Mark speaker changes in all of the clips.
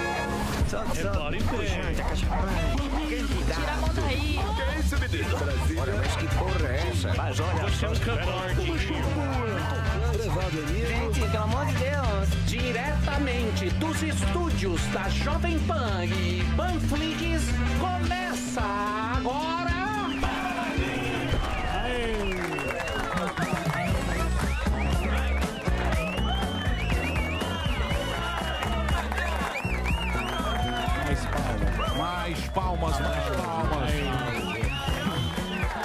Speaker 1: Repare bem.
Speaker 2: Tira a mão daí.
Speaker 3: Olha, mas que porra é essa?
Speaker 1: Mas olha, você é um cantor.
Speaker 4: Gente, pelo amor de Deus. Diretamente dos estúdios da Jovem Pan e Panflix, começa agora.
Speaker 5: Mais palmas, mais palmas.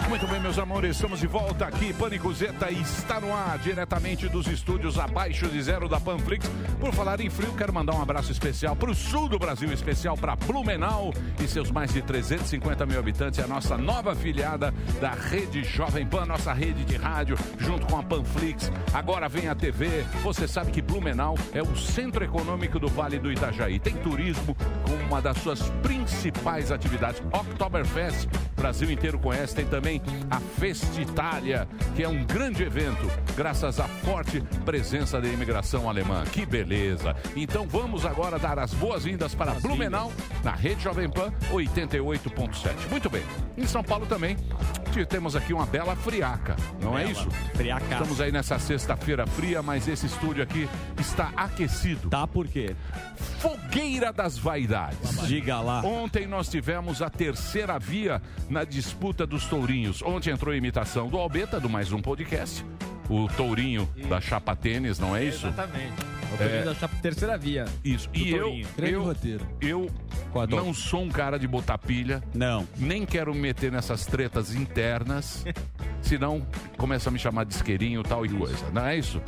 Speaker 5: Muito bem, meus amores, estamos de volta aqui. Pânico Zeta está no ar, diretamente dos estúdios abaixo de zero da Panflix. Por falar em frio, quero mandar um abraço especial para o sul do Brasil, especial para Blumenau e seus mais de 350 mil habitantes. É a nossa nova filiada da Rede Jovem Pan, nossa rede de rádio, junto com a Panflix. Agora vem a TV. Você sabe que Blumenau é o centro econômico do Vale do Itajaí. Tem turismo como uma das suas principais atividades. Oktoberfest, Brasil inteiro conhece. Tem também a Festa Itália, que é um grande evento, graças à forte presença da imigração alemã. Que beleza! Então vamos agora dar as boas-vindas para Blumenau, na Rede Jovem Pan 88.7. Muito bem. Em São Paulo também te- temos aqui uma bela friaca, não é isso?
Speaker 1: Friaca.
Speaker 5: Estamos aí nessa sexta-feira fria, mas esse estúdio aqui está aquecido.
Speaker 1: Tá por quê?
Speaker 5: Fogueira das Vaidades.
Speaker 1: Diga lá.
Speaker 5: Ontem nós tivemos a terceira via na disputa dos tourinhos. Ontem entrou a imitação do Albeta, do Mais Um Podcast. O tourinho da chapa tênis, não é isso?
Speaker 6: Exatamente. O é... da chapa terceira via.
Speaker 5: Isso. E eu,
Speaker 6: tourinho.
Speaker 7: Grande
Speaker 5: eu,
Speaker 7: roteiro.
Speaker 5: eu
Speaker 1: Quadro.
Speaker 5: não sou um cara de botar pilha,
Speaker 1: Não.
Speaker 5: nem quero me meter nessas tretas internas, senão começa a me chamar de isqueirinho, tal e coisa, não é isso?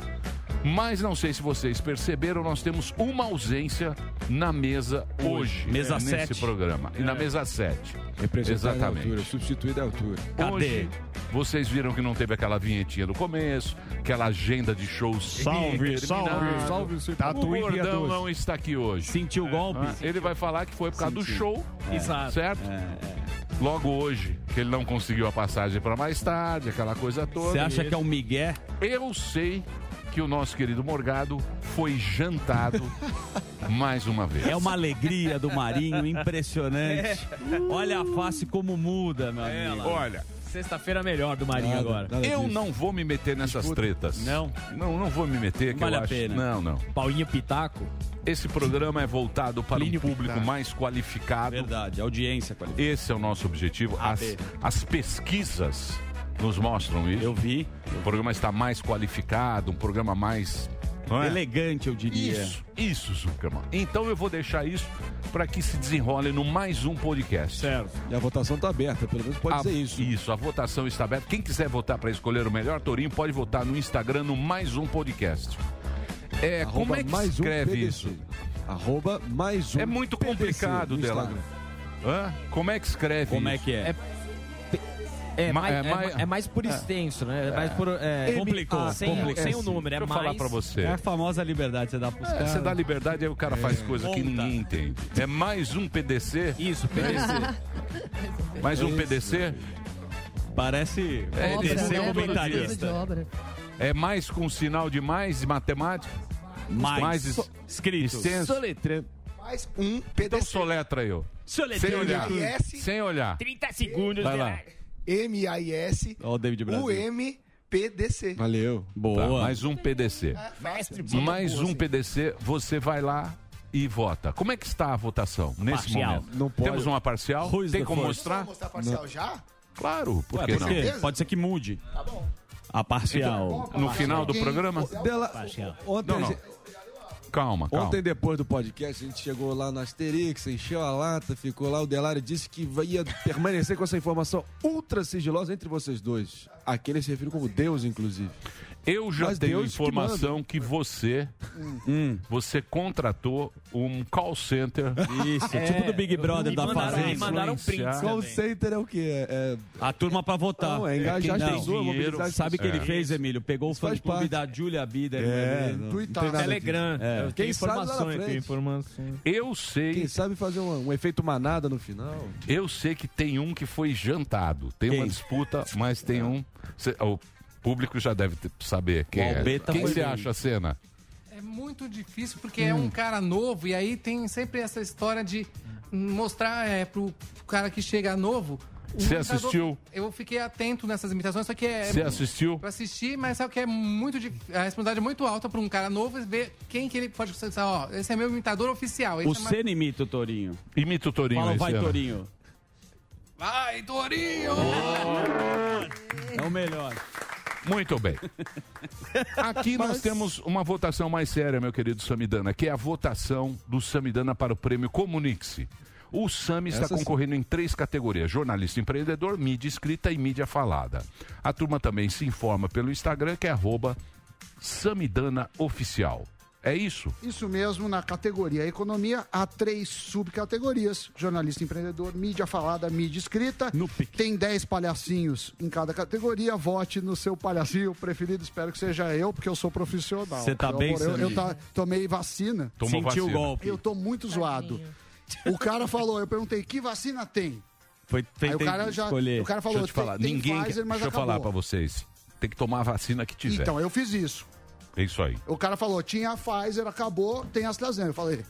Speaker 5: Mas não sei se vocês perceberam, nós temos uma ausência na mesa hoje,
Speaker 1: Mesa
Speaker 5: nesse
Speaker 1: sete.
Speaker 5: programa. E na mesa 7.
Speaker 7: Representado da altura,
Speaker 5: Exatamente.
Speaker 7: substituído à altura.
Speaker 1: Cadê?
Speaker 5: Hoje, vocês viram que não teve aquela vinhetinha do começo, aquela agenda de shows.
Speaker 1: Salve, salve.
Speaker 7: Salve o seu
Speaker 5: O Gordão não está aqui hoje.
Speaker 1: Sentiu o golpe? É.
Speaker 5: Ah, Ele vai falar que foi por causa do show,
Speaker 6: Exato.
Speaker 5: certo? Logo hoje, que ele não conseguiu a passagem para mais tarde, aquela coisa toda.
Speaker 1: Você acha que é um migué?
Speaker 5: Eu sei que o nosso querido Morgado foi jantado mais uma vez. É.
Speaker 1: É uma alegria do Marinho impressionante. Olha a face como muda, meu amigo.
Speaker 5: Olha,
Speaker 6: Sexta-feira melhor do Marinho agora.
Speaker 5: eu não vou me meter nessas tretas.
Speaker 1: Não?
Speaker 5: Não, não vou me meter, que
Speaker 1: Vale
Speaker 5: eu
Speaker 1: a
Speaker 5: acho-
Speaker 1: pena.
Speaker 5: Não, não.
Speaker 6: Paulinho Pitaco.
Speaker 5: Esse programa é voltado para um público mais qualificado.
Speaker 1: Verdade, audiência qualificada.
Speaker 5: Esse é o nosso objetivo. As, as pesquisas nos mostram isso.
Speaker 1: Eu vi.
Speaker 5: O programa está mais qualificado, um programa mais. não é?
Speaker 1: Elegante, eu diria.
Speaker 5: Isso, isso, Zuckerman. Então eu vou deixar isso para que se desenrole no mais um podcast.
Speaker 6: Certo.
Speaker 7: E a votação tá aberta, pelo menos pode
Speaker 5: A-
Speaker 7: ser isso.
Speaker 5: a votação está aberta. Quem quiser votar para escolher o melhor tourinho, pode votar no Instagram no mais um podcast. É,
Speaker 7: Arroba
Speaker 5: como é que
Speaker 7: mais um
Speaker 5: escreve
Speaker 7: PDC.
Speaker 5: isso?
Speaker 7: Arroba mais um
Speaker 5: É muito
Speaker 7: PDC
Speaker 5: complicado,
Speaker 7: no
Speaker 5: Dela.
Speaker 7: Instagram.
Speaker 5: Hã? Como é que escreve
Speaker 1: Como é
Speaker 5: isso?
Speaker 1: que é?
Speaker 6: É É,
Speaker 5: Ma-
Speaker 6: mais,
Speaker 5: é
Speaker 6: é,
Speaker 5: mais-
Speaker 6: ma- é mais por extenso, né? É mais por. É,
Speaker 1: Complicou,
Speaker 6: Ah, sem,
Speaker 1: complicou.
Speaker 6: sem o número, é É.
Speaker 5: Deixa eu
Speaker 6: mais.
Speaker 5: falar para você.
Speaker 1: É a famosa liberdade que você dá pros
Speaker 5: É,
Speaker 1: caras.
Speaker 5: Você dá liberdade, aí o cara faz coisa que
Speaker 1: Monta.
Speaker 5: ninguém entende. É mais um PDC?
Speaker 6: Isso,
Speaker 5: É
Speaker 6: PDC.
Speaker 5: Mais um PDC?
Speaker 1: Parece
Speaker 5: É,
Speaker 1: um
Speaker 5: ele
Speaker 8: obra,
Speaker 5: desceu
Speaker 8: né?
Speaker 5: o
Speaker 8: Produtora
Speaker 1: comentarista.
Speaker 8: de obra.
Speaker 5: É mais com sinal de mais de matemática?
Speaker 1: Mais,
Speaker 5: Mais es-
Speaker 1: es- escritos.
Speaker 5: extenso?
Speaker 6: Soletrando.
Speaker 3: Mais um
Speaker 5: Então
Speaker 3: PDC.
Speaker 5: soletra eu. Sem olhar. Sem olhar.
Speaker 6: 30 segundos,
Speaker 5: Ah. Vai lá.
Speaker 6: né?
Speaker 3: M-A-I-S.
Speaker 1: Olha o David Brasil.
Speaker 3: U-M-P-D-C.
Speaker 7: Valeu.
Speaker 5: Tá,
Speaker 1: Boa.
Speaker 5: mais um PDC. Mais um PDC, você vai lá e vota. Como é que está a votação nesse
Speaker 6: Parcial.
Speaker 5: momento?
Speaker 7: Não pode.
Speaker 5: Temos uma parcial?
Speaker 1: Who is
Speaker 5: Tem
Speaker 1: the
Speaker 5: como
Speaker 1: first?
Speaker 5: mostrar?
Speaker 3: mostrar parcial já?
Speaker 5: Claro, por
Speaker 1: Ué,
Speaker 5: que
Speaker 1: por
Speaker 5: não?
Speaker 1: quê? Pode ser que mude. Tá bom. A
Speaker 7: Então,
Speaker 1: parcial.
Speaker 5: No final do programa?
Speaker 7: Dela, ontem,
Speaker 5: Não,
Speaker 7: a
Speaker 5: não.
Speaker 7: gente-
Speaker 5: Ah, Calma, calma.
Speaker 7: ontem, depois do podcast, a gente chegou lá no Asterix, encheu a lata, ficou lá. O Delari disse que vai- ia permanecer com essa informação ultra sigilosa entre vocês dois. Aquele se refere como Deus, inclusive.
Speaker 5: Eu já
Speaker 7: Mas
Speaker 5: tenho
Speaker 7: Deus que
Speaker 5: informação que, você hum, você contratou um call center
Speaker 1: Isso,
Speaker 7: É,
Speaker 1: tipo do Big Brother
Speaker 6: Me
Speaker 1: da
Speaker 6: mandaram- me
Speaker 1: Fazenda.
Speaker 7: um
Speaker 6: mandaram
Speaker 5: Influenciar.
Speaker 6: prints.
Speaker 7: Call
Speaker 6: também.
Speaker 7: center é o quê? É, é-
Speaker 1: A turma pra votar.
Speaker 7: não, é engajar
Speaker 1: Quem
Speaker 7: as
Speaker 1: não.
Speaker 7: pessoas,
Speaker 5: dinheiro,
Speaker 7: mobilizar as
Speaker 1: Sabe o que ele
Speaker 7: pessoas.
Speaker 1: fez, Emílio? Pegou o
Speaker 7: Isso faz
Speaker 1: fã-clube da
Speaker 7: parte.
Speaker 1: Julia Bider.
Speaker 7: É,
Speaker 1: né?
Speaker 7: não, não tem nada
Speaker 6: Telegram.
Speaker 1: É.
Speaker 6: Eu tenho
Speaker 7: Quem sabe lá na
Speaker 6: informações,
Speaker 7: frente.
Speaker 6: tenho informações.
Speaker 5: Eu sei,
Speaker 7: Quem sabe fazer um, um efeito manada no final?
Speaker 5: eu sei que tem um que foi jantado. Tem uma
Speaker 1: Quem?
Speaker 5: disputa, mas tem um. cê- o público já deve ter- saber quem
Speaker 1: O tá
Speaker 5: é.
Speaker 1: Albeta
Speaker 5: Quem
Speaker 1: foi
Speaker 5: você
Speaker 1: bem.
Speaker 5: acha, Cena?
Speaker 8: é muito difícil, porque é
Speaker 5: Hum.
Speaker 8: um cara novo, e aí tem sempre essa história de mostrar é, pro pro cara que chega novo. o
Speaker 5: Você
Speaker 8: imitador-
Speaker 5: assistiu?
Speaker 8: Eu fiquei atento nessas imitações, só que é.
Speaker 5: Você assistiu?
Speaker 8: Eu assisti, mas sabe que é muito difícil. A responsabilidade é muito alta pra um cara novo ver quem que ele pode pensar, ó, esse é meu imitador oficial. Esse
Speaker 1: O
Speaker 8: é uma-
Speaker 1: Senna imita o Torinho.
Speaker 5: Imita o Torinho.
Speaker 1: Fala,
Speaker 5: esse
Speaker 1: vai,
Speaker 5: ano.
Speaker 1: Torinho.
Speaker 8: Vai, Torinho!
Speaker 1: É o melhor.
Speaker 5: Muito bem.
Speaker 9: Tá
Speaker 5: Aqui nós temos uma votação mais séria, meu querido Samidana, que é a votação do Samidana para o prêmio Comunique-se. O Sami está
Speaker 7: Essa sim.
Speaker 5: concorrendo em três categorias: jornalista empreendedor, mídia escrita e mídia falada. A turma também se informa pelo Instagram, que é arroba Samidana Oficial. É isso?
Speaker 9: Isso mesmo, na categoria Economia, há três subcategorias: jornalista empreendedor, mídia falada, mídia escrita.
Speaker 1: No pique.
Speaker 9: Tem 10 palhacinhos em cada categoria. Vote no seu palhacinho preferido. Espero que seja eu, porque eu sou profissional.
Speaker 1: Você tá
Speaker 9: Meu
Speaker 1: bem,
Speaker 9: amor, Eu, eu
Speaker 1: Samir?
Speaker 9: tá- tomei vacina.
Speaker 5: Tomou
Speaker 1: Sentiu o
Speaker 5: vacina.
Speaker 1: golpe.
Speaker 9: Eu tô muito zoado. O cara falou, eu perguntei que vacina tem.
Speaker 1: Foi
Speaker 9: Aí o
Speaker 1: tentei
Speaker 9: cara já,
Speaker 1: escolher.
Speaker 9: o cara falou,
Speaker 5: Deixa eu te
Speaker 9: "Tem-
Speaker 5: falar,
Speaker 9: tem
Speaker 5: ninguém.
Speaker 9: Pfizer, mas
Speaker 5: Deixa eu falar pra
Speaker 9: acabou."
Speaker 5: vocês. Tem que tomar a vacina que tiver.
Speaker 9: Então eu fiz isso.
Speaker 5: É isso aí.
Speaker 9: O cara falou, tinha a Pfizer, acabou, tem a AstraZeneca. Eu falei,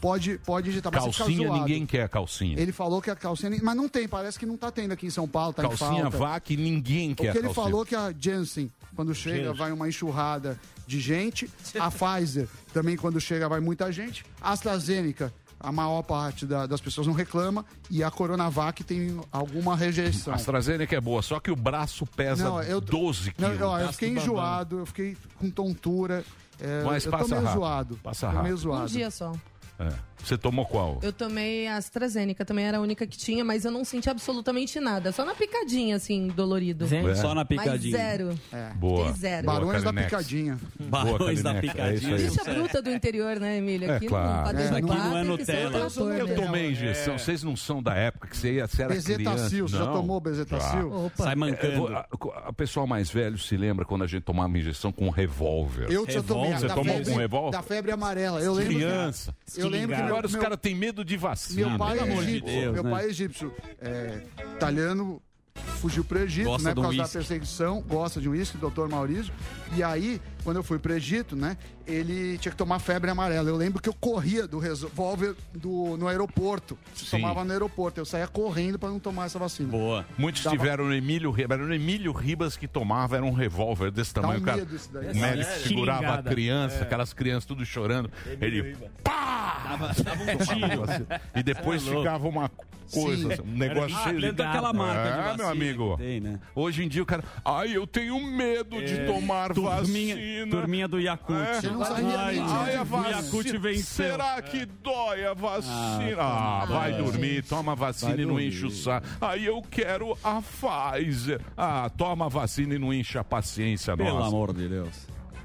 Speaker 9: pode, pode digitar, mas você fica
Speaker 5: Calcinha,
Speaker 9: zoado.
Speaker 5: ninguém quer calcinha.
Speaker 9: Ele falou que a calcinha. Mas não tem, parece que não tá tendo aqui em São Paulo, tá em
Speaker 5: Calcinha
Speaker 9: falta.
Speaker 5: vaca e ninguém
Speaker 9: Porque
Speaker 5: quer
Speaker 9: ele
Speaker 5: calcinha.
Speaker 9: falou que a Janssen, quando chega,
Speaker 1: Gente.
Speaker 9: vai uma enxurrada de gente. A Pfizer também, quando chega, vai muita gente. A AstraZeneca, a maior parte da- das pessoas não reclama. E a Coronavac tem alguma rejeição.
Speaker 5: A AstraZeneca é boa, só que o braço pesa
Speaker 9: Não, eu-
Speaker 5: 12
Speaker 9: Não,
Speaker 5: quilos.
Speaker 9: ó, eu fiquei enjoado, eu fiquei com tontura. é,
Speaker 5: Mas
Speaker 9: eu tô
Speaker 5: passa
Speaker 9: meio
Speaker 5: rápido,
Speaker 9: zoado.
Speaker 5: passa
Speaker 9: tô meio
Speaker 5: rápido.
Speaker 10: Um
Speaker 9: zoado.
Speaker 10: dia só.
Speaker 5: É. Você tomou qual?
Speaker 10: Eu tomei a AstraZeneca, também era a única que tinha, mas eu não senti absolutamente nada. Só na picadinha, assim, dolorido.
Speaker 6: Gente,
Speaker 5: É.
Speaker 1: Só na
Speaker 10: Mas
Speaker 1: picadinha.
Speaker 10: zero.
Speaker 5: Boa.
Speaker 10: Fiquei zero.
Speaker 5: Boa,
Speaker 9: Barões da
Speaker 5: Carinex.
Speaker 9: Picadinha.
Speaker 1: Barões da
Speaker 5: Carineca, é isso
Speaker 1: picadinha.
Speaker 5: aí.
Speaker 10: Bicha bruta do interior, né, Emília?
Speaker 5: É,
Speaker 10: Aqui
Speaker 5: claro.
Speaker 10: não,
Speaker 1: É,
Speaker 10: padrão
Speaker 1: aqui
Speaker 10: quatro,
Speaker 1: não é
Speaker 10: tem que ser um né?
Speaker 1: Nutella.
Speaker 10: outra coisa.
Speaker 5: Eu tomei injeção, vocês não são da época que você ia ser
Speaker 9: Bezetacil, você já tomou
Speaker 5: Bezetacil?
Speaker 9: Bezetacil?
Speaker 10: Opa.
Speaker 1: Sai mancando.
Speaker 5: É, A, a pessoal mais velho se lembra quando a gente tomava uma injeção com um revólver.
Speaker 9: Eu tinha
Speaker 1: Revólver,
Speaker 9: tomado
Speaker 1: você
Speaker 9: da
Speaker 5: tomou
Speaker 9: febre,
Speaker 5: com revólver?
Speaker 9: da febre amarela. Eu lembro.
Speaker 5: Criança.
Speaker 9: Eu lembro que meu,
Speaker 5: Agora os
Speaker 9: meu-
Speaker 5: caras têm medo de vacina.
Speaker 9: meu pai é
Speaker 5: cara.
Speaker 1: amor de
Speaker 9: egípcio.
Speaker 1: Deus,
Speaker 9: meu
Speaker 1: né?
Speaker 9: pai é egípcio. É, italiano fugiu pro Egito,
Speaker 1: Gosta
Speaker 9: né?
Speaker 1: de um
Speaker 9: Por causa da
Speaker 1: uísque.
Speaker 9: perseguição, gosta de um uísque, doutor Maurício. E aí, quando eu fui pro Egito, né? Ele tinha que tomar febre amarela. Eu lembro que eu corria do revólver do, no aeroporto. Se
Speaker 5: Sim.
Speaker 9: tomava no aeroporto. Eu saía correndo pra não tomar essa vacina.
Speaker 1: Boa.
Speaker 5: Muitos tiveram no Emílio Ribas. Era o Emílio Ribas que tomava, era um revólver desse
Speaker 9: Dá um
Speaker 5: tamanho. o cara-
Speaker 9: medo isso daí.
Speaker 5: O médico
Speaker 1: é
Speaker 6: Sério?
Speaker 5: segurava a
Speaker 6: Xingada.
Speaker 5: criança, aquelas crianças tudo chorando. Ele pá! assim.
Speaker 1: Dava um tiro.
Speaker 5: E
Speaker 4: Tá
Speaker 5: depois ficava uma coisa, um negócio
Speaker 1: É Ah,
Speaker 5: cheio de...
Speaker 1: dentro daquela marca de
Speaker 5: É,
Speaker 1: vacina
Speaker 5: meu amigo.
Speaker 1: que Tem, né?
Speaker 5: Hoje em dia o cara. ah, Ai, eu tenho medo de tomar
Speaker 1: É. Turminha,
Speaker 5: vacina.
Speaker 1: turminha do Yakut.
Speaker 5: É. Você
Speaker 9: não sabia
Speaker 1: Ai,
Speaker 9: nem
Speaker 5: Ai, a
Speaker 1: o Yakut
Speaker 5: vacina.
Speaker 1: venceu.
Speaker 5: Será que dói a vacina? Ah, vai dormir, toma a vacina e não enche o saco. Aí eu quero a Pfizer. Ah, toma a vacina e não enche a paciência
Speaker 1: Pelo
Speaker 5: nossa.
Speaker 1: amor de Deus.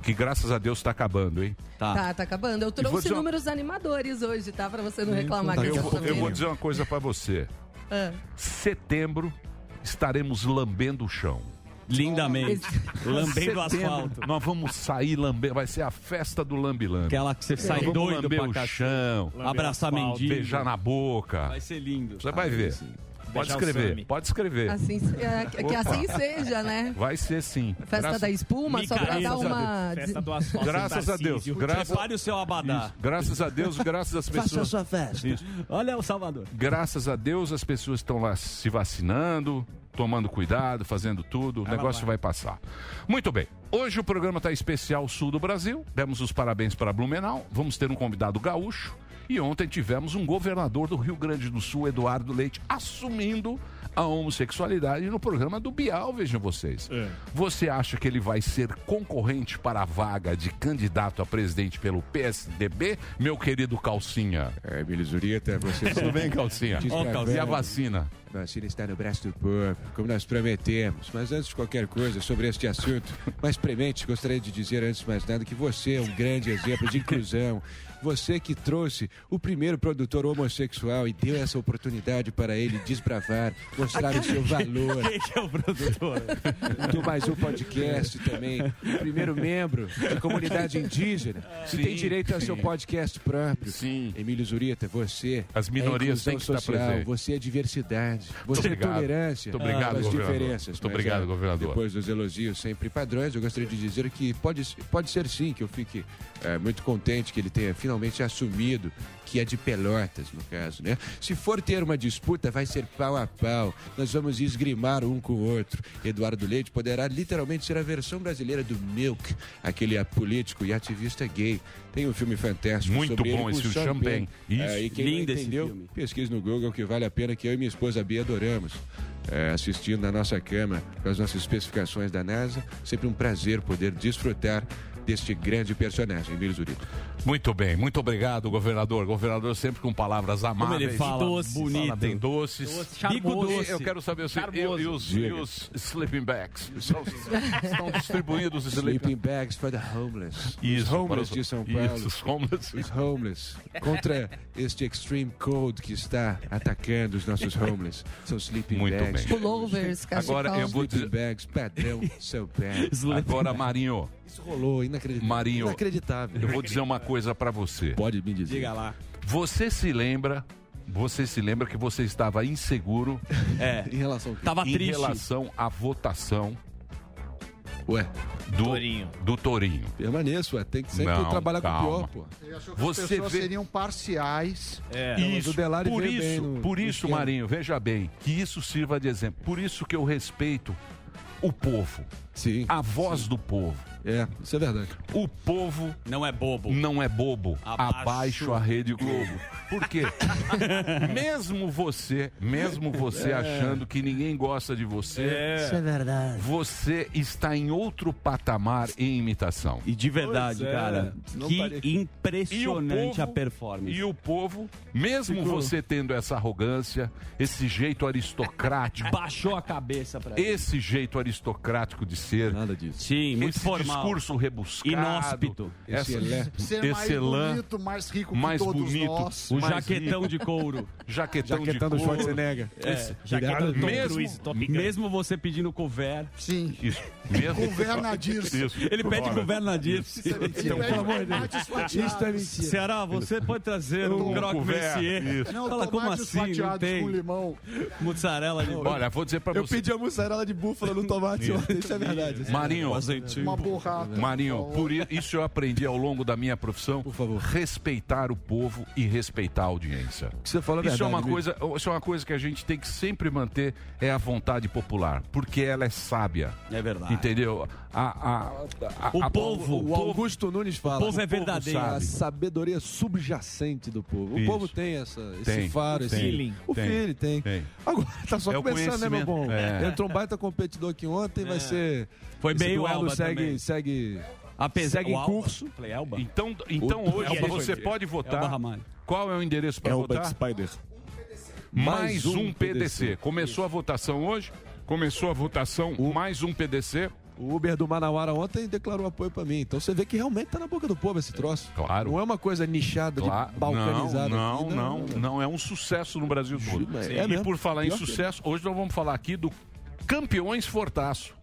Speaker 5: Que graças a Deus tá acabando, hein?
Speaker 1: Tá.
Speaker 10: Tá, tá acabando.
Speaker 5: vou
Speaker 10: Eu
Speaker 5: um-
Speaker 10: trouxe
Speaker 5: dizer uma-
Speaker 10: números animadores hoje, tá? Pra você não reclamar que
Speaker 5: Eu,
Speaker 10: eu
Speaker 5: vou-
Speaker 10: sou
Speaker 5: eu vou
Speaker 10: meio-
Speaker 5: dizer uma coisa pra você.
Speaker 10: Ah.
Speaker 5: Setembro estaremos lambendo o chão.
Speaker 1: Lindamente. Lambendo
Speaker 5: Setembro,
Speaker 1: o asfalto.
Speaker 5: Nós vamos sair lambendo. Vai ser a festa do lambilando.
Speaker 1: Aquela que você sai
Speaker 5: Vamos
Speaker 1: doido
Speaker 5: lamber
Speaker 1: pra
Speaker 5: o
Speaker 1: cachorro.
Speaker 5: chão,
Speaker 1: Abraçar mendigo.
Speaker 5: beijar na boca.
Speaker 1: Vai ser lindo.
Speaker 5: Você vai ver. Pode
Speaker 6: Beijar o
Speaker 5: escrever,
Speaker 6: Sami.
Speaker 5: pode escrever.
Speaker 10: Assim, é, que que assim seja, né?
Speaker 5: Vai ser sim.
Speaker 10: Festa
Speaker 5: Graças-
Speaker 10: da espuma, só pra
Speaker 1: Micaela,
Speaker 10: dar uma.
Speaker 6: Festa do asfalto.
Speaker 5: Graças a Deus.
Speaker 6: Tarcísio.
Speaker 5: Graças,
Speaker 1: Prepare o seu abadá.
Speaker 5: graças a Deus, graças às pessoas.
Speaker 6: sua festa.
Speaker 1: Olha o Salvador.
Speaker 5: Graças a Deus as pessoas estão lá se vacinando, tomando cuidado, fazendo tudo. O negócio vai passar. Muito bem. Hoje o programa está especial Sul do Brasil. Demos os parabéns para Blumenau. Vamos ter um convidado gaúcho. E ontem tivemos um governador do Rio Grande do Sul, Eduardo Leite, assumindo a homossexualidade no programa do Bial, vejam vocês. Você acha que ele vai ser concorrente para a vaga de candidato a presidente pelo PSDB, meu querido Calcinha?
Speaker 7: É, Emílio Zurita, você
Speaker 5: Tudo bem, Calcinha?
Speaker 7: Ó, Calcinha.
Speaker 5: E a vacina?
Speaker 7: Ah, A vacina está no braço do povo, como nós prometemos. Mas antes de qualquer coisa sobre este assunto, mais premente, gostaria de dizer antes de mais nada que você é um grande exemplo de inclusão. Você que trouxe o primeiro produtor homossexual e deu essa oportunidade para ele desbravar, mostrar o seu valor.
Speaker 1: Quem que é o produtor?
Speaker 7: do Mais Um Podcast também. O primeiro membro de comunidade indígena que
Speaker 5: Sim,
Speaker 7: tem direito ao seu
Speaker 5: sim.
Speaker 7: podcast próprio.
Speaker 5: Sim.
Speaker 7: Emílio Zurita, você.
Speaker 5: As minorias
Speaker 7: é a inclusão
Speaker 5: têm que estar
Speaker 7: social,
Speaker 5: presentes.
Speaker 7: Você é diversidade. tolerante. Você
Speaker 5: obrigado.
Speaker 7: é tolerância
Speaker 5: Muito obrigado,
Speaker 7: às
Speaker 5: governador.
Speaker 7: diferenças.
Speaker 5: Muito
Speaker 7: mas,
Speaker 5: obrigado,
Speaker 7: é,
Speaker 5: governador.
Speaker 7: Depois dos elogios sempre padrões, eu gostaria de dizer que pode, pode ser sim que eu fique é, muito contente que ele tenha finalmente assumido que é de Pelotas, no caso, né? Se for ter uma disputa, vai ser pau a pau. Nós vamos esgrimar um com o outro. Eduardo Leite poderá literalmente ser a versão brasileira do Milk, aquele político e ativista gay. Tem um filme fantástico
Speaker 5: Muito
Speaker 7: sobre ele
Speaker 5: bom
Speaker 7: com
Speaker 5: esse, o
Speaker 7: Sean
Speaker 5: Champagne.
Speaker 7: Penn.
Speaker 5: Isso.
Speaker 7: É, e quem não
Speaker 5: Lindo esse
Speaker 7: entendeu,
Speaker 5: filme.
Speaker 7: Pesquise no Google que vale a pena que eu e minha esposa Bia adoramos. É, assistindo na nossa cama com as nossas especificações da NASA, sempre um prazer poder desfrutar deste grande personagem, Emílio Zurito.
Speaker 5: Muito bem, muito obrigado, governador. Governador sempre com palavras amáveis.
Speaker 1: ele fala, Doce.
Speaker 5: bonito.
Speaker 1: bonito.
Speaker 5: bem doces.
Speaker 1: Doce, charmoso.
Speaker 5: E Eu quero saber o seguinte, e, e os, e os sleeping bags? Estão, estão distribuídos os sleeping
Speaker 7: Sleeping bags for the homeless.
Speaker 5: Isso,
Speaker 7: os
Speaker 5: para
Speaker 7: homeless
Speaker 5: os-
Speaker 7: de São
Speaker 5: isso,
Speaker 7: Paulo.
Speaker 5: os homeless.
Speaker 7: Os homeless. Contra este extreme cold que está atacando os nossos homeless. São sleeping
Speaker 5: Muito
Speaker 7: bags.
Speaker 5: bem.
Speaker 10: Pullovers, cachecol.
Speaker 5: Agora eu vou dizer...
Speaker 7: Sleeping bags, padrão, São Paulo.
Speaker 5: Agora, Marinho,
Speaker 7: Isso rolou, inacreditável.
Speaker 5: Marinho.
Speaker 7: Inacreditável.
Speaker 5: eu vou dizer uma coisa pra você.
Speaker 7: Pode me dizer.
Speaker 1: Diga lá.
Speaker 5: Você se lembra... Você se lembra que você estava inseguro
Speaker 1: É.
Speaker 7: Em relação ao quê?
Speaker 1: Tava
Speaker 5: em
Speaker 1: triste.
Speaker 5: relação à votação
Speaker 7: Ué,
Speaker 5: do Torinho. Do Torinho.
Speaker 7: permaneço, ué. Tem que sempre
Speaker 5: Não,
Speaker 7: trabalhar com
Speaker 5: calma.
Speaker 7: o pior, pô.
Speaker 9: Ele achou
Speaker 5: que as Você pessoas vê-
Speaker 9: seriam parciais.
Speaker 1: É.
Speaker 5: Isso,
Speaker 7: o Delari
Speaker 5: por
Speaker 7: veio bem
Speaker 5: isso,
Speaker 7: no-
Speaker 5: por
Speaker 7: no
Speaker 5: isso
Speaker 7: esquema.
Speaker 5: Marinho, veja bem, que isso sirva de exemplo. Por isso que eu respeito o povo,
Speaker 7: Sim,
Speaker 5: a voz do povo.
Speaker 7: é, isso é verdade.
Speaker 5: O povo
Speaker 1: Não é bobo.
Speaker 5: não é bobo. Abaixo,
Speaker 1: Abaixo.
Speaker 5: a Rede Globo. Por quê? mesmo você, mesmo você achando que ninguém gosta de você, você está em outro patamar em imitação.
Speaker 1: E de verdade, cara,
Speaker 7: Não
Speaker 1: que
Speaker 7: parei.
Speaker 1: impressionante
Speaker 5: E o povo-
Speaker 1: a performance.
Speaker 5: E o povo, mesmo você tendo essa arrogância, esse jeito aristocrático,
Speaker 1: Baixou a cabeça pra ele.
Speaker 5: esse jeito aristocrático de ser,
Speaker 7: É. Nada disso.
Speaker 1: Sim, muito
Speaker 5: esse
Speaker 1: formal.
Speaker 5: discurso rebuscado,
Speaker 1: Inóspito.
Speaker 7: Esse elé-
Speaker 9: Ser mais
Speaker 5: Excelã,
Speaker 9: bonito, mais rico que
Speaker 5: mais
Speaker 9: todos
Speaker 5: bonito,
Speaker 9: nós.
Speaker 1: O
Speaker 5: mais
Speaker 1: jaquetão de couro.
Speaker 5: jaquetão,
Speaker 7: Jaquetão do
Speaker 5: de couro,
Speaker 7: Schwarzenegger.
Speaker 1: É,
Speaker 7: Jaquetão do
Speaker 5: mesmo,
Speaker 1: Mesmo você pedindo couvert,
Speaker 9: Sim.
Speaker 5: Isso, mesmo
Speaker 9: Governa disso.
Speaker 5: Isso.
Speaker 1: ele pede
Speaker 5: Ora,
Speaker 1: governo na Dirce.
Speaker 5: é
Speaker 9: Então, pelo amor de Deus.
Speaker 7: Isso é mentira.
Speaker 1: Ceará, você pode trazer um croque
Speaker 5: couvert,
Speaker 1: Mercier.
Speaker 5: isso.
Speaker 9: Não,
Speaker 1: Fala, como
Speaker 9: tomates
Speaker 1: assim? Não
Speaker 9: fatiados
Speaker 1: tem
Speaker 9: com limão.
Speaker 1: mozzarella de bolo.
Speaker 5: Olha, vou dizer pra você,
Speaker 7: a mussarela de búfala no tomate ontem, isso é verdade.
Speaker 5: Marinho,
Speaker 1: Azeitinho.
Speaker 9: Uma borracha.
Speaker 5: Marinho, por i- isso eu aprendi ao longo da minha profissão,
Speaker 7: Por favor.
Speaker 5: respeitar o povo e respeitar a audiência.
Speaker 7: O que você falou é
Speaker 5: Isso é,
Speaker 7: verdade,
Speaker 5: uma
Speaker 7: amigo.
Speaker 5: coisa, isso é uma coisa que a gente tem que sempre manter, é a vontade popular, porque ela é sábia,
Speaker 1: É verdade.
Speaker 5: entendeu? A- a- a-
Speaker 1: O
Speaker 5: a-
Speaker 1: povo,
Speaker 7: O Augusto Nunes fala.
Speaker 1: o povo é
Speaker 5: povo
Speaker 1: verdadeiro.
Speaker 5: sabe.
Speaker 7: A sabedoria subjacente do povo. O
Speaker 5: Isso.
Speaker 7: povo tem essa, esse
Speaker 5: Tem,
Speaker 7: faro, esse
Speaker 5: tem,
Speaker 7: O
Speaker 5: tem,
Speaker 7: filho tem.
Speaker 5: tem.
Speaker 7: Agora tá só
Speaker 5: É o
Speaker 7: começando, né, meu bom?
Speaker 5: conhecimento, é.
Speaker 7: Entrou um baita competidor aqui ontem, vai ser.
Speaker 1: Foi
Speaker 7: esse
Speaker 1: bem o
Speaker 7: duelo
Speaker 1: Alba
Speaker 7: segue,
Speaker 1: também.
Speaker 7: segue.
Speaker 1: Apesar
Speaker 7: Segue em
Speaker 1: o Alba-
Speaker 7: curso.
Speaker 1: Falei, Elba.
Speaker 5: Então, então
Speaker 7: O-
Speaker 5: hoje
Speaker 1: Elba
Speaker 5: você
Speaker 1: Ramalho.
Speaker 5: pode
Speaker 1: Elba
Speaker 5: votar.
Speaker 1: Ramalho.
Speaker 5: Qual é o endereço para votar?
Speaker 7: Spider.
Speaker 5: Mais um PDC. Começou a votação hoje? Começou a votação, mais um PDC.
Speaker 7: O Uber do Manauara ontem declarou apoio pra mim. Então você vê que realmente tá na boca do povo esse troço.
Speaker 5: Claro.
Speaker 7: Não é uma coisa nichada,
Speaker 5: Lá,
Speaker 7: de
Speaker 5: não,
Speaker 7: balcanizada.
Speaker 5: não,
Speaker 7: aqui, né?
Speaker 5: não, não. É um sucesso no Brasil todo.
Speaker 7: mas é
Speaker 5: E
Speaker 7: mesmo.
Speaker 5: por falar em
Speaker 7: Pior que é.
Speaker 5: sucesso, hoje nós vamos falar aqui do Campeões Fortaço.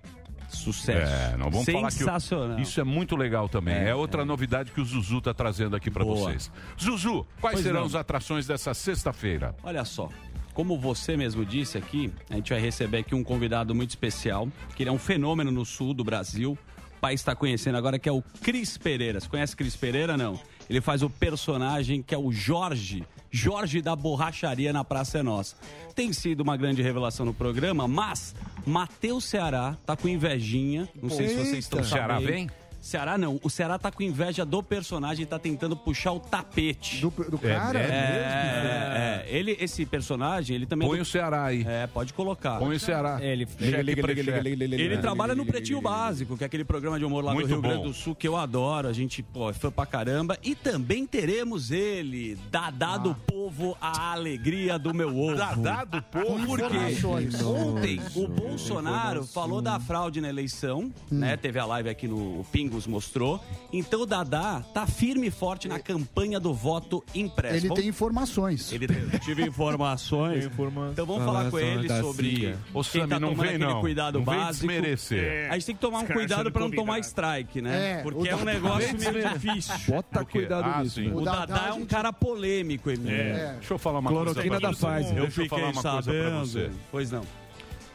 Speaker 1: Sucesso.
Speaker 5: É, não vamos falar que o-
Speaker 1: Sensacional.
Speaker 5: Isso é muito legal também. É, outra novidade que o Zuzu está trazendo aqui para
Speaker 1: Boa.
Speaker 5: vocês. Zuzu, quais
Speaker 1: Pois
Speaker 5: serão
Speaker 1: não.
Speaker 5: as atrações dessa sexta-feira?
Speaker 1: Olha só, como você mesmo disse aqui, a gente vai receber aqui um convidado muito especial, que ele é um fenômeno no sul do Brasil. O país está conhecendo agora, que é o Cris Pereira. Você conhece Cris Pereira? Não. Ele faz o personagem que é o Jorge, Jorge da Borracharia na Praça é Nossa. Tem sido uma grande revelação no programa, mas Matheus Ceará tá com invejinha. Não sei se vocês estão
Speaker 7: Eita.
Speaker 5: Ceará
Speaker 1: sabendo.
Speaker 5: vem?
Speaker 1: Ceará não. O Ceará tá com inveja do personagem e tá tentando puxar o tapete.
Speaker 9: Do, do cara?
Speaker 1: É, é, é. Ele, esse personagem, ele também. é
Speaker 5: Põe
Speaker 1: do-
Speaker 5: o Ceará aí.
Speaker 1: É, pode colocar.
Speaker 5: Põe o Ceará.
Speaker 6: Ele-
Speaker 5: Cheque pra cheque.
Speaker 1: Ele trabalha no Pretinho Básico, que é aquele programa de humor lá
Speaker 5: Muito
Speaker 1: do Rio
Speaker 5: bom.
Speaker 1: Grande do Sul que eu adoro. A gente, pô, é fã pra caramba. E também teremos ele, Dadá
Speaker 9: Ah.
Speaker 1: do Povo, a alegria do meu ovo.
Speaker 5: Dadá do povo.
Speaker 1: Por quê?
Speaker 9: Informações.
Speaker 5: Hum.
Speaker 1: Ontem o Bolsonaro falou da fraude na eleição, né? Teve a live aqui no Pingo nos mostrou. Então o Dadá tá firme e forte na campanha do voto impresso.
Speaker 9: Ele
Speaker 1: Vamos-
Speaker 9: tem informações.
Speaker 1: Ele tem- tive informações. Então vamos falar com ele sobre
Speaker 5: Ô,
Speaker 1: quem
Speaker 5: Sami,
Speaker 1: tá
Speaker 5: não
Speaker 1: tomando
Speaker 5: vem,
Speaker 1: aquele
Speaker 5: não.
Speaker 1: cuidado
Speaker 5: Não vem
Speaker 1: básico.
Speaker 5: desmerecer.
Speaker 1: É. A gente tem que tomar um
Speaker 5: Escrachando
Speaker 1: cuidado para não
Speaker 5: convidado.
Speaker 1: tomar strike, né?
Speaker 5: É,
Speaker 1: Porque
Speaker 5: o
Speaker 1: é um
Speaker 5: Dadá-
Speaker 1: negócio meio
Speaker 5: Vem-
Speaker 1: difícil.
Speaker 5: Bota cuidado Ah, nisso, sim. né?
Speaker 1: O Dadá, é um cara polêmico, Emílio.
Speaker 5: É. Deixa eu falar uma coisa. pra você.
Speaker 1: Eu
Speaker 5: Deixa eu falar
Speaker 1: fiquei
Speaker 5: uma coisa pra você.
Speaker 1: sabendo. Pois não.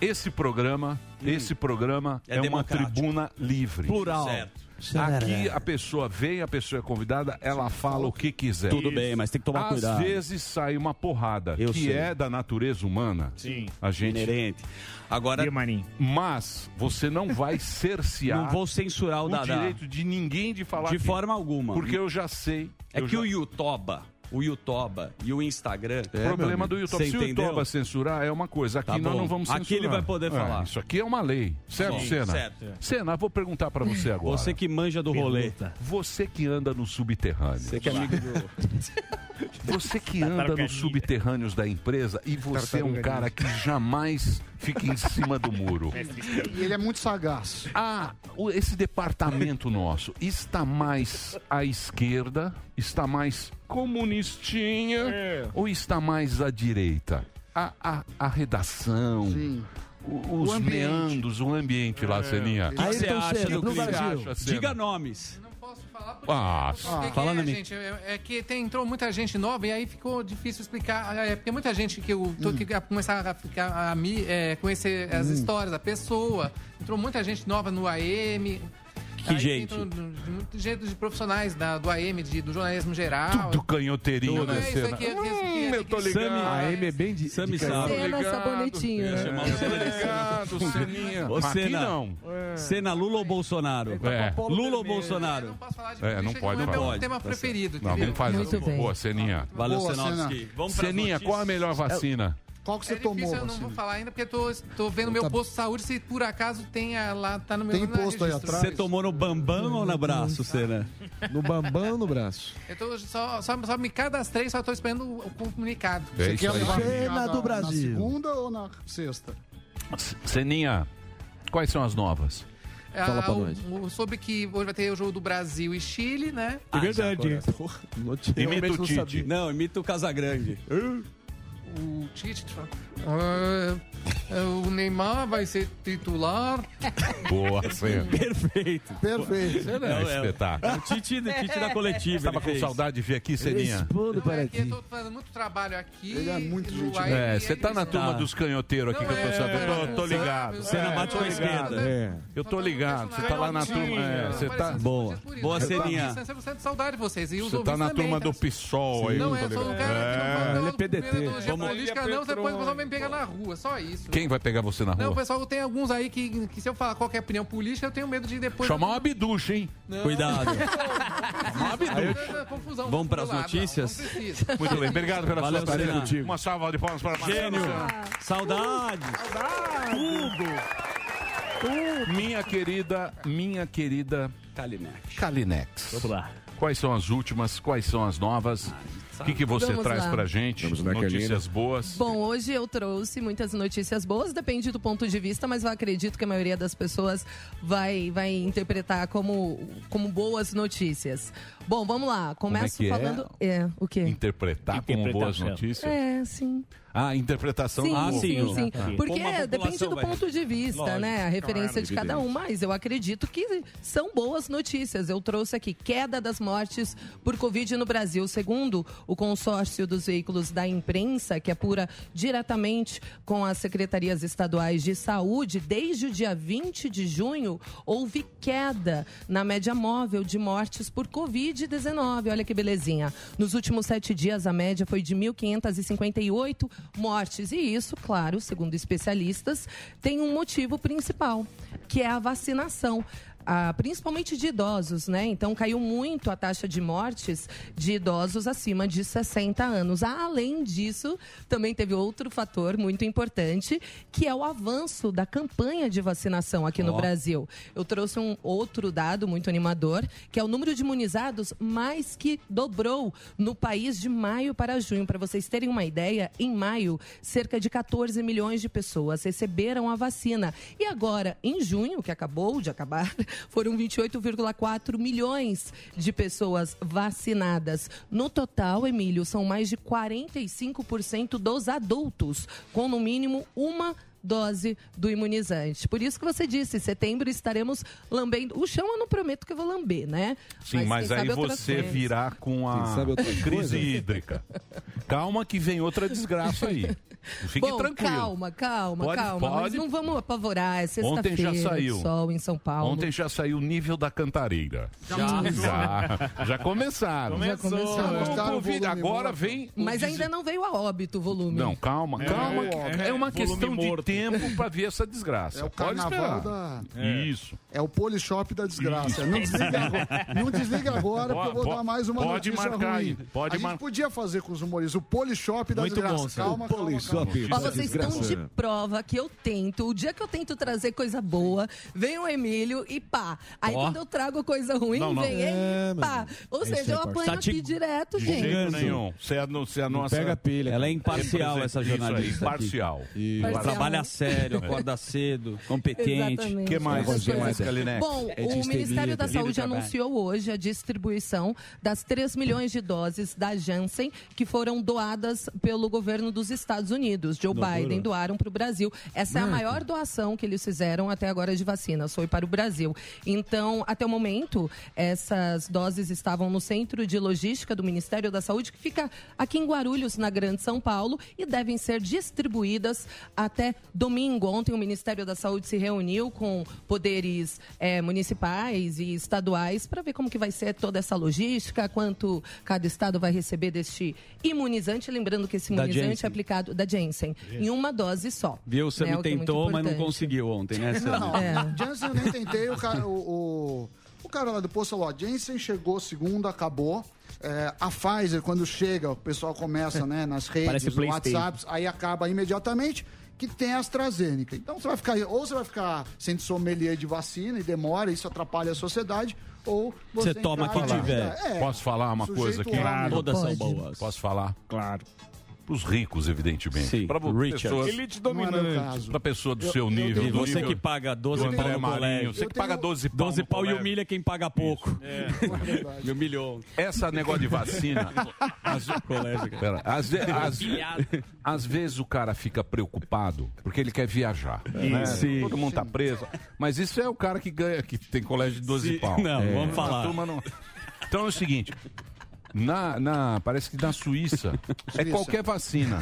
Speaker 5: Esse programa, esse programa
Speaker 1: Hum. É
Speaker 5: é, uma
Speaker 1: democrático.
Speaker 5: tribuna livre.
Speaker 1: Plural. Certo.
Speaker 5: Aqui a pessoa vem, a pessoa é convidada, ela fala o que quiser.
Speaker 1: Tudo bem, mas tem que tomar
Speaker 5: Às
Speaker 1: cuidado.
Speaker 5: Às vezes sai uma porrada,
Speaker 1: Eu
Speaker 5: que
Speaker 1: sei.
Speaker 5: é da natureza humana. Sim. A gente...
Speaker 1: Inerente. Agora...
Speaker 5: Mas você não vai cercear...
Speaker 1: Não vou censurar o Dadá.
Speaker 5: direito de ninguém de falar
Speaker 1: De
Speaker 5: aqui.
Speaker 1: forma alguma.
Speaker 5: Porque eu já sei.
Speaker 1: É
Speaker 5: eu
Speaker 1: que
Speaker 5: já-
Speaker 1: o Yutoba, o Yutoba e o Instagram...
Speaker 5: O É, problema do YouTube.
Speaker 1: Você
Speaker 5: Se o
Speaker 1: entendeu?
Speaker 5: YouTube censurar, é uma coisa. Aqui
Speaker 1: Tá
Speaker 5: nós
Speaker 1: bom.
Speaker 5: não vamos censurar.
Speaker 1: Aqui ele vai poder
Speaker 5: É,
Speaker 1: falar.
Speaker 5: Isso aqui é uma lei. Certo,
Speaker 1: Sim,
Speaker 5: Senna?
Speaker 1: certo. é.
Speaker 5: Senna, vou perguntar pra você agora.
Speaker 1: Você que manja do rolê.
Speaker 5: Pergunta. Você que anda no subterrâneo. Você
Speaker 1: que é amigo Tá
Speaker 5: Você que anda nos subterrâneos da empresa e você é um
Speaker 9: Tartaruga
Speaker 5: cara que jamais fica em cima do muro.
Speaker 9: E ele é muito sagaz.
Speaker 5: Ah, o- esse departamento nosso está mais à esquerda, está mais comunistinha
Speaker 1: É.
Speaker 5: ou está mais à direita? A, a, a redação, o- os
Speaker 1: O ambiente.
Speaker 5: meandros, o ambiente
Speaker 7: É.
Speaker 5: lá, Ceninha.
Speaker 1: É. O que você acha do
Speaker 5: que você
Speaker 1: clima?
Speaker 5: acha, Senna?
Speaker 1: Diga nomes.
Speaker 5: Ah,
Speaker 8: Porque é que
Speaker 1: fala
Speaker 8: é,
Speaker 1: na minha.
Speaker 8: gente, é, é que tem, entrou muita gente nova e aí ficou difícil explicar. É, porque muita gente que eu
Speaker 5: Hum.
Speaker 8: tô que começar a ficar a me é, conhecer as
Speaker 1: Hum.
Speaker 8: histórias da pessoa. Entrou muita gente nova no AM.
Speaker 1: Que gente?
Speaker 8: entrou de- de muito jeito de profissionais da- do AM, de- do jornalismo geral.
Speaker 5: Do canhoteirinho,
Speaker 8: Tudo.
Speaker 5: né,
Speaker 8: É isso
Speaker 5: Senna?
Speaker 8: aqui, é isso aqui, é isso
Speaker 5: eu tô
Speaker 8: aqui.
Speaker 5: ligado.
Speaker 8: Sammy-
Speaker 5: é bem de,
Speaker 1: Sammy sabe.
Speaker 5: É,
Speaker 1: Senna, sabonetinho. Eu ia chamar o
Speaker 10: É.
Speaker 1: Senna.
Speaker 5: Obrigado, Seninha.
Speaker 1: Ô,
Speaker 5: Aqui
Speaker 1: Senna.
Speaker 5: não.
Speaker 1: Senna, Lula ou Bolsonaro? É.
Speaker 5: tá com a polo
Speaker 1: Lula ou
Speaker 5: vermelha.
Speaker 1: Bolsonaro?
Speaker 5: É, não pode
Speaker 1: não
Speaker 5: falar.
Speaker 1: é meu
Speaker 5: Pode.
Speaker 1: tema
Speaker 5: Tá certo.
Speaker 1: preferido,
Speaker 5: Não,
Speaker 1: entendeu?
Speaker 5: não faz.
Speaker 1: Muito bem.
Speaker 5: Boa, Seninha.
Speaker 1: Valeu,
Speaker 5: Boa,
Speaker 1: Senovski.
Speaker 5: Senna.
Speaker 1: Vamos pras
Speaker 5: Seninha,
Speaker 1: notícias.
Speaker 5: qual a melhor vacina?
Speaker 9: Qual que você
Speaker 8: é difícil,
Speaker 9: tomou,
Speaker 8: Eu não vou
Speaker 9: Vacina?
Speaker 8: falar ainda porque tô, tô vendo
Speaker 5: tá
Speaker 8: meu posto de saúde se por acaso tem a- lá, tá no meu no registro.
Speaker 1: Você tomou no bambam ou no braço, né? Senna?
Speaker 7: No bambam ou no braço?
Speaker 8: Eu tô só, só, só me cadastrei, só tô esperando o, o comunicado.
Speaker 5: É Você isso quer aí. levar
Speaker 9: Na-
Speaker 5: do Brasil.
Speaker 9: Na segunda ou na sexta?
Speaker 5: Seninha, quais são as novas?
Speaker 8: Ah, o- o- soube que hoje vai ter o jogo do Brasil e Chile, né?
Speaker 1: É verdade.
Speaker 5: Imita o Tite.
Speaker 1: Não, imita o Casagrande.
Speaker 8: O Tite. tá? Ah, o Neymar vai ser titular.
Speaker 5: Boa, Senna.
Speaker 1: Perfeito.
Speaker 9: Perfeito.
Speaker 5: Não, é espetáculo.
Speaker 1: É o Tite, Tite da coletiva.
Speaker 5: Estava
Speaker 1: ele
Speaker 5: com
Speaker 1: fez.
Speaker 5: saudade de ver aqui, Seninha.
Speaker 7: Respondo
Speaker 8: para aqui. Eu tô fazendo muito trabalho aqui. Ele é muito gente.
Speaker 5: É, você tá na turma dos canhoteiros aqui que eu tô sabendo. Eu tô ligado.
Speaker 1: Você não bate
Speaker 5: eu
Speaker 1: com a
Speaker 5: tô ligado.
Speaker 1: esquerda.
Speaker 5: É. Eu tô ligado. Você tá lá na turma. é, Você tá.
Speaker 1: Boa. Boa,
Speaker 8: tá
Speaker 1: Seninha.
Speaker 8: Eu tô de saudade de vocês. E os
Speaker 5: Você tá na turma do PSOL aí.
Speaker 8: Não,
Speaker 5: eu
Speaker 8: é,
Speaker 5: tô
Speaker 8: sou um
Speaker 5: ligado.
Speaker 8: cara
Speaker 5: É.
Speaker 8: PDT.
Speaker 5: Vamos-
Speaker 8: política não, depois o pessoal vem pegar na rua, só isso.
Speaker 5: Quem vai pegar você na
Speaker 8: Não,
Speaker 5: rua?
Speaker 8: pessoal, tem alguns aí que, que se eu falar qualquer opinião política, eu tenho medo de depois...
Speaker 5: Chamar uma biducha, hein?
Speaker 1: Cuidado.
Speaker 5: Uma biducha.
Speaker 8: Confusão.
Speaker 1: Vamos pras notícias?
Speaker 5: Muito bem, obrigado pela
Speaker 1: Valeu,
Speaker 5: sua tarefa.
Speaker 1: Senna.
Speaker 5: Uma salva de palmas para Marcelo.
Speaker 1: Gênio.
Speaker 5: Senna.
Speaker 1: Saudades.
Speaker 5: Minha querida, minha querida
Speaker 1: Kalinex.
Speaker 5: Kalinex.
Speaker 1: Vamos lá. Ah,
Speaker 5: Quais são as últimas, quais são as novas? O que, que você
Speaker 10: Vamos
Speaker 5: traz
Speaker 10: lá.
Speaker 5: pra gente?
Speaker 7: Vamos lá,
Speaker 5: Notícias
Speaker 7: Kalina.
Speaker 5: boas.
Speaker 10: Bom, hoje eu trouxe muitas notícias boas, depende do ponto de vista, mas eu acredito que a maioria das pessoas vai, vai interpretar como, como boas notícias. Bom, vamos lá. Começo
Speaker 5: que é? Então,
Speaker 10: falando. É, o quê?
Speaker 5: Interpretar como
Speaker 10: Interpretação.
Speaker 5: boas notícias?
Speaker 10: É, sim.
Speaker 5: Ah, interpretação
Speaker 10: Sim,
Speaker 5: do
Speaker 10: sim,
Speaker 5: povo. né?
Speaker 10: sim.
Speaker 1: Ah,
Speaker 10: Porque
Speaker 5: Como a
Speaker 10: é,
Speaker 5: população
Speaker 10: depende do
Speaker 5: vai
Speaker 10: ponto de vista,
Speaker 5: Lógico,
Speaker 10: né? A
Speaker 5: claro,
Speaker 10: referência de cada um.
Speaker 5: evidente.
Speaker 10: Mas eu acredito que são boas notícias. Eu trouxe aqui queda das mortes por Covid no Brasil. Segundo o consórcio dos veículos da imprensa, que apura diretamente com as secretarias estaduais de saúde, desde o dia 20 de junho, houve queda na média móvel de mortes por Covid-19. Olha que belezinha. Nos últimos sete dias, a média foi de 1.558 mortes. E isso, claro, segundo especialistas, tem um motivo principal, que é a vacinação. ah, principalmente de idosos, né? Então caiu muito a taxa de mortes de idosos acima de 60 anos. Ah, Além disso, também teve outro fator muito importante, que é o avanço da campanha de vacinação aqui no
Speaker 11: Ó.
Speaker 10: Brasil. Brasil. Eu trouxe um outro dado muito animador, que é o número de imunizados mais que dobrou no país de maio para junho. Para vocês terem uma ideia, em maio, cerca de 14 milhões de pessoas receberam a vacina. E agora, em junho, que acabou de acabar, foram 28,4 milhões de pessoas vacinadas. No total, Emílio, são mais de 45% dos adultos com no mínimo uma dose do imunizante. Por isso que você disse, em setembro estaremos lambendo. O chão eu não prometo que eu vou lamber, né?
Speaker 5: Sim, mas,
Speaker 10: quem
Speaker 5: aí
Speaker 10: sabe outras
Speaker 5: você
Speaker 10: coisas.
Speaker 5: virá com a
Speaker 7: Quem sabe outras coisas?
Speaker 5: crise hídrica. Calma que vem outra desgraça aí. Fique
Speaker 10: Bom,
Speaker 5: tranquilo.
Speaker 10: calma, calma,
Speaker 5: Pode-
Speaker 10: calma. Mas
Speaker 5: pode.
Speaker 10: não vamos apavorar. É
Speaker 5: Ontem já
Speaker 10: sexta-feira,
Speaker 5: saiu.
Speaker 10: sol em São Paulo.
Speaker 5: Ontem já saiu o nível da cantareira.
Speaker 10: Já.
Speaker 5: Já, já começaram.
Speaker 10: Já começou.
Speaker 5: Então,
Speaker 10: Gostaram,
Speaker 5: Covid,
Speaker 10: volume
Speaker 5: agora
Speaker 10: morto.
Speaker 5: vem. o
Speaker 10: Mas
Speaker 5: des-
Speaker 10: ainda não veio a óbito o volume.
Speaker 5: Não, calma,
Speaker 10: É,
Speaker 5: calma.
Speaker 10: é,
Speaker 5: É, uma
Speaker 10: volume
Speaker 5: questão de
Speaker 10: morto.
Speaker 5: tempo para ver essa desgraça.
Speaker 9: É o
Speaker 5: Pode esperar.
Speaker 9: carnaval da.
Speaker 5: Isso.
Speaker 9: É o polishop da desgraça. Não desliga agora, não desliga agora porque eu vou
Speaker 5: Pode-
Speaker 9: dar mais uma
Speaker 5: pode
Speaker 9: notícia
Speaker 5: marcar
Speaker 9: ruim.
Speaker 5: aí, pode
Speaker 9: a gente
Speaker 5: mar-
Speaker 9: podia fazer com os humoristas o polishop da
Speaker 7: Muito
Speaker 9: desgraça.
Speaker 7: bom, senhor.
Speaker 5: é um
Speaker 9: calma,
Speaker 7: O
Speaker 9: calma,
Speaker 7: polishop
Speaker 9: calma.
Speaker 7: da
Speaker 10: Ó, vocês estão de prova que eu tento. O dia que eu tento trazer coisa boa, vem o Emílio e pá. Aí
Speaker 5: Ó.
Speaker 10: quando eu trago coisa ruim,
Speaker 5: Não, não.
Speaker 10: vem
Speaker 5: É,
Speaker 10: ele e pá. Ou
Speaker 5: Isso
Speaker 10: seja,
Speaker 5: é
Speaker 10: eu apanho
Speaker 5: tá te-
Speaker 10: aqui direto,
Speaker 5: De
Speaker 10: gente.
Speaker 5: jeito nenhum. Você é, no- você é a nossa.
Speaker 1: pega pilha. Ela é imparcial,
Speaker 5: Representa-
Speaker 1: essa
Speaker 5: Isso aí,
Speaker 1: jornalista aqui.
Speaker 5: Imparcial.
Speaker 1: Isso.
Speaker 5: Imparcial.
Speaker 1: Trabalha sério, acorda cedo, competente.
Speaker 10: Exatamente.
Speaker 5: Que mais?
Speaker 1: Essas
Speaker 5: Que mais,
Speaker 1: coisas.
Speaker 5: Galinete?
Speaker 10: Bom,
Speaker 1: É
Speaker 10: o
Speaker 1: distempia,
Speaker 10: Ministério da
Speaker 1: delirio
Speaker 10: Saúde
Speaker 1: de trabalho.
Speaker 10: anunciou hoje a distribuição das 3 milhões de doses da Janssen que foram doadas pelo governo dos Estados Unidos. Joe
Speaker 11: Não,
Speaker 10: Biden
Speaker 11: duro.
Speaker 10: doaram para o Brasil. Essa é a maior doação que eles fizeram até agora de vacinas, foi para o Brasil. Então, até o momento, essas doses estavam no centro de logística do Ministério da Saúde, que fica aqui em Guarulhos, na Grande São Paulo, e devem ser distribuídas até domingo. Ontem, o Ministério da Saúde se reuniu com poderes eh, municipais e estaduais para ver como que vai ser toda essa logística, quanto cada estado vai receber deste imunizante. Lembrando que esse
Speaker 1: Da
Speaker 10: imunizante
Speaker 1: Janssen.
Speaker 10: é aplicado da Janssen, em uma dose só.
Speaker 1: Viu? Você
Speaker 10: né,
Speaker 1: me
Speaker 10: o que é muito
Speaker 1: tentou, mas não
Speaker 10: importante.
Speaker 1: conseguiu ontem, né? Sam?
Speaker 9: Não, Janssen eu nem tentei. O cara, o, o- o cara lá do posto falou: ó, Janssen chegou segunda, acabou. É, a Pfizer, quando chega, o pessoal começa né, nas redes,
Speaker 1: Parece
Speaker 9: nos
Speaker 1: PlayStation.
Speaker 9: WhatsApps, aí acaba imediatamente. Que tem a AstraZeneca. Então você vai ficar, ou você vai ficar sendo sommelier de vacina e demora, isso atrapalha a sociedade, ou você.
Speaker 5: Você toma
Speaker 9: entrar
Speaker 5: quem
Speaker 9: na É, vida-
Speaker 5: tiver. Posso falar uma
Speaker 9: sujeito
Speaker 5: coisa aqui?
Speaker 9: homem.
Speaker 1: É, Todas são boas.
Speaker 5: Posso falar? Claro. Para os ricos, evidentemente.
Speaker 1: Sim,
Speaker 5: Para
Speaker 1: Richards.
Speaker 5: pessoas...
Speaker 1: Elite dominante. Não é meu caso.
Speaker 5: Para pessoa do
Speaker 1: Eu-
Speaker 5: seu
Speaker 1: eu
Speaker 5: nível.
Speaker 1: tenho-
Speaker 5: do
Speaker 1: Você
Speaker 5: nível
Speaker 1: que paga 12
Speaker 5: do
Speaker 1: pau
Speaker 5: André
Speaker 1: no
Speaker 5: Marinho,
Speaker 1: colégio.
Speaker 5: Você
Speaker 1: Eu
Speaker 5: que paga
Speaker 1: tenho-
Speaker 5: 12 pau
Speaker 1: 12
Speaker 5: no
Speaker 1: pau e um
Speaker 5: colégio.
Speaker 1: humilha quem paga pouco. Me humilhou.
Speaker 5: Essa negócio de vacina. Às, Pera, às, ve- às- às vezes o cara fica preocupado porque ele quer viajar. né?
Speaker 1: Sim.
Speaker 5: Todo mundo tá preso. Mas isso é o cara que ganha, que tem colégio de 12
Speaker 1: Sim.
Speaker 5: pau.
Speaker 1: Não,
Speaker 5: É.
Speaker 1: vamos falar.
Speaker 5: A turma não- Então é o seguinte. Na, na- parece que na Suíça, é
Speaker 1: Suíça.
Speaker 5: qualquer vacina.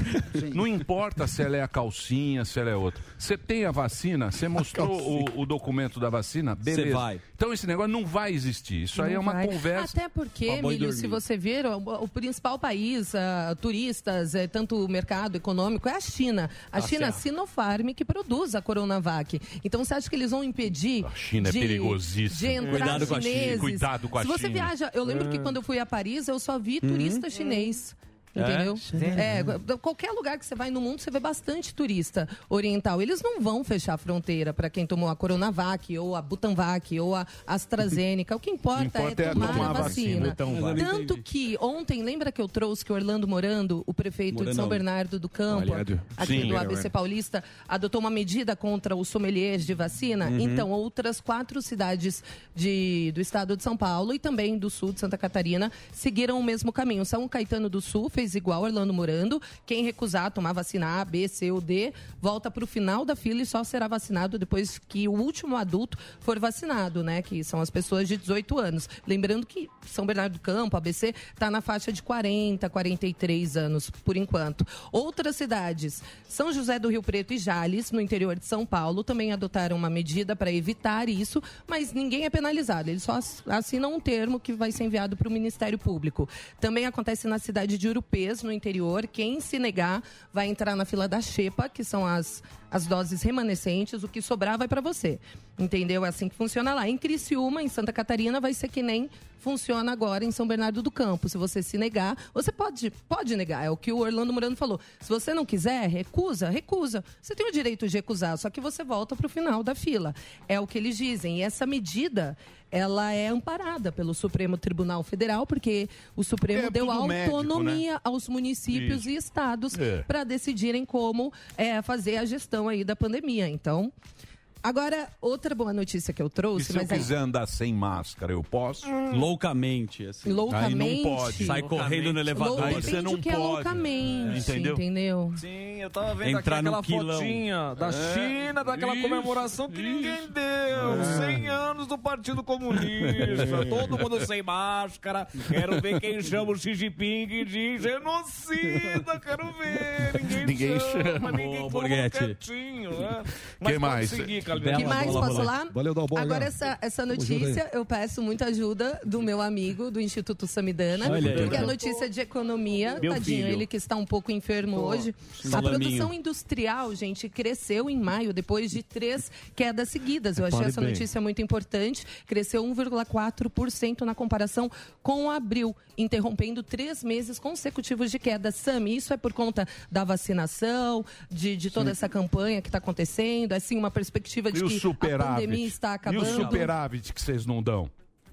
Speaker 5: Não importa se ela é a calcinha, se ela é outra. Você tem a vacina, você mostrou o, o documento da vacina, beleza.
Speaker 1: vai.
Speaker 5: Então esse negócio não vai existir. Isso aí é
Speaker 10: Não
Speaker 5: uma
Speaker 10: vai.
Speaker 5: conversa.
Speaker 10: Até porque,
Speaker 5: Pra boi
Speaker 10: Emílio,
Speaker 5: dormir.
Speaker 10: se você ver, o, o principal país, ah, turistas, eh, tanto o mercado econômico, é a China. A
Speaker 5: Tá
Speaker 10: China é a
Speaker 5: certo.
Speaker 10: Sinopharm que produz a Coronavac. Então, você acha que eles vão impedir a
Speaker 5: China é
Speaker 10: de,
Speaker 5: perigosíssima.
Speaker 10: de entrar
Speaker 5: Cuidado com a China,
Speaker 10: chineses?
Speaker 5: cuidado com a
Speaker 10: se você
Speaker 5: China.
Speaker 10: viaja... Eu lembro que
Speaker 5: É.
Speaker 10: quando eu fui a Paris, eu só vi turista chinês. Entendeu?
Speaker 5: É?
Speaker 10: É, qu- qualquer lugar que você vai no mundo, você vê bastante turista oriental. Eles não vão fechar a fronteira para quem tomou a Coronavac, ou a Butanvac, ou a AstraZeneca. O que importa,
Speaker 12: importa
Speaker 10: é,
Speaker 12: é
Speaker 10: tomar,
Speaker 12: tomar
Speaker 10: a
Speaker 12: a
Speaker 10: vacina. Então
Speaker 12: vacina, Butanvac.
Speaker 10: Tanto que ontem, lembra que eu trouxe que Orlando Morando, o prefeito
Speaker 12: Morando
Speaker 10: de São
Speaker 12: não.
Speaker 10: Bernardo do Campo,
Speaker 12: Olhado.
Speaker 10: aqui
Speaker 12: Sim,
Speaker 10: do
Speaker 12: é,
Speaker 10: ABC
Speaker 12: é.
Speaker 10: Paulista, adotou uma medida contra os sommeliers de vacina?
Speaker 12: Uhum.
Speaker 10: Então, outras quatro cidades de- do estado de São Paulo e também do sul de Santa Catarina seguiram o mesmo caminho. São Caetano do Sul fez igual Orlando Morando. Quem recusar tomar vacina A, B, C ou D, volta para o final da fila e só será vacinado depois que o último adulto for vacinado, né? Que são as pessoas de 18 anos. Lembrando que São Bernardo do Campo, ABC, está tá na faixa de 40, 43 anos, por enquanto. Outras cidades, São José do Rio Preto e Jales, no interior de São Paulo, também adotaram uma medida para evitar isso, mas ninguém é penalizado. Eles só ass- assinam um termo que vai ser enviado para o Ministério Público. Também acontece na cidade de Urupês, no interior. Quem se negar vai entrar na fila da Xepa, que são as, as doses remanescentes. O que sobrar vai para você. Entendeu? É assim que funciona lá. Em Criciúma, em Santa Catarina, vai ser que nem funciona agora em São Bernardo do Campo. Se você se negar, você pode, pode negar. É o que o Orlando Morano falou. Se você não quiser, recusa, recusa. Você tem o direito de recusar, só que você volta para o final da fila. É o que eles dizem. E essa medida, ela é amparada pelo Supremo Tribunal Federal, porque o Supremo
Speaker 12: É
Speaker 10: deu
Speaker 12: tudo médico,
Speaker 10: autonomia
Speaker 12: né?
Speaker 10: aos municípios
Speaker 12: Isso.
Speaker 10: e estados
Speaker 12: É.
Speaker 10: para decidirem como é, fazer a gestão aí da pandemia. Então, Agora, outra boa notícia que eu
Speaker 5: E
Speaker 10: trouxe,
Speaker 5: se eu
Speaker 10: mas é aí- Hum.
Speaker 5: quiser andar sem máscara, eu posso?
Speaker 1: Loucamente, assim.
Speaker 5: Aí
Speaker 10: Loucamente.
Speaker 5: não pode.
Speaker 1: Sai correndo no elevador.
Speaker 10: Lou-
Speaker 1: Aí
Speaker 10: Depende
Speaker 1: você não
Speaker 10: o que é
Speaker 1: pode.
Speaker 10: loucamente,
Speaker 1: Entendeu?
Speaker 10: entendeu?
Speaker 11: Sim, eu tava vendo
Speaker 1: Entrar
Speaker 11: aqui
Speaker 1: no
Speaker 11: aquela
Speaker 1: quilão.
Speaker 11: fotinha da
Speaker 1: É.
Speaker 11: China, daquela
Speaker 1: Isso,
Speaker 11: comemoração que ninguém deu.
Speaker 5: É.
Speaker 11: 100 anos do Partido Comunista, todo mundo sem máscara. Quero ver quem chama o Xi Jinping de genocida, quero ver. Ninguém,
Speaker 5: Ninguém
Speaker 11: chama,
Speaker 5: chama.
Speaker 11: ninguém
Speaker 5: Ô,
Speaker 11: todo mundo
Speaker 5: Borghetti.
Speaker 11: quietinho. Né? Mas
Speaker 5: Quem
Speaker 11: pode
Speaker 5: mais?
Speaker 11: seguir, Calil.
Speaker 10: que mais posso lá?
Speaker 7: Valeu, Dalboga.
Speaker 10: Agora, essa, essa notícia, eu peço muita ajuda do meu amigo do Instituto Samidana,
Speaker 1: Olha aí.
Speaker 10: porque a notícia de economia,
Speaker 1: Meu
Speaker 10: tadinho,
Speaker 1: filho.
Speaker 10: ele que está um pouco enfermo hoje. A
Speaker 1: Salaminho.
Speaker 10: produção industrial, gente, cresceu em maio, depois de três quedas seguidas. Eu
Speaker 1: É,
Speaker 10: achei
Speaker 12: Repare
Speaker 10: essa
Speaker 12: bem.
Speaker 10: notícia muito importante. Cresceu 1,4% na comparação com abril, interrompendo três meses consecutivos de queda. Sami, isso é por conta da vacinação, de, de toda essa campanha que está acontecendo, assim, uma perspectiva de
Speaker 5: E o
Speaker 10: que a
Speaker 5: superávit?
Speaker 10: pandemia está acabando.
Speaker 5: E o superávit que vocês não dão?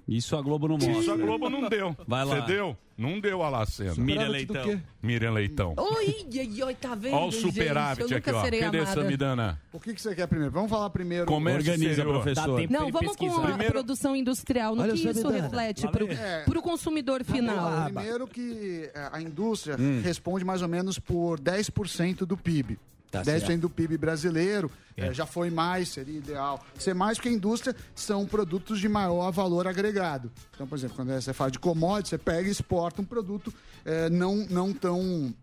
Speaker 1: Isso a Globo não
Speaker 5: Isso
Speaker 1: mostra.
Speaker 5: a Globo não deu.
Speaker 1: Vai lá.
Speaker 5: Você deu? Não deu a Lacena.
Speaker 1: Miriam Superávit do Leitão. quê?
Speaker 5: Miriam Leitão.
Speaker 10: Oi, ai, ai, tá vendo?
Speaker 5: Olha o
Speaker 10: gente? Eu
Speaker 5: superávit
Speaker 10: nunca
Speaker 5: aqui, ó.
Speaker 10: serei
Speaker 5: Cadê
Speaker 10: amada.
Speaker 5: Samidana?
Speaker 9: O que, que você quer primeiro? Vamos falar primeiro.
Speaker 5: Como é que Organiza, seria? professor. Dá tempo pra
Speaker 10: Não,
Speaker 5: ir
Speaker 10: vamos com a
Speaker 5: pesquisar. Primeiro-
Speaker 10: produção industrial, no
Speaker 9: Olha
Speaker 10: que
Speaker 9: só,
Speaker 10: isso
Speaker 9: Vidana.
Speaker 10: reflete
Speaker 9: Lá
Speaker 10: pro,
Speaker 9: vem. É.
Speaker 10: pro consumidor final.
Speaker 9: Primeiro que é, a indústria
Speaker 5: Hum.
Speaker 9: responde mais ou menos por 10% do PIB.
Speaker 13: Tá
Speaker 9: 10%
Speaker 13: certo.
Speaker 9: do PIB brasileiro
Speaker 13: É.
Speaker 9: é, já foi mais, seria ideal. Ser mais que a indústria são produtos de maior valor agregado. Então, por exemplo, quando você fala de commodity, você pega e exporta um produto é, não, não tão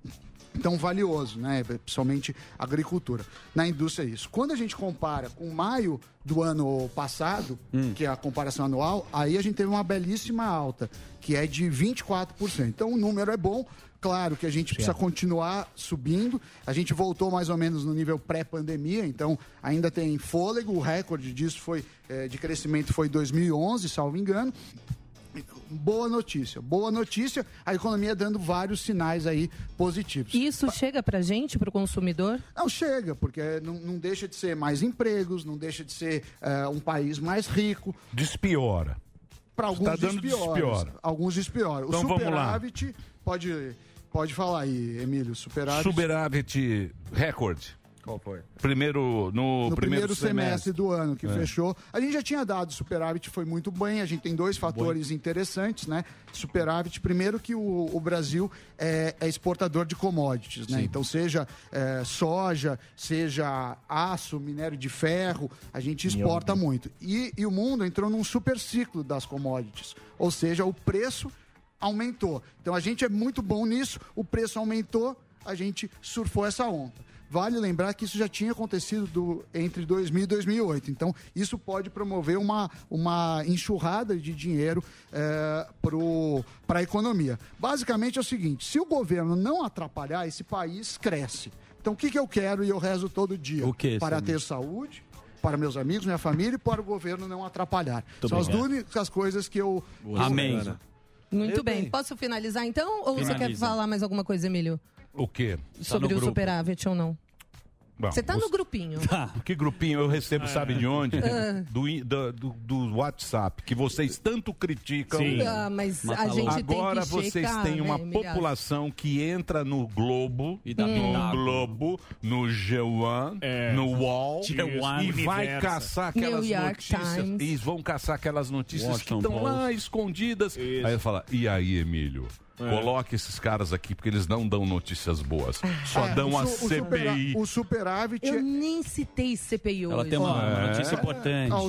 Speaker 9: tão valioso, né? Principalmente agricultura. Na indústria é isso. Quando a gente compara com maio do ano passado,
Speaker 13: Hum.
Speaker 9: que é a comparação anual, aí a gente teve uma belíssima alta, que é de 24%. Então o número é bom. Claro que a gente precisa continuar subindo. A gente voltou mais ou menos no nível pré-pandemia, então ainda tem fôlego. O recorde disso foi eh, de crescimento foi 2011, salvo engano. Boa notícia, boa notícia. A economia dando vários sinais aí positivos.
Speaker 10: Isso chega pra gente, pro consumidor?
Speaker 9: Não chega, porque não, não deixa de ser mais empregos, não deixa de ser eh, um país mais rico.
Speaker 5: Despiora.
Speaker 9: Para alguns
Speaker 5: Tá dando
Speaker 9: despioram.
Speaker 5: despiora.
Speaker 9: Alguns despioram.
Speaker 5: Então
Speaker 9: o
Speaker 5: vamos lá.
Speaker 9: superávit pode, pode falar aí, Emílio. Superávit.
Speaker 5: Superávit recorde.
Speaker 13: Qual foi?
Speaker 5: Primeiro, no,
Speaker 9: no primeiro, semestre, do ano que
Speaker 5: É.
Speaker 9: fechou. A gente já tinha dado superávit, foi muito bem. A gente tem dois fatores interessantes, né? Superávit, primeiro que o, o Brasil é, é exportador de commodities, né?
Speaker 13: Sim.
Speaker 9: Então, seja é, soja, seja aço, minério de ferro, a gente exporta muito. E, e o mundo entrou num super ciclo das commodities, ou seja, o preço aumentou. Então, a gente é muito bom nisso, o preço aumentou, a gente surfou essa onda. Vale lembrar que isso já tinha acontecido do- entre 2000 e 2008. Então, isso pode promover uma, uma enxurrada de dinheiro para a economia. Basicamente é o seguinte: se o governo não atrapalhar, esse país cresce. Então, o que, que eu quero e eu rezo todo dia?
Speaker 1: O quê,
Speaker 9: Para
Speaker 1: Samir?
Speaker 9: ter saúde, para meus amigos, minha família e para o governo não atrapalhar. São as
Speaker 1: obrigado.
Speaker 9: duas únicas coisas que eu.
Speaker 1: Boa, Amém.
Speaker 9: Samir.
Speaker 10: Muito bem. Posso finalizar então? Ou você quer
Speaker 5: Finaliza.
Speaker 10: falar mais alguma coisa, Emílio?
Speaker 5: O quê? Tá
Speaker 10: Sobre o superávit ou não?
Speaker 5: Bom,
Speaker 10: Você tá
Speaker 5: você-
Speaker 10: no grupinho.
Speaker 5: Ah, Que grupinho eu recebo, sabe de onde?
Speaker 10: Ah.
Speaker 5: Do, i- do, do- do WhatsApp, que vocês tanto criticam.
Speaker 10: Sim. Ah, mas a gente tem que
Speaker 5: Agora vocês
Speaker 10: checar,
Speaker 5: têm uma
Speaker 10: né, Miriam?
Speaker 5: população que entra no Globo, e
Speaker 1: dá
Speaker 5: no
Speaker 1: pitaco.
Speaker 5: Globo, no G1, no UOL,
Speaker 1: G um,
Speaker 5: e vai
Speaker 1: Universo.
Speaker 5: caçar aquelas
Speaker 1: New York
Speaker 5: notícias.
Speaker 1: Times.
Speaker 5: E vão caçar aquelas notícias que
Speaker 1: Washington
Speaker 5: estão
Speaker 1: Post.
Speaker 5: lá escondidas. Aí eu falo, e aí, Emílio? Coloque esses caras aqui, porque eles não dão notícias boas.
Speaker 10: Ah,
Speaker 5: Só
Speaker 9: É,
Speaker 5: dão
Speaker 9: o
Speaker 5: a
Speaker 9: su- o supera-
Speaker 5: CPI.
Speaker 9: O superávit. é-
Speaker 10: Eu nem citei CPI hoje.
Speaker 5: Ela tem uma- uma notícia importante.
Speaker 9: Ah, o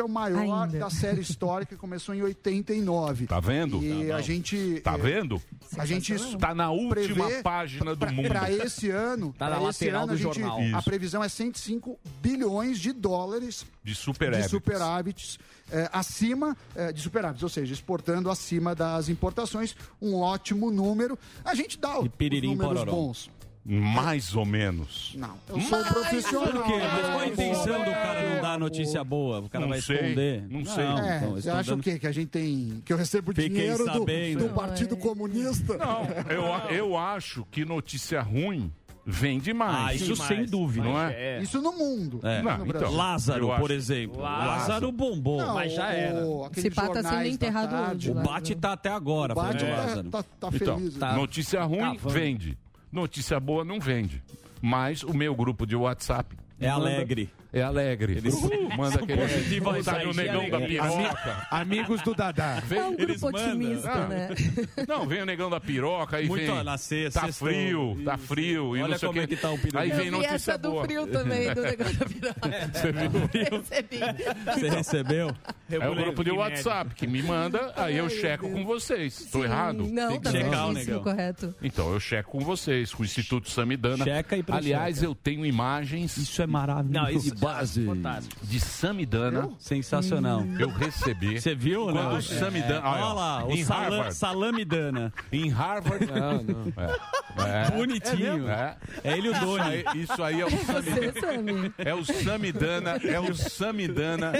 Speaker 5: Ainda.
Speaker 9: é o maior
Speaker 10: Ainda.
Speaker 9: da série histórica, começou em 89.
Speaker 5: Tá vendo?
Speaker 9: E
Speaker 5: Tá bom.
Speaker 9: a gente.
Speaker 5: Tá
Speaker 9: eh,
Speaker 5: vendo?
Speaker 9: A gente isso
Speaker 5: Tá na última
Speaker 9: prevê
Speaker 5: página do mundo.
Speaker 9: Para esse ano,
Speaker 5: Tá na
Speaker 9: pra esse
Speaker 5: lateral do
Speaker 9: ano a, gente-
Speaker 5: jornal.
Speaker 9: a
Speaker 5: Isso.
Speaker 9: previsão é 105 bilhões de dólares
Speaker 5: De superávit.
Speaker 9: de superávites eh, acima eh, de superávites, ou seja, exportando acima das importações, um ótimo número. A gente dá os
Speaker 5: piririm
Speaker 9: números
Speaker 5: pororó.
Speaker 9: bons.
Speaker 5: Mais ou menos.
Speaker 9: Não. Eu sou profissional.
Speaker 1: Por quê?
Speaker 10: Ah,
Speaker 1: Mas qual a
Speaker 9: Eu sou-
Speaker 1: intenção do cara não dar a notícia boa? O cara
Speaker 9: Não
Speaker 1: vai
Speaker 9: sei,
Speaker 1: esconder.
Speaker 9: não sei. É,
Speaker 1: então, eles
Speaker 9: você
Speaker 1: tão
Speaker 9: acha o
Speaker 1: dando-
Speaker 9: quê? Que a gente tem. Que eu recebo
Speaker 1: Fiquem
Speaker 9: dinheiro do,
Speaker 1: sabendo.
Speaker 9: do Partido Comunista?
Speaker 5: Não, eu, eu acho que notícia ruim vem demais.
Speaker 1: Ah, isso Demais. sem dúvida.
Speaker 5: Não
Speaker 1: Mas
Speaker 5: é? então,
Speaker 9: Isso no mundo.
Speaker 1: É.
Speaker 9: não no Brasil.
Speaker 1: Lázaro,
Speaker 5: Eu acho.
Speaker 1: por exemplo.
Speaker 5: Lázaro.
Speaker 1: Lázaro, bombou.
Speaker 9: Não, Mas já o- era. aqueles
Speaker 10: Esse pá tá sendo
Speaker 9: jornais da
Speaker 10: enterrado
Speaker 9: tarde,
Speaker 10: hoje.
Speaker 1: O
Speaker 10: Lázaro.
Speaker 1: Bate tá até agora,
Speaker 9: O Bate
Speaker 1: falando
Speaker 10: é.
Speaker 1: do
Speaker 9: tá-
Speaker 1: Lázaro.
Speaker 9: tá- tá
Speaker 5: Então,
Speaker 1: Tá.
Speaker 5: notícia ruim
Speaker 1: Cavando.
Speaker 5: vende. Notícia boa não vende. Mas o meu grupo de WhatsApp
Speaker 1: É alegre.
Speaker 12: É alegre.
Speaker 5: Eles-
Speaker 12: Uhul. Manda
Speaker 5: são
Speaker 12: aquele
Speaker 5: positivos,
Speaker 12: Sai
Speaker 5: saem
Speaker 1: um
Speaker 12: o negão da
Speaker 5: alegre.
Speaker 12: piroca.
Speaker 5: é Amigos do Dadá.
Speaker 12: É um grupo
Speaker 10: otimista,
Speaker 5: Ah.
Speaker 10: né?
Speaker 5: Não, vem o negão da piroca, aí
Speaker 1: Muito,
Speaker 5: vem.
Speaker 1: ó, na sexta,
Speaker 5: tá
Speaker 1: sextou.
Speaker 5: frio, tá
Speaker 1: Isso.
Speaker 5: frio. e
Speaker 1: Olha
Speaker 5: não sei
Speaker 1: como
Speaker 5: o
Speaker 1: é que tá o peru.
Speaker 5: Aí
Speaker 10: Eu
Speaker 5: vem
Speaker 10: vi
Speaker 5: notícia
Speaker 10: essa do
Speaker 5: boa.
Speaker 10: frio também, do negócio da piroca.
Speaker 5: Você viu?
Speaker 10: Recebi.
Speaker 1: Você recebeu?
Speaker 5: Então, É o grupo de WhatsApp que me manda, aí eu
Speaker 10: Ai,
Speaker 5: checo com vocês. Estou errado?
Speaker 10: Não,
Speaker 5: Tem
Speaker 10: tá
Speaker 5: que checar o
Speaker 10: certíssimo,
Speaker 5: negão.
Speaker 10: correto.
Speaker 5: Então, eu checo com vocês, com o Instituto Samidana.
Speaker 1: Checa e precheca.
Speaker 5: Aliás, eu tenho imagens. Isso
Speaker 1: é maravilhoso.
Speaker 5: Não, isso de base. De Samidana.
Speaker 1: Sensacional.
Speaker 5: Eu recebi.
Speaker 1: Hum. Você viu, né?
Speaker 5: Quando o Samidana.
Speaker 1: Olha lá, o
Speaker 5: em
Speaker 1: salam,
Speaker 5: Harvard.
Speaker 1: salamidana.
Speaker 5: Em Harvard. Não, não. É.
Speaker 1: Bonitinho.
Speaker 5: É,
Speaker 1: É ele o dono.
Speaker 5: Isso aí, isso aí é o Samidana. É o Samidana, é o Samidana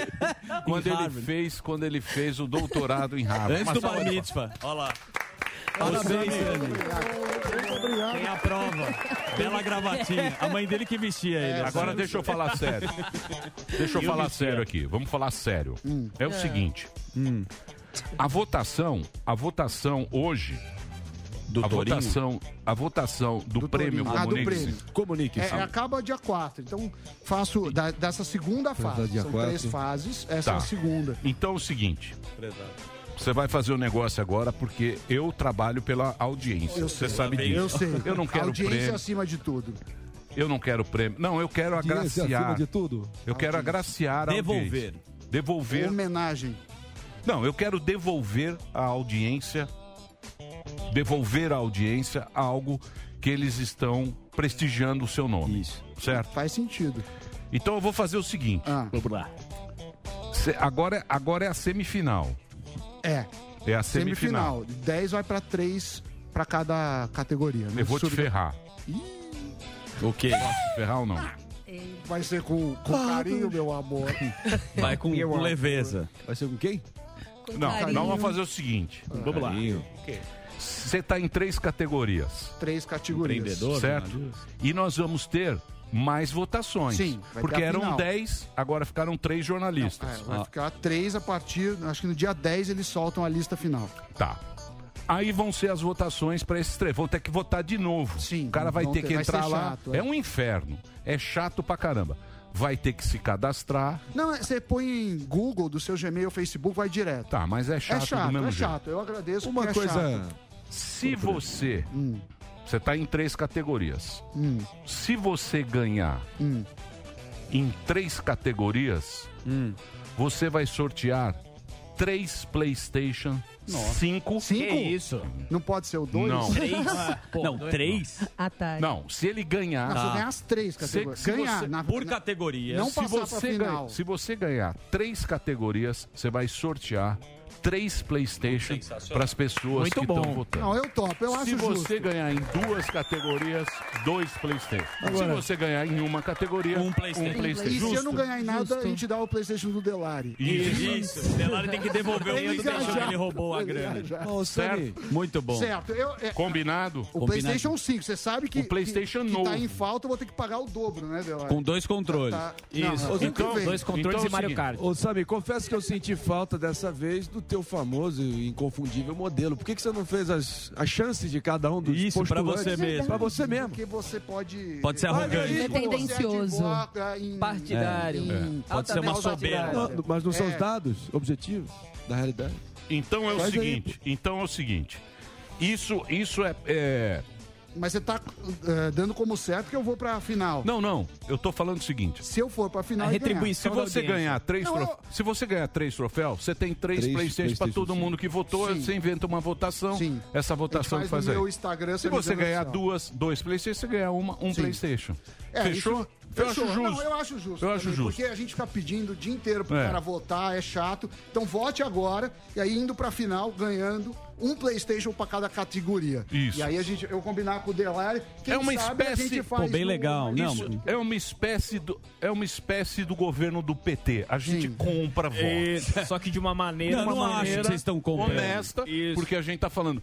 Speaker 5: quando
Speaker 1: Em
Speaker 5: ele
Speaker 1: Harvard.
Speaker 5: fez, quando ele fez o doutorado em Harvard.
Speaker 1: Antes do
Speaker 5: Uma salva
Speaker 1: Bar
Speaker 5: de
Speaker 1: Mitzvah. Olha lá.
Speaker 5: Parabéns,
Speaker 1: Vocês,
Speaker 5: Sammy.
Speaker 1: Sammy. Tem a prova. Bela gravatinha. A mãe dele que vestia ele.
Speaker 5: É, Agora deixa eu falar sério. Deixa eu
Speaker 1: E o
Speaker 5: falar
Speaker 1: Michel?
Speaker 5: sério aqui. Vamos falar sério. É o
Speaker 1: É.
Speaker 5: seguinte. A votação, a votação hoje do a
Speaker 1: Torinho?
Speaker 5: votação, a votação do, prêmio
Speaker 9: Torinho. Ah, do
Speaker 5: Comunique-se.
Speaker 9: prêmio.
Speaker 5: Comunique-se.
Speaker 9: É, acaba dia 4. Então, faço da- dessa segunda fase.
Speaker 5: dia
Speaker 9: São
Speaker 5: quatro.
Speaker 9: três fases. Essa é a
Speaker 5: Tá.
Speaker 9: segunda.
Speaker 5: Então é o seguinte, você vai fazer o negócio agora porque eu trabalho pela audiência.
Speaker 9: Eu
Speaker 5: Você
Speaker 9: sei.
Speaker 5: sabe disso.
Speaker 9: Eu sei.
Speaker 5: Eu não quero
Speaker 9: Audiência
Speaker 5: prêmio.
Speaker 9: acima de tudo.
Speaker 5: Eu não quero prêmio. Não, eu quero
Speaker 9: Audiência acima
Speaker 5: agraciar.
Speaker 9: de tudo?
Speaker 5: Eu quero agraciar a audiência.
Speaker 9: Devolver.
Speaker 5: Devolver.
Speaker 9: Homenagem.
Speaker 5: Não, eu quero devolver a audiência. Devolver à audiência algo que eles estão prestigiando o seu nome. Isso. Certo?
Speaker 9: Faz sentido. Ah.
Speaker 5: Então eu vou fazer o seguinte.
Speaker 1: Vamos lá.
Speaker 5: Agora, agora é a semifinal.
Speaker 9: É.
Speaker 5: É a semifinal.
Speaker 9: 10 vai pra 3 pra cada categoria. né?
Speaker 5: Eu vou te
Speaker 9: Sub-
Speaker 5: ferrar.
Speaker 1: O quê?
Speaker 5: Posso te ferrar ou não?
Speaker 9: Vai ser com, com carinho, meu amor.
Speaker 1: Vai com,
Speaker 9: Meu
Speaker 1: com
Speaker 9: amor.
Speaker 1: leveza.
Speaker 5: Vai ser com quem?
Speaker 9: Com
Speaker 5: não,
Speaker 9: carinho.
Speaker 5: nós vamos fazer o seguinte.
Speaker 1: Vamos lá. carinho.
Speaker 5: Você está em três categorias.
Speaker 9: Três categorias.
Speaker 5: Empreendedor, certo? E nós vamos ter mais votações.
Speaker 9: Sim, vai ter
Speaker 5: Porque
Speaker 9: a
Speaker 5: eram
Speaker 9: final.
Speaker 5: 10, agora ficaram três jornalistas.
Speaker 9: É, vai ficar 3 a partir. Acho que no dia 10 eles soltam a lista final.
Speaker 5: Tá. Aí vão ser as votações para esses três. Vão ter que votar de novo. Sim. O cara vai
Speaker 9: vão
Speaker 5: ter
Speaker 9: ter-
Speaker 5: que
Speaker 9: vai ser
Speaker 5: entrar lá.
Speaker 9: chato,
Speaker 5: é.
Speaker 9: é.
Speaker 5: um inferno. É chato pra caramba. Vai ter que se cadastrar.
Speaker 9: Não, é- você põe em Google, do seu Gmail, Facebook, vai direto.
Speaker 5: Tá, mas é chato,
Speaker 9: é chato,
Speaker 5: do mesmo
Speaker 9: é
Speaker 5: jeito.
Speaker 9: chato. Eu agradeço
Speaker 5: Uma
Speaker 9: porque é
Speaker 5: coisa.
Speaker 9: chato.
Speaker 5: Se você. Você tá em três categorias.
Speaker 9: Hum.
Speaker 5: Se você ganhar
Speaker 9: Hum.
Speaker 5: em três categorias,
Speaker 9: Hum.
Speaker 5: você vai sortear três PlayStation
Speaker 9: Nossa.
Speaker 5: 5.
Speaker 9: Cinco? Que isso? Não pode ser o 2?
Speaker 5: Não. Três? Não, três?
Speaker 10: Ah, tá.
Speaker 5: Não, se ele ganhar.
Speaker 9: Não, se eu ganhar as três categorias. Ganhar, na-
Speaker 1: por
Speaker 9: na-
Speaker 1: categorias.
Speaker 9: Não
Speaker 5: é se
Speaker 9: passar pra
Speaker 5: você
Speaker 9: final.
Speaker 5: ganhar- se você ganhar três categorias, você vai sortear três PlayStation para as pessoas
Speaker 9: Muito
Speaker 5: que
Speaker 9: bom.
Speaker 5: estão votando.
Speaker 9: Não, eu topo, eu
Speaker 5: Se
Speaker 9: acho
Speaker 5: você
Speaker 9: justo.
Speaker 5: ganhar em duas categorias, dois PlayStation.
Speaker 9: Agora-
Speaker 5: se você ganhar em uma categoria, um PlayStation.
Speaker 9: E se eu não
Speaker 5: Justo.
Speaker 9: ganhar em nada, a gente dá o PlayStation do Delari.
Speaker 1: Isso. isso. Delari tem que devolver o
Speaker 9: Ele
Speaker 1: dinheiro do
Speaker 9: já-
Speaker 1: Deixão que ele roubou a
Speaker 9: ele
Speaker 1: grana.
Speaker 9: já-
Speaker 5: Certo?
Speaker 1: Muito bom.
Speaker 9: Certo, eu- é-
Speaker 5: Combinado?
Speaker 9: O PlayStation 5, você sabe que.
Speaker 5: O PlayStation
Speaker 9: que, que
Speaker 5: novo.
Speaker 9: tá em falta, eu vou ter que pagar o dobro, né, Delari?
Speaker 1: Com dois controles.
Speaker 9: Tá- não, é o que
Speaker 1: Então,
Speaker 5: Então,
Speaker 9: vem.
Speaker 1: é
Speaker 7: Ô, Sammy, confesso que eu senti falta dessa vez do teu famoso e inconfundível modelo. Por que, que você não fez as, as chances de cada um dos
Speaker 1: Isso, pra
Speaker 7: postulantes?
Speaker 1: você mesmo.
Speaker 7: Pra você mesmo.
Speaker 9: Porque você pode.
Speaker 7: Pode ser arrogante.
Speaker 9: Olha aí,
Speaker 7: É
Speaker 9: pô,
Speaker 7: tendencioso.
Speaker 9: você
Speaker 5: Tá
Speaker 9: advoga em-
Speaker 7: Partidário.
Speaker 9: em-
Speaker 7: É.
Speaker 9: em-
Speaker 7: Pode
Speaker 1: ser uma
Speaker 9: altamente
Speaker 1: soberba.
Speaker 9: partidário.
Speaker 7: Não, mas não são os
Speaker 9: É.
Speaker 7: dados objetivos da realidade.
Speaker 5: Então é o
Speaker 7: Faz aí,
Speaker 5: seguinte, então é o seguinte. Isso, isso é- é
Speaker 9: Mas você tá eh, dando como certo que eu vou pra final.
Speaker 5: Não, não. Eu tô falando o seguinte. É
Speaker 9: Se eu for pra final, eu
Speaker 5: Se você ganhar três, trof- se você ganhar três troféus, você tem três,
Speaker 9: Três
Speaker 5: PlayStation para
Speaker 9: PlayStation,
Speaker 5: todo
Speaker 9: sim.
Speaker 5: mundo que votou.
Speaker 9: Sim.
Speaker 5: Você inventa uma votação. Essa votação
Speaker 9: A gente
Speaker 5: faz,
Speaker 9: faz no
Speaker 5: aí.
Speaker 9: meu Instagram,
Speaker 5: se
Speaker 9: se eu não
Speaker 5: você
Speaker 9: me engano,
Speaker 5: ganhar
Speaker 9: oficial.
Speaker 5: duas, dois PlayStation, você ganhar uma, um
Speaker 9: Sim.
Speaker 5: PlayStation.
Speaker 9: É,
Speaker 5: Fechou?
Speaker 9: isso-
Speaker 5: Eu acho justo.
Speaker 9: Não, é eu acho justo.
Speaker 5: Eu acho
Speaker 9: também,
Speaker 5: justo.
Speaker 9: Porque a gente fica pedindo o dia inteiro pro
Speaker 5: É.
Speaker 9: cara votar, é chato. Então vote agora e aí indo pra final, ganhando um PlayStation pra cada categoria.
Speaker 5: Isso.
Speaker 9: E aí a gente, eu combinar com o Delari, quem
Speaker 5: é uma
Speaker 9: sabe
Speaker 5: espécie
Speaker 9: a gente faz um-
Speaker 5: Isso é uma espécie do é uma espécie do governo do PT. A gente compra voto.
Speaker 11: Isso, só que de uma maneira,
Speaker 5: Não,
Speaker 11: uma
Speaker 5: não acho
Speaker 11: maneira
Speaker 5: que vocês estão comprando.
Speaker 11: honesta,
Speaker 5: porque a gente tá falando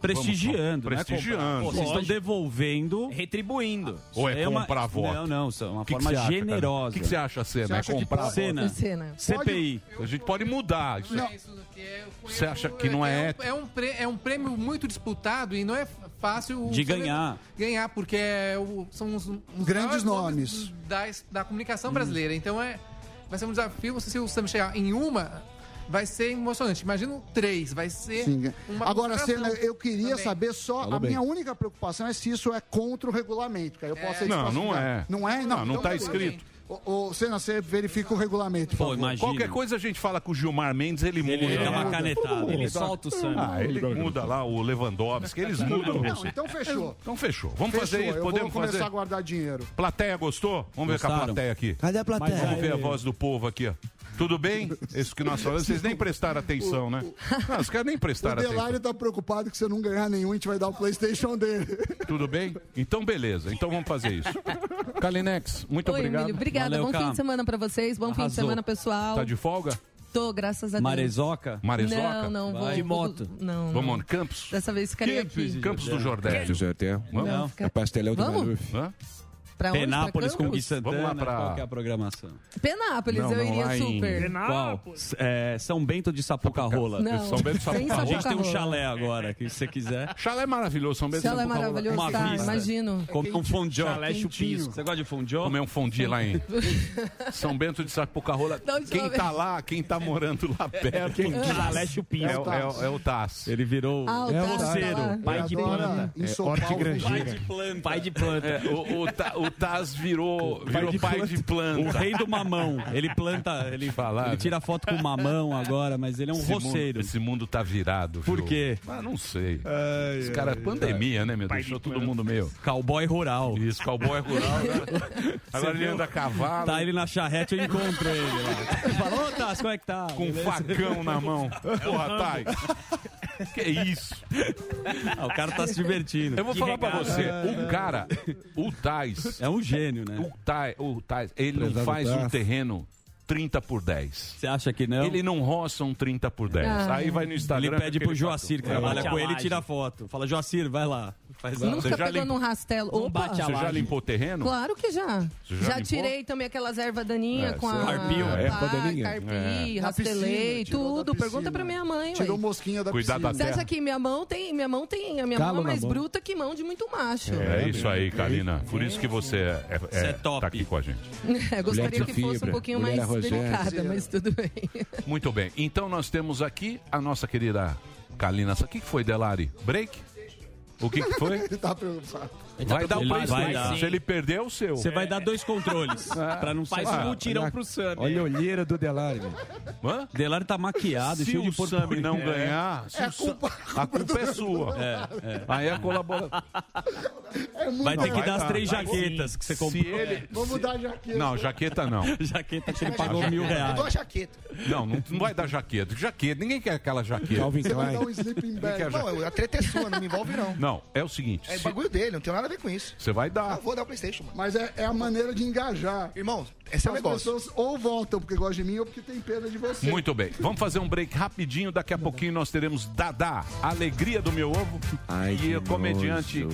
Speaker 1: Prestigiando,
Speaker 5: Vamos, prestigiando.
Speaker 1: Né? Pô, vocês estão
Speaker 5: Lógico.
Speaker 1: devolvendo.
Speaker 11: Retribuindo.
Speaker 5: Ou é,
Speaker 1: uma-
Speaker 5: comprar voto?
Speaker 1: Não, não, isso é uma
Speaker 5: Que que
Speaker 1: forma
Speaker 5: você acha, cara?
Speaker 1: generosa.
Speaker 5: O que, que você acha,
Speaker 1: Você
Speaker 5: Cena? É
Speaker 1: acha que
Speaker 5: comprar
Speaker 1: pode-
Speaker 5: voto?
Speaker 1: Cena.
Speaker 10: Cena.
Speaker 1: CPI.
Speaker 5: A gente pode mudar. Isso
Speaker 8: Não.
Speaker 5: Você acha que não é ético?
Speaker 8: um É um, prê- é um prêmio muito disputado e não é f- fácil o
Speaker 1: De
Speaker 8: Sele-
Speaker 1: ganhar.
Speaker 8: ganhar, porque é o- são os, os
Speaker 9: Grandes
Speaker 8: maiores nomes
Speaker 9: nomes.
Speaker 8: da, es- da comunicação brasileira. Então é, vai ser um desafio. Se o Sam chegar em uma, vai ser emocionante. Imagina três, vai ser
Speaker 9: Sim. é.
Speaker 8: uma
Speaker 9: Agora, Senna,
Speaker 8: frustração.
Speaker 9: eu queria
Speaker 8: também.
Speaker 9: saber só.
Speaker 5: Falou
Speaker 9: a
Speaker 5: bem.
Speaker 9: minha única preocupação é se isso é contra o regulamento. Cara. Eu posso ser
Speaker 5: Não, não
Speaker 9: desclassificado.
Speaker 5: é.
Speaker 9: Não é?
Speaker 5: Não, não
Speaker 9: então
Speaker 5: tá
Speaker 9: tudo
Speaker 5: escrito.
Speaker 9: bem. Ô, ô, Senna, você verifica o regulamento. por favor.
Speaker 5: Qualquer coisa a gente fala com o Gilmar Mendes, ele muda.
Speaker 1: ele dá uma
Speaker 5: Muda.
Speaker 1: canetada,
Speaker 5: Todo
Speaker 1: ele
Speaker 5: mundo.
Speaker 1: solta o samba.
Speaker 5: Ah, ele muda lá o Lewandowski, eles mudam.
Speaker 9: Não, então fechou.
Speaker 5: Então fechou. Vamos fazer
Speaker 9: Fechou,
Speaker 5: isso,
Speaker 9: eu
Speaker 5: podemos
Speaker 9: vou começar
Speaker 5: fazer.
Speaker 9: a guardar dinheiro.
Speaker 5: Plateia gostou? Vamos ver com a
Speaker 9: Gostaram?
Speaker 5: plateia aqui.
Speaker 9: Cadê a plateia?
Speaker 5: Mas Vamos ver a
Speaker 9: Aê.
Speaker 5: voz do povo aqui, ó. Tudo bem? Isso que nós falamos, vocês nem prestaram atenção, né? Não, os caras nem
Speaker 9: O
Speaker 5: prestaram atenção.
Speaker 9: Delário tá preocupado que se eu não ganhar nenhum, a gente vai dar o Playstation dele.
Speaker 5: Tudo bem? Então, beleza. Então vamos fazer isso. Kalinex, muito
Speaker 10: Oi,
Speaker 5: obrigado.
Speaker 10: Emílio. Obrigada. Bom fim de semana pra vocês. Bom fim de
Speaker 5: Arrasou.
Speaker 10: semana, pessoal.
Speaker 5: Tá de folga?
Speaker 10: Tô, graças a Deus.
Speaker 5: Marezoca?
Speaker 10: Não, não. Vou,
Speaker 5: De
Speaker 10: vou-
Speaker 5: moto.
Speaker 10: Não.
Speaker 5: Vamos,
Speaker 10: não.
Speaker 5: mano. Campos.
Speaker 10: Dessa vez ficaria aqui.
Speaker 5: Campos do Jordélio.
Speaker 7: Do Jordélio.
Speaker 5: Vamos?
Speaker 10: Não,
Speaker 7: É pastelão do
Speaker 10: Vamos?
Speaker 7: Maluf.
Speaker 10: Pra onde?
Speaker 1: Penápolis
Speaker 10: Pra
Speaker 1: com Gui
Speaker 10: Campos?
Speaker 1: Santana.
Speaker 5: Vamos lá pra-
Speaker 1: Qual que é a programação?
Speaker 10: Penápolis, eu iria super.
Speaker 1: Qual? É, São Bento de Sapucarrola.
Speaker 10: Não, São Bento de sem Sapucarola.
Speaker 1: A gente tem um
Speaker 10: Sapucarola.
Speaker 1: chalé agora, que se você quiser.
Speaker 5: Chalé é maravilhoso, São
Speaker 10: Bento de Chalé Sapucarola. maravilhoso,
Speaker 1: Uma
Speaker 10: tá,
Speaker 1: vista.
Speaker 10: imagino.
Speaker 1: Comer um fondió.
Speaker 5: É Chalé chupisco.
Speaker 1: Você gosta de fondió?
Speaker 5: Comer um fondue lá em São Bento de Sapucarrola.
Speaker 1: Da última
Speaker 5: Quem tá
Speaker 1: vez.
Speaker 5: lá, quem tá morando lá perto.
Speaker 1: Quem quis.
Speaker 5: Chalé Chupisco. É, o- é o- é o Tasso. Ele virou
Speaker 1: Ah, o É o Tasso tá Taceiro, lá. pai de planta.
Speaker 5: É,
Speaker 1: Pai
Speaker 5: hortigranjeiro.
Speaker 1: de planta. Pai de planta.
Speaker 5: É, o, o, Ta- o Taz virou,
Speaker 1: Pai
Speaker 5: virou
Speaker 1: de
Speaker 5: pai
Speaker 1: planta.
Speaker 5: de planta.
Speaker 1: O rei do mamão. Ele planta, ele, ele tira foto com mamão agora, mas ele é um
Speaker 5: Esse
Speaker 1: roceiro.
Speaker 5: Mundo, esse mundo tá virado.
Speaker 1: Por
Speaker 5: viu?
Speaker 1: quê?
Speaker 5: Ah, não sei.
Speaker 1: Ai,
Speaker 5: Esse cara,
Speaker 1: ai,
Speaker 5: pandemia, né, meu?
Speaker 1: Pai
Speaker 5: Deixou
Speaker 1: de
Speaker 5: todo
Speaker 1: planta.
Speaker 5: mundo meio.
Speaker 1: Cowboy rural.
Speaker 5: Isso, cowboy rural. Né? Agora ele anda a cavalo.
Speaker 1: Tá ele na charrete, eu encontro ele. Falou, Tassi, como é que tá?
Speaker 5: Com um facão na mão. Porra, Thay. Que é isso?
Speaker 1: Ah, o cara tá se divertindo.
Speaker 5: Eu vou
Speaker 1: Que né?
Speaker 5: falar pra
Speaker 1: regalo.
Speaker 5: você. O cara, o Tais.
Speaker 1: É um gênio, né?
Speaker 5: O Tais, o Tais ele não
Speaker 1: Prezado
Speaker 5: faz um
Speaker 1: Tais.
Speaker 5: terreno 30 por 10.
Speaker 1: Você acha que não?
Speaker 5: Ele não roça um 30 por 10.
Speaker 1: Ah.
Speaker 5: Aí vai no Instagram.
Speaker 1: Ele pede
Speaker 5: que
Speaker 1: pro
Speaker 5: faz.
Speaker 1: Joacir, que
Speaker 5: É,
Speaker 1: trabalha
Speaker 5: bate
Speaker 1: com
Speaker 5: a
Speaker 1: ele,
Speaker 5: laje.
Speaker 1: tira foto. Fala, Joacir, vai lá. Faz lá.
Speaker 10: Nunca pegou num rastelo. Opa.
Speaker 5: Você já limpou o terreno?
Speaker 10: Claro que já.
Speaker 5: Você já
Speaker 10: já
Speaker 5: limpou?
Speaker 10: tirei também aquelas ervas daninhas
Speaker 5: É,
Speaker 10: com
Speaker 5: você-
Speaker 10: a.
Speaker 5: Carpinho,
Speaker 10: pá,
Speaker 5: erva daninha.
Speaker 10: Carpi,
Speaker 5: É.
Speaker 10: rastelei,
Speaker 9: Da piscina, tirou da
Speaker 10: tudo.
Speaker 9: piscina.
Speaker 10: Pergunta pra minha mãe.
Speaker 9: Tirou
Speaker 10: ué.
Speaker 9: mosquinha da
Speaker 5: Cuidado
Speaker 9: piscina.
Speaker 5: da
Speaker 10: Você
Speaker 5: terra.
Speaker 10: acha que minha mão tem. Minha mão tem. A minha
Speaker 5: Calo
Speaker 10: mão é
Speaker 5: na
Speaker 10: mais
Speaker 5: mão.
Speaker 10: bruta que mão de muito macho.
Speaker 5: É isso aí, Karina. Por isso que você é, é, é, tá aqui com a gente.
Speaker 10: Eu gostaria
Speaker 5: Mulher
Speaker 10: que
Speaker 5: de
Speaker 10: fosse
Speaker 5: fibra,
Speaker 10: um pouquinho
Speaker 5: mulher
Speaker 10: mais
Speaker 5: arrogante.
Speaker 10: delicada, mas tudo bem.
Speaker 5: Muito bem. Então nós temos aqui a nossa querida Kalina. O que que foi, Delari? Break? O que, que foi?
Speaker 9: Ele tá preocupado.
Speaker 5: Vai dar o
Speaker 1: Ele
Speaker 5: play
Speaker 1: vai
Speaker 5: sim.
Speaker 1: dar.
Speaker 5: Se ele perder, é o seu.
Speaker 1: Você vai dar dois controles. pra não sair.
Speaker 11: Faz um mutirão pro Sami.
Speaker 7: Ah. Olha a olheira do Delari.
Speaker 5: Hã?
Speaker 1: Delário tá maquiado,
Speaker 5: Se
Speaker 1: cheio de
Speaker 5: o Sami não ganhar, se
Speaker 1: é
Speaker 5: o Sa- a culpa é sua. Aí é a colaboração.
Speaker 9: É
Speaker 1: Vai ter que
Speaker 5: Vai
Speaker 1: dar as
Speaker 5: dar,
Speaker 1: três
Speaker 5: vai
Speaker 1: jaquetas
Speaker 5: sim.
Speaker 1: que você
Speaker 5: Se
Speaker 1: comprou.
Speaker 8: É.
Speaker 5: ele-
Speaker 9: Vou mudar a jaqueta. É.
Speaker 5: Não, jaqueta não.
Speaker 1: jaqueta que ele É. pagou mil reais.
Speaker 9: Mudou a jaqueta.
Speaker 5: Não, não, não vai dar jaqueta. Jaqueta, ninguém quer aquela jaqueta.
Speaker 9: Você vai dar um sleeping
Speaker 5: Quem quer
Speaker 9: bag. Não,
Speaker 5: jaqueta?
Speaker 9: a treta é sua, não me envolve não.
Speaker 5: Não, é o seguinte.
Speaker 9: É
Speaker 5: se-
Speaker 9: bagulho dele, não tem nada a ver com isso.
Speaker 5: Você vai dar.
Speaker 9: Eu vou dar o Playstation, mano. Mas é, é a maneira de engajar. Irmão, esse
Speaker 5: é o
Speaker 9: As
Speaker 5: negócio.
Speaker 9: pessoas ou voltam porque gostam de mim ou porque tem pena de você.
Speaker 5: Muito bem. Vamos fazer um break rapidinho. Daqui a pouquinho nós teremos Dadá, Alegria do Meu Ovo. e o comediante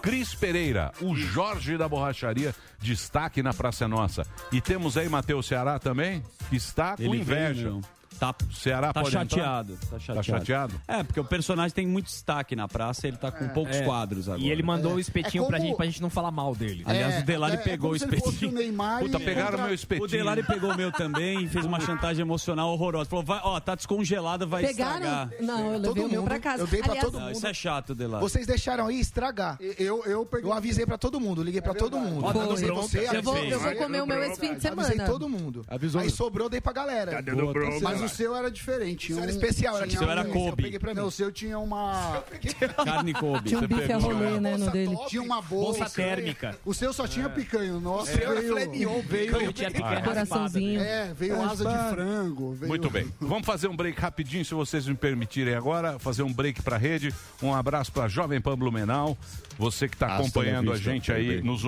Speaker 5: Cris Pereira, o Jorge da Borracharia, destaque na Praça é Nossa. E temos aí Matheus Ceará também, que está com
Speaker 1: Ele vem,
Speaker 5: inveja.
Speaker 1: meu. Tá,
Speaker 5: Ceará
Speaker 1: tá
Speaker 5: pode entrar?
Speaker 1: chateado, tá
Speaker 5: Tá
Speaker 1: chateado.
Speaker 5: chateado?
Speaker 1: É, porque o personagem tem muito destaque na praça, ele tá com poucos
Speaker 11: É.
Speaker 1: quadros agora.
Speaker 11: E ele mandou o espetinho
Speaker 1: É
Speaker 11: pra
Speaker 1: como-
Speaker 11: gente, pra gente não falar mal dele.
Speaker 9: É,
Speaker 1: Aliás, o Delari pegou o espetinho.
Speaker 9: um
Speaker 5: Puta, pegaram meu espetinho.
Speaker 1: O Delari pegou o meu também e fez uma chantagem emocional horrorosa. Falou, vai, ó, tá descongelada, vai
Speaker 10: Pegaram?
Speaker 1: estragar.
Speaker 10: Não, eu
Speaker 9: Todo
Speaker 10: levei o meu
Speaker 9: mundo.
Speaker 10: pra casa.
Speaker 9: Eu dei pra
Speaker 10: Aliás,
Speaker 9: todo
Speaker 1: Não,
Speaker 9: mundo.
Speaker 1: isso é chato, Delari.
Speaker 9: Vocês deixaram aí estragar. Eu, eu, É eu avisei pra todo mundo, liguei pra todo mundo.
Speaker 1: Ó, tá dando
Speaker 9: Avisei
Speaker 1: bronca.
Speaker 9: você,
Speaker 1: Eu vou-
Speaker 9: avisei
Speaker 1: eu vou
Speaker 9: você.
Speaker 1: comer o meu esse fim de
Speaker 9: Avisei
Speaker 1: semana.
Speaker 9: todo mundo.
Speaker 1: Avisou.
Speaker 9: Aí sobrou, eu dei pra galera.
Speaker 1: Tá dando Boa, tá bronca, certo.
Speaker 9: Mas o seu era diferente.
Speaker 1: O seu
Speaker 9: um-
Speaker 1: era especial, era
Speaker 9: tinha
Speaker 1: tipo- o seu era
Speaker 9: um-
Speaker 1: Kobe.
Speaker 9: Eu peguei pra mim. Não, o seu tinha uma...
Speaker 1: Carne Kobe.
Speaker 9: Tinha um
Speaker 1: Você
Speaker 9: bife
Speaker 1: pegou,
Speaker 9: a rolê,
Speaker 1: né?
Speaker 10: né, no dele.
Speaker 9: Tinha uma bolsa.
Speaker 1: Bolsa térmica. É.
Speaker 9: O seu só tinha picanha. O nosso
Speaker 10: O seu era
Speaker 9: veio...
Speaker 10: filé mignon,
Speaker 9: veio...
Speaker 10: picanha, tinha picanha Coraçãozinho. raspada.
Speaker 9: É, veio asa de
Speaker 10: Raspada.
Speaker 9: frango. veio-
Speaker 5: Muito bem. Vamos fazer um break rapidinho, se vocês me permitirem agora, fazer um break pra rede. Um abraço pra Jovem Pan Blumenau, você que tá
Speaker 7: Hasta
Speaker 5: acompanhando
Speaker 7: la
Speaker 5: a
Speaker 7: vista,
Speaker 5: gente aí
Speaker 7: baby.
Speaker 5: nos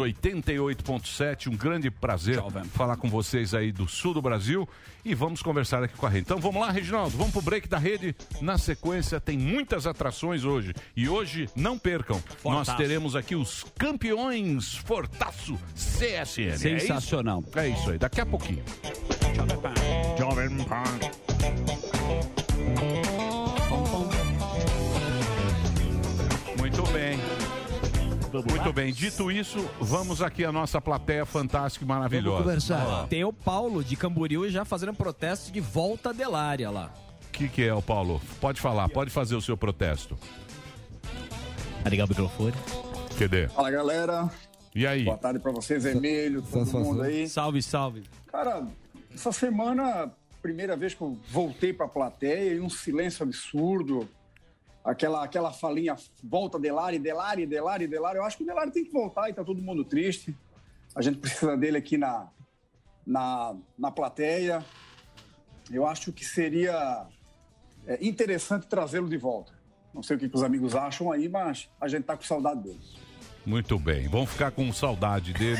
Speaker 5: 88.7. Um grande prazer falar com vocês aí do sul do Brasil e vamos conversar aqui com a rede. Então vamos lá, Reginaldo, vamos pro break da rede. Na sequência tem muitas atrações hoje e hoje não percam. Nós teremos aqui os campeões Fortaço CSN.
Speaker 1: Sensacional.
Speaker 5: É isso, é isso aí. Daqui a pouquinho. Jovem Pan. Muito bem.
Speaker 11: Globo.
Speaker 5: Muito bem, dito isso, vamos aqui à nossa plateia fantástica e maravilhosa.
Speaker 12: Ó, Tem o Paulo de Camboriú já fazendo protesto de volta à Delária lá.
Speaker 5: O que, que é, o Paulo? Pode falar, pode fazer o seu protesto.
Speaker 13: Ligar Tá o microfone.
Speaker 5: Cadê?
Speaker 14: Fala galera.
Speaker 5: E aí?
Speaker 14: Boa tarde pra vocês, Emílio, todo mundo aí.
Speaker 1: Salve, salve.
Speaker 14: Cara, essa semana, primeira vez que eu voltei pra plateia e um silêncio absurdo. Aquela, aquela falinha, volta Delari, Delari, Delari, Delari. Eu acho que o Delari tem que voltar e tá todo mundo triste. A gente precisa dele aqui na, na, na plateia. Eu acho que seria é, interessante trazê-lo de volta. Não sei o que, que os amigos acham aí, mas a gente tá com saudade dele.
Speaker 5: Muito bem, vão ficar com saudade dele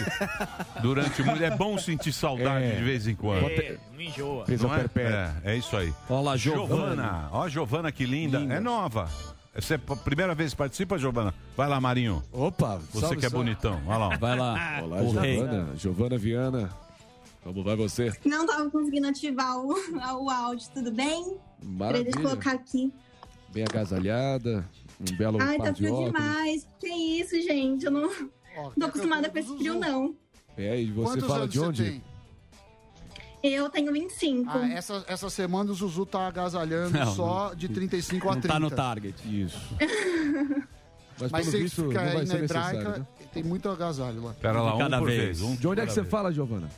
Speaker 5: durante muito. É bom sentir saudade de vez em quando.
Speaker 12: É, não enjoa.
Speaker 5: Não é?
Speaker 12: perpétua.
Speaker 5: É, é isso aí.
Speaker 12: Olha lá,
Speaker 5: Giovana.
Speaker 12: Giovana.
Speaker 5: Ó, Giovana, que linda. É nova. Você é a primeira vez que participa, Giovana? Vai lá, Marinho.
Speaker 7: Opa,
Speaker 5: Você
Speaker 7: salve,
Speaker 5: que é
Speaker 7: salve.
Speaker 5: bonitão. Vai lá.
Speaker 7: Vai lá. Olá, Giovana. Giovana Viana. Como vai você?
Speaker 15: Não tava conseguindo ativar o, o áudio, tudo bem?
Speaker 7: Maravilha.
Speaker 15: Pra gente colocar aqui.
Speaker 7: Bem agasalhada, um belo
Speaker 15: Ai,
Speaker 7: par
Speaker 15: tá
Speaker 7: de
Speaker 15: frio
Speaker 7: óculos.
Speaker 15: demais. Que isso, gente? Eu não não tô acostumada com esse frio, não.
Speaker 7: É, e você
Speaker 9: Quantos
Speaker 7: fala
Speaker 9: anos
Speaker 7: de
Speaker 9: você
Speaker 7: onde?
Speaker 9: tem?
Speaker 15: Eu tenho 25.
Speaker 9: Ah, essa, essa semana o Zuzu tá agasalhando
Speaker 7: Não,
Speaker 9: só de 35 a
Speaker 7: tá
Speaker 9: 30.
Speaker 1: tá
Speaker 7: Isso. Mas,
Speaker 9: Mas
Speaker 7: pelo
Speaker 9: se
Speaker 7: visto,
Speaker 9: ficar
Speaker 7: não vai
Speaker 9: aí na
Speaker 7: ser necessário, né?
Speaker 9: hebraica, tem muito agasalho lá.
Speaker 5: Pera lá, um por vez. um
Speaker 7: de onde é
Speaker 5: por
Speaker 7: que você
Speaker 5: vez.
Speaker 7: fala, Giovana?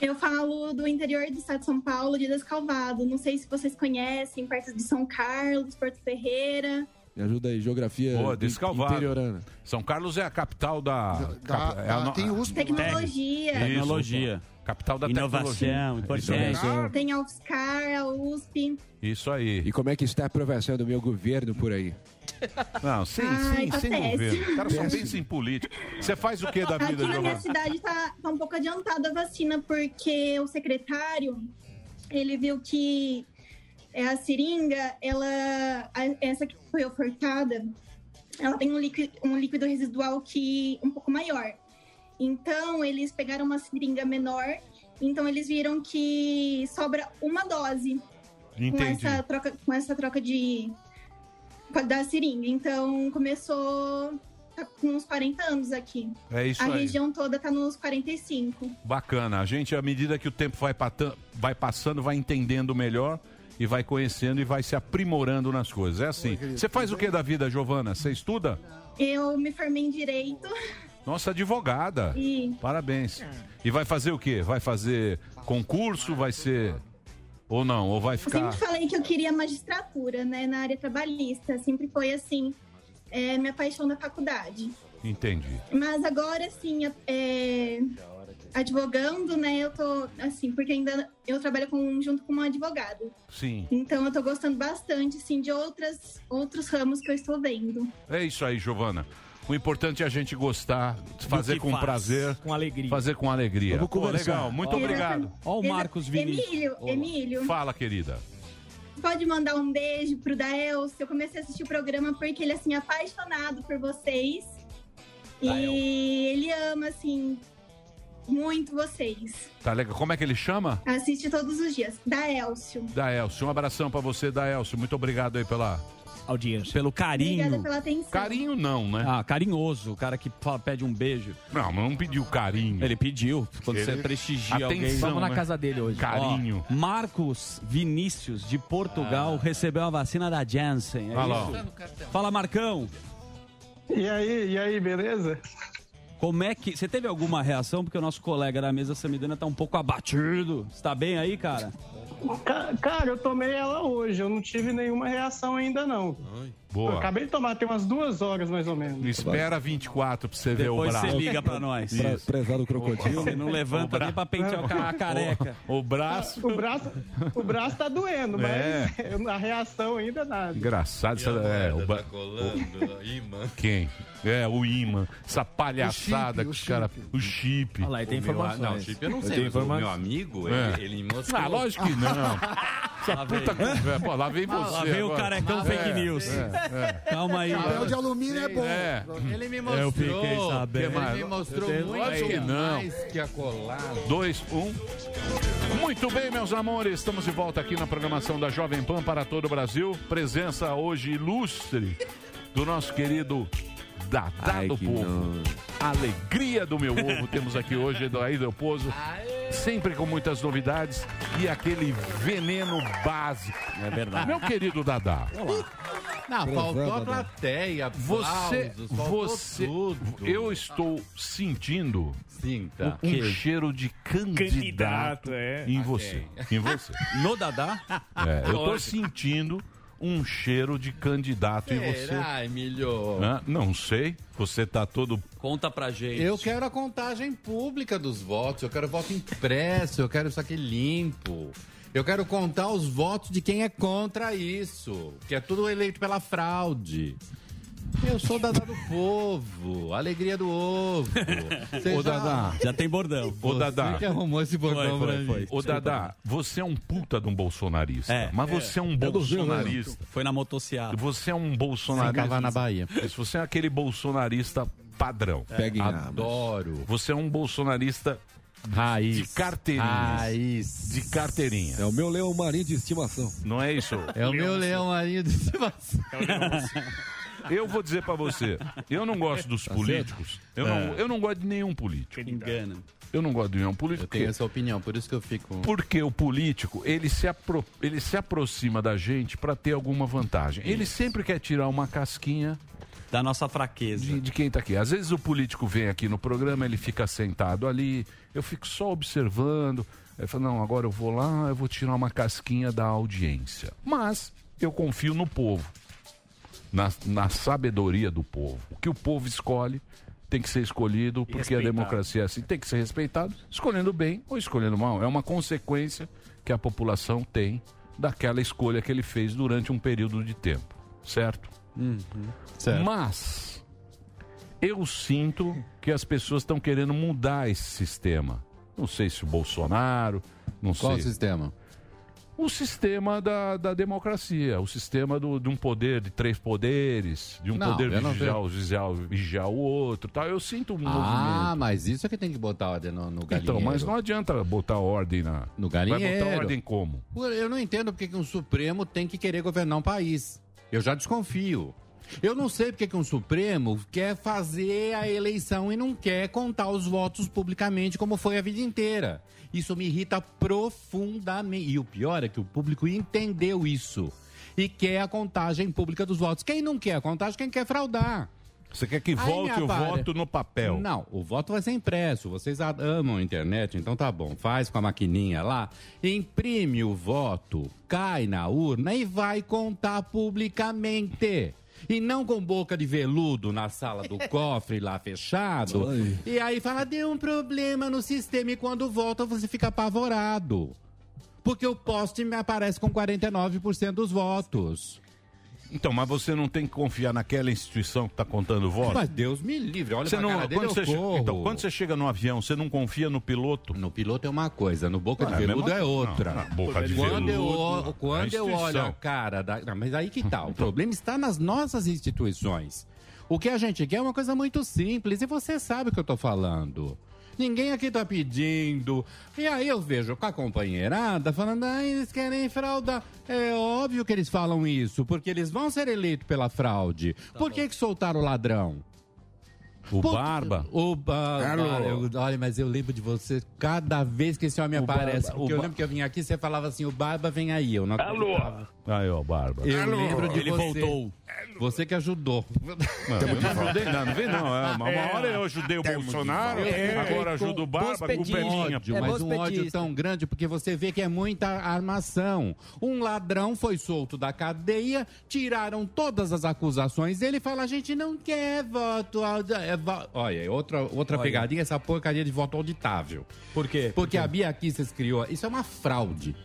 Speaker 15: Eu falo do interior do estado de São Paulo, de Descalvado. Não sei se vocês conhecem, perto de São Carlos, Porto Ferreira.
Speaker 7: Me ajuda aí, geografia
Speaker 5: Boa,
Speaker 7: de-
Speaker 5: descalvado.
Speaker 7: interiorana.
Speaker 5: São Carlos é a capital da. cap- é a no-
Speaker 15: Tecnologia.
Speaker 5: Isso. Capital da
Speaker 1: Inovação,
Speaker 5: tecnologia.
Speaker 7: importante.
Speaker 5: Isso.
Speaker 15: Tem a UFSCar, a USP.
Speaker 5: Isso aí.
Speaker 7: E como é que está a aprovação do meu governo por aí?
Speaker 5: Não, sim,
Speaker 15: Ai,
Speaker 5: sim,
Speaker 15: tá
Speaker 5: sem
Speaker 15: péssimo.
Speaker 5: governo. O cara só
Speaker 7: Péssimo.
Speaker 5: pensa em política. Você faz o que da vida,
Speaker 15: Aqui na minha
Speaker 5: Giovana?
Speaker 15: cidade tá, tá um pouco adiantada a vacina, porque o secretário, ele viu que é, a seringa, ela, a- essa que foi ofertada, ela tem um líquido, um líquido residual que um pouco maior. Então, eles pegaram uma seringa menor, então eles viram que sobra uma dose com
Speaker 5: Entendi.
Speaker 15: essa troca, com essa troca de da seringa. Então começou tá com uns 40 anos aqui.
Speaker 5: É isso
Speaker 15: a
Speaker 5: aí.
Speaker 15: região toda tá nos 45.
Speaker 5: Bacana. A gente, à medida que o tempo vai, patan- vai passando, vai entendendo melhor e vai conhecendo e vai se aprimorando nas coisas. É assim. Você faz o que da vida, Giovana? Você estuda?
Speaker 15: Eu me formei em direito
Speaker 5: Nossa advogada.
Speaker 15: e
Speaker 5: Parabéns. E vai fazer o quê? Vai fazer concurso? Vai ser. Ou não? Ou vai
Speaker 15: eu
Speaker 5: ficar.
Speaker 15: sempre falei que eu queria magistratura, né, na área trabalhista. Sempre foi assim, é, minha paixão da faculdade.
Speaker 5: Entendi.
Speaker 15: Mas agora sim, é, advogando, né, eu tô assim, porque ainda eu trabalho com, junto com uma advogada.
Speaker 5: Sim.
Speaker 15: Então eu tô gostando bastante, assim, de outras, outros ramos que eu estou vendo.
Speaker 5: É isso aí, Giovana. O importante é a gente gostar, fazer
Speaker 12: que
Speaker 5: com
Speaker 12: faz,
Speaker 5: prazer.
Speaker 12: com alegria.
Speaker 5: Fazer com alegria.
Speaker 12: Vamos
Speaker 5: Pô,
Speaker 12: conversar.
Speaker 5: legal, muito
Speaker 12: Ó.
Speaker 5: obrigado.
Speaker 12: Ó o
Speaker 15: é
Speaker 12: Marcos Vinícius.
Speaker 15: Emílio, Emílio,
Speaker 5: Fala, querida.
Speaker 15: pode mandar um beijo pro Daelcio. Eu comecei a assistir o programa porque ele é, assim, apaixonado por vocês. E ele ama, assim, muito vocês.
Speaker 5: Tá legal. Como é que ele chama?
Speaker 15: Assiste todos os dias. Daelcio.
Speaker 5: Daelcio. Um abração pra você, Daelcio. Muito obrigado aí pela audiência.
Speaker 1: Pelo
Speaker 15: Obrigada
Speaker 1: carinho.
Speaker 15: pela atenção.
Speaker 5: Carinho não, né?
Speaker 1: Ah, carinhoso. O cara que fala- pede um beijo.
Speaker 5: Não, mas não pediu carinho.
Speaker 1: Ele pediu. Quando
Speaker 5: Ele-
Speaker 1: você prestigia
Speaker 5: Atenção,
Speaker 1: alguém.
Speaker 5: Vamos na né? casa
Speaker 1: dele hoje.
Speaker 5: Carinho. Ah.
Speaker 1: Marcos Vinícius, de Portugal, recebeu a vacina da Janssen. É
Speaker 5: Olha lá,
Speaker 1: isso? Fala, Marcão. E aí, e aí, beleza? Como é que. Você teve alguma reação? Porque o nosso colega da mesa Samidana tá um pouco abatido. Você tá bem aí, cara?
Speaker 16: Ca- Cara, eu tomei ela hoje, eu não tive nenhuma reação ainda não.
Speaker 5: Boa.
Speaker 16: Eu acabei de tomar, tem umas duas horas mais ou menos.
Speaker 5: Espera 24 pra você ver o
Speaker 1: Depois
Speaker 5: braço.
Speaker 1: você liga pra nós.
Speaker 5: Isso.
Speaker 7: Prezado crocodilo.
Speaker 1: Você não levanta nem pra pentear o ca- a careca.
Speaker 5: O braço.
Speaker 16: O braço, o braço tá doendo, mas
Speaker 5: É.
Speaker 16: eu- a reação ainda é nada.
Speaker 5: Engraçado essa. É, o ba- né?
Speaker 17: colando, imã.
Speaker 5: Quem? É, o imã. Essa palhaçada
Speaker 17: O
Speaker 5: que
Speaker 17: chip,
Speaker 5: os caras. O chip.
Speaker 17: Olha lá, e tem
Speaker 5: O meu- ah,
Speaker 17: informações.
Speaker 5: Não, o chip eu não
Speaker 17: Eu
Speaker 5: sei.
Speaker 17: tenho
Speaker 5: mas o meu
Speaker 17: informações.
Speaker 5: amigo,
Speaker 17: É.
Speaker 5: ele, ele mostrou.
Speaker 17: Ah, lógico que não.
Speaker 5: Essa puta conversa. Pô, lá vem
Speaker 17: Ah,
Speaker 5: você.
Speaker 17: lá vem o
Speaker 5: agora.
Speaker 17: carecão
Speaker 5: É,
Speaker 17: fake news.
Speaker 5: é, é.
Speaker 1: Calma aí.
Speaker 3: Papel de alumínio é bom.
Speaker 5: É.
Speaker 17: Ele me
Speaker 5: Eu fiquei sabendo.
Speaker 17: Ele
Speaker 5: Mas-
Speaker 17: me mostrou
Speaker 5: Eu tenho-
Speaker 17: muito
Speaker 5: Acho que não.
Speaker 17: mais que a colada.
Speaker 5: Dois, um. Muito bem, meus amores, estamos de volta aqui na programação da Jovem Pan para todo o Brasil. Presença hoje ilustre do nosso querido Dadá do povo. Alegria do meu ovo temos aqui hoje, Eduardo Del Pozo. Sempre com muitas novidades e aquele veneno básico. É
Speaker 1: verdade.
Speaker 5: Meu querido Dadá.
Speaker 17: Não, Ah, faltou a
Speaker 5: Provando, né?
Speaker 17: plateia,
Speaker 5: Você,
Speaker 17: aplausos, faltou
Speaker 5: você,
Speaker 17: tudo.
Speaker 5: eu estou sentindo
Speaker 17: tá.
Speaker 5: um
Speaker 17: Que?
Speaker 5: cheiro de Um candidato,
Speaker 17: Candidato, é.
Speaker 5: em
Speaker 17: A
Speaker 5: você, em você.
Speaker 1: No Dadá?
Speaker 5: É, eu estou
Speaker 17: Lógico.
Speaker 5: sentindo um cheiro de candidato em você.
Speaker 17: Será, Emílio?
Speaker 5: Hã? Não sei, você tá todo
Speaker 1: Conta pra gente.
Speaker 17: Eu quero a contagem pública dos votos, eu quero voto impresso, eu quero isso aqui limpo. Eu quero contar os votos de quem é contra isso, que é tudo eleito pela fraude. Eu sou o Dadá do povo, alegria do ovo. Você
Speaker 5: Ô, Dadá.
Speaker 1: Já tem bordão.
Speaker 5: Ô, Dadá.
Speaker 17: que arrumou esse bordão pra
Speaker 5: Foi, foi,
Speaker 17: mim.
Speaker 5: foi. Ô, Dadá, você é um puta de um bolsonarista. mas você é, um bolsonarista.
Speaker 1: Foi na motociada.
Speaker 5: Você é um bolsonarista.
Speaker 17: Sem cavar na Bahia.
Speaker 5: Isso, Você é aquele bolsonarista padrão.
Speaker 17: Pega em
Speaker 5: Adoro. Você é um bolsonarista
Speaker 17: Raiz.
Speaker 5: de carteirinha.
Speaker 17: Raiz.
Speaker 5: De carteirinha.
Speaker 18: É o meu leão marinho de estimação.
Speaker 5: Não é isso?
Speaker 17: É o meu leão aí de estimação.
Speaker 5: Eu vou dizer pra você, eu não gosto dos políticos. Eu não,
Speaker 17: Tá É.
Speaker 5: eu não gosto de nenhum político.
Speaker 1: Engana.
Speaker 5: Eu não gosto de nenhum político.
Speaker 17: Eu tenho
Speaker 5: porque-
Speaker 17: essa opinião, por isso que eu fico.
Speaker 5: Porque o político, ele se, apro- ele se aproxima da gente para ter alguma vantagem. Ele sempre é quer tirar uma casquinha
Speaker 1: da nossa fraqueza.
Speaker 5: De, de quem tá aqui. Às vezes o político vem aqui no programa, ele fica sentado ali, eu fico só observando. Ele fala, não, agora eu vou lá, eu vou tirar uma casquinha da audiência. Mas eu confio no povo, na, na sabedoria do povo. O que o povo escolhe tem que ser escolhido, porque a
Speaker 17: respeitado.
Speaker 5: democracia é assim, tem que ser respeitado, escolhendo bem ou escolhendo mal. É uma consequência que a população tem daquela escolha que ele fez durante um período de tempo, certo? Mas eu sinto que as pessoas estão querendo mudar esse sistema. Não sei se o Bolsonaro, não
Speaker 17: Qual
Speaker 5: sei.
Speaker 17: sistema?
Speaker 5: O sistema da, da democracia, o sistema do- de um poder, de três poderes, de um
Speaker 17: Não,
Speaker 5: poder
Speaker 17: eu não
Speaker 5: vigiar,
Speaker 17: vejo.
Speaker 5: vigiar, vigiar o outro tal. Eu sinto um
Speaker 17: Ah,
Speaker 5: movimento.
Speaker 17: mas isso é que tem que botar ordem no, no galinheiro.
Speaker 5: Então, mas não adianta botar ordem na.
Speaker 17: No
Speaker 5: Vai botar
Speaker 17: galinheiro.
Speaker 5: ordem como?
Speaker 17: Pô, Eu não entendo porque que um Supremo tem que querer governar um país. Eu já desconfio. Eu não sei porque que um Supremo quer fazer a eleição e não quer contar os votos publicamente como foi a vida inteira. Isso me irrita profundamente. E o pior é que o público entendeu isso e quer a contagem pública dos votos. Quem não quer a contagem, quem quer fraudar.
Speaker 5: Você quer que
Speaker 17: Aí
Speaker 5: volte
Speaker 17: me
Speaker 5: o
Speaker 17: apare-
Speaker 5: voto no papel?
Speaker 17: Não, o voto vai ser impresso. Vocês a- amam a internet, então tá bom. Faz com a maquininha lá, imprime o voto, cai na urna e vai contar publicamente. E não com boca de veludo na sala do cofre lá fechado. E aí fala, deu um problema no sistema e quando volta você fica apavorado. Porque o poste me aparece com 49% dos votos.
Speaker 5: Então, mas você não tem que confiar naquela instituição que está contando voto?
Speaker 17: Mas Deus me livre, olha
Speaker 5: Você
Speaker 17: pra
Speaker 5: não-
Speaker 17: cara dele,
Speaker 5: quando
Speaker 17: eu
Speaker 5: você che-
Speaker 17: corro.
Speaker 5: então, quando você chega no avião, você não confia no piloto?
Speaker 17: No piloto é uma coisa, no boca
Speaker 5: Não,
Speaker 17: de
Speaker 5: é a
Speaker 17: veludo
Speaker 5: mesma
Speaker 17: é
Speaker 5: coisa.
Speaker 17: outra.
Speaker 5: Não, não, boca de
Speaker 17: quando eu,
Speaker 5: veludo,
Speaker 17: ol-
Speaker 5: não.
Speaker 17: quando
Speaker 5: É
Speaker 17: eu olho
Speaker 5: instituição. Então.
Speaker 17: a cara da. não, mas aí que tal? O problema está nas nossas instituições. O que a gente quer é uma coisa muito simples e você sabe o que eu estou falando. Ninguém aqui está pedindo. E aí eu vejo com a companheirada falando, ah, eles querem fraudar. É óbvio que eles falam isso, porque eles vão ser eleitos pela fraude. Por que, que soltaram o ladrão?
Speaker 5: O Barba?
Speaker 17: O Barba.
Speaker 5: Alô?
Speaker 17: eu- olha, mas eu lembro de você cada vez que esse homem aparece.
Speaker 5: Barba,
Speaker 17: porque
Speaker 5: o
Speaker 17: eu
Speaker 5: Ba-
Speaker 17: lembro que eu vim aqui você falava assim: o Barba vem aí. Eu não
Speaker 5: Alô?
Speaker 17: acreditava.
Speaker 5: Aí, ó, Barba.
Speaker 17: Eu lembro de
Speaker 5: Ele
Speaker 17: você.
Speaker 5: voltou.
Speaker 17: Você que ajudou.
Speaker 5: Não, eu não ajudei nada, não vem não. É, uma, uma hora eu ajudei o Bolsonaro,
Speaker 17: É,
Speaker 5: agora ajudo o Barba, a culpa é minha. pô.
Speaker 17: mas um ódio tão grande, porque você vê que é muita armação. Um ladrão foi solto da cadeia, tiraram todas as acusações dele e fala: a gente não quer voto. audi- é vo-" Olha, outra, outra
Speaker 1: Olha.
Speaker 17: pegadinha, essa porcaria de voto auditável.
Speaker 1: Por quê?
Speaker 17: Porque a Bia Kisses criou. Isso é uma fraude.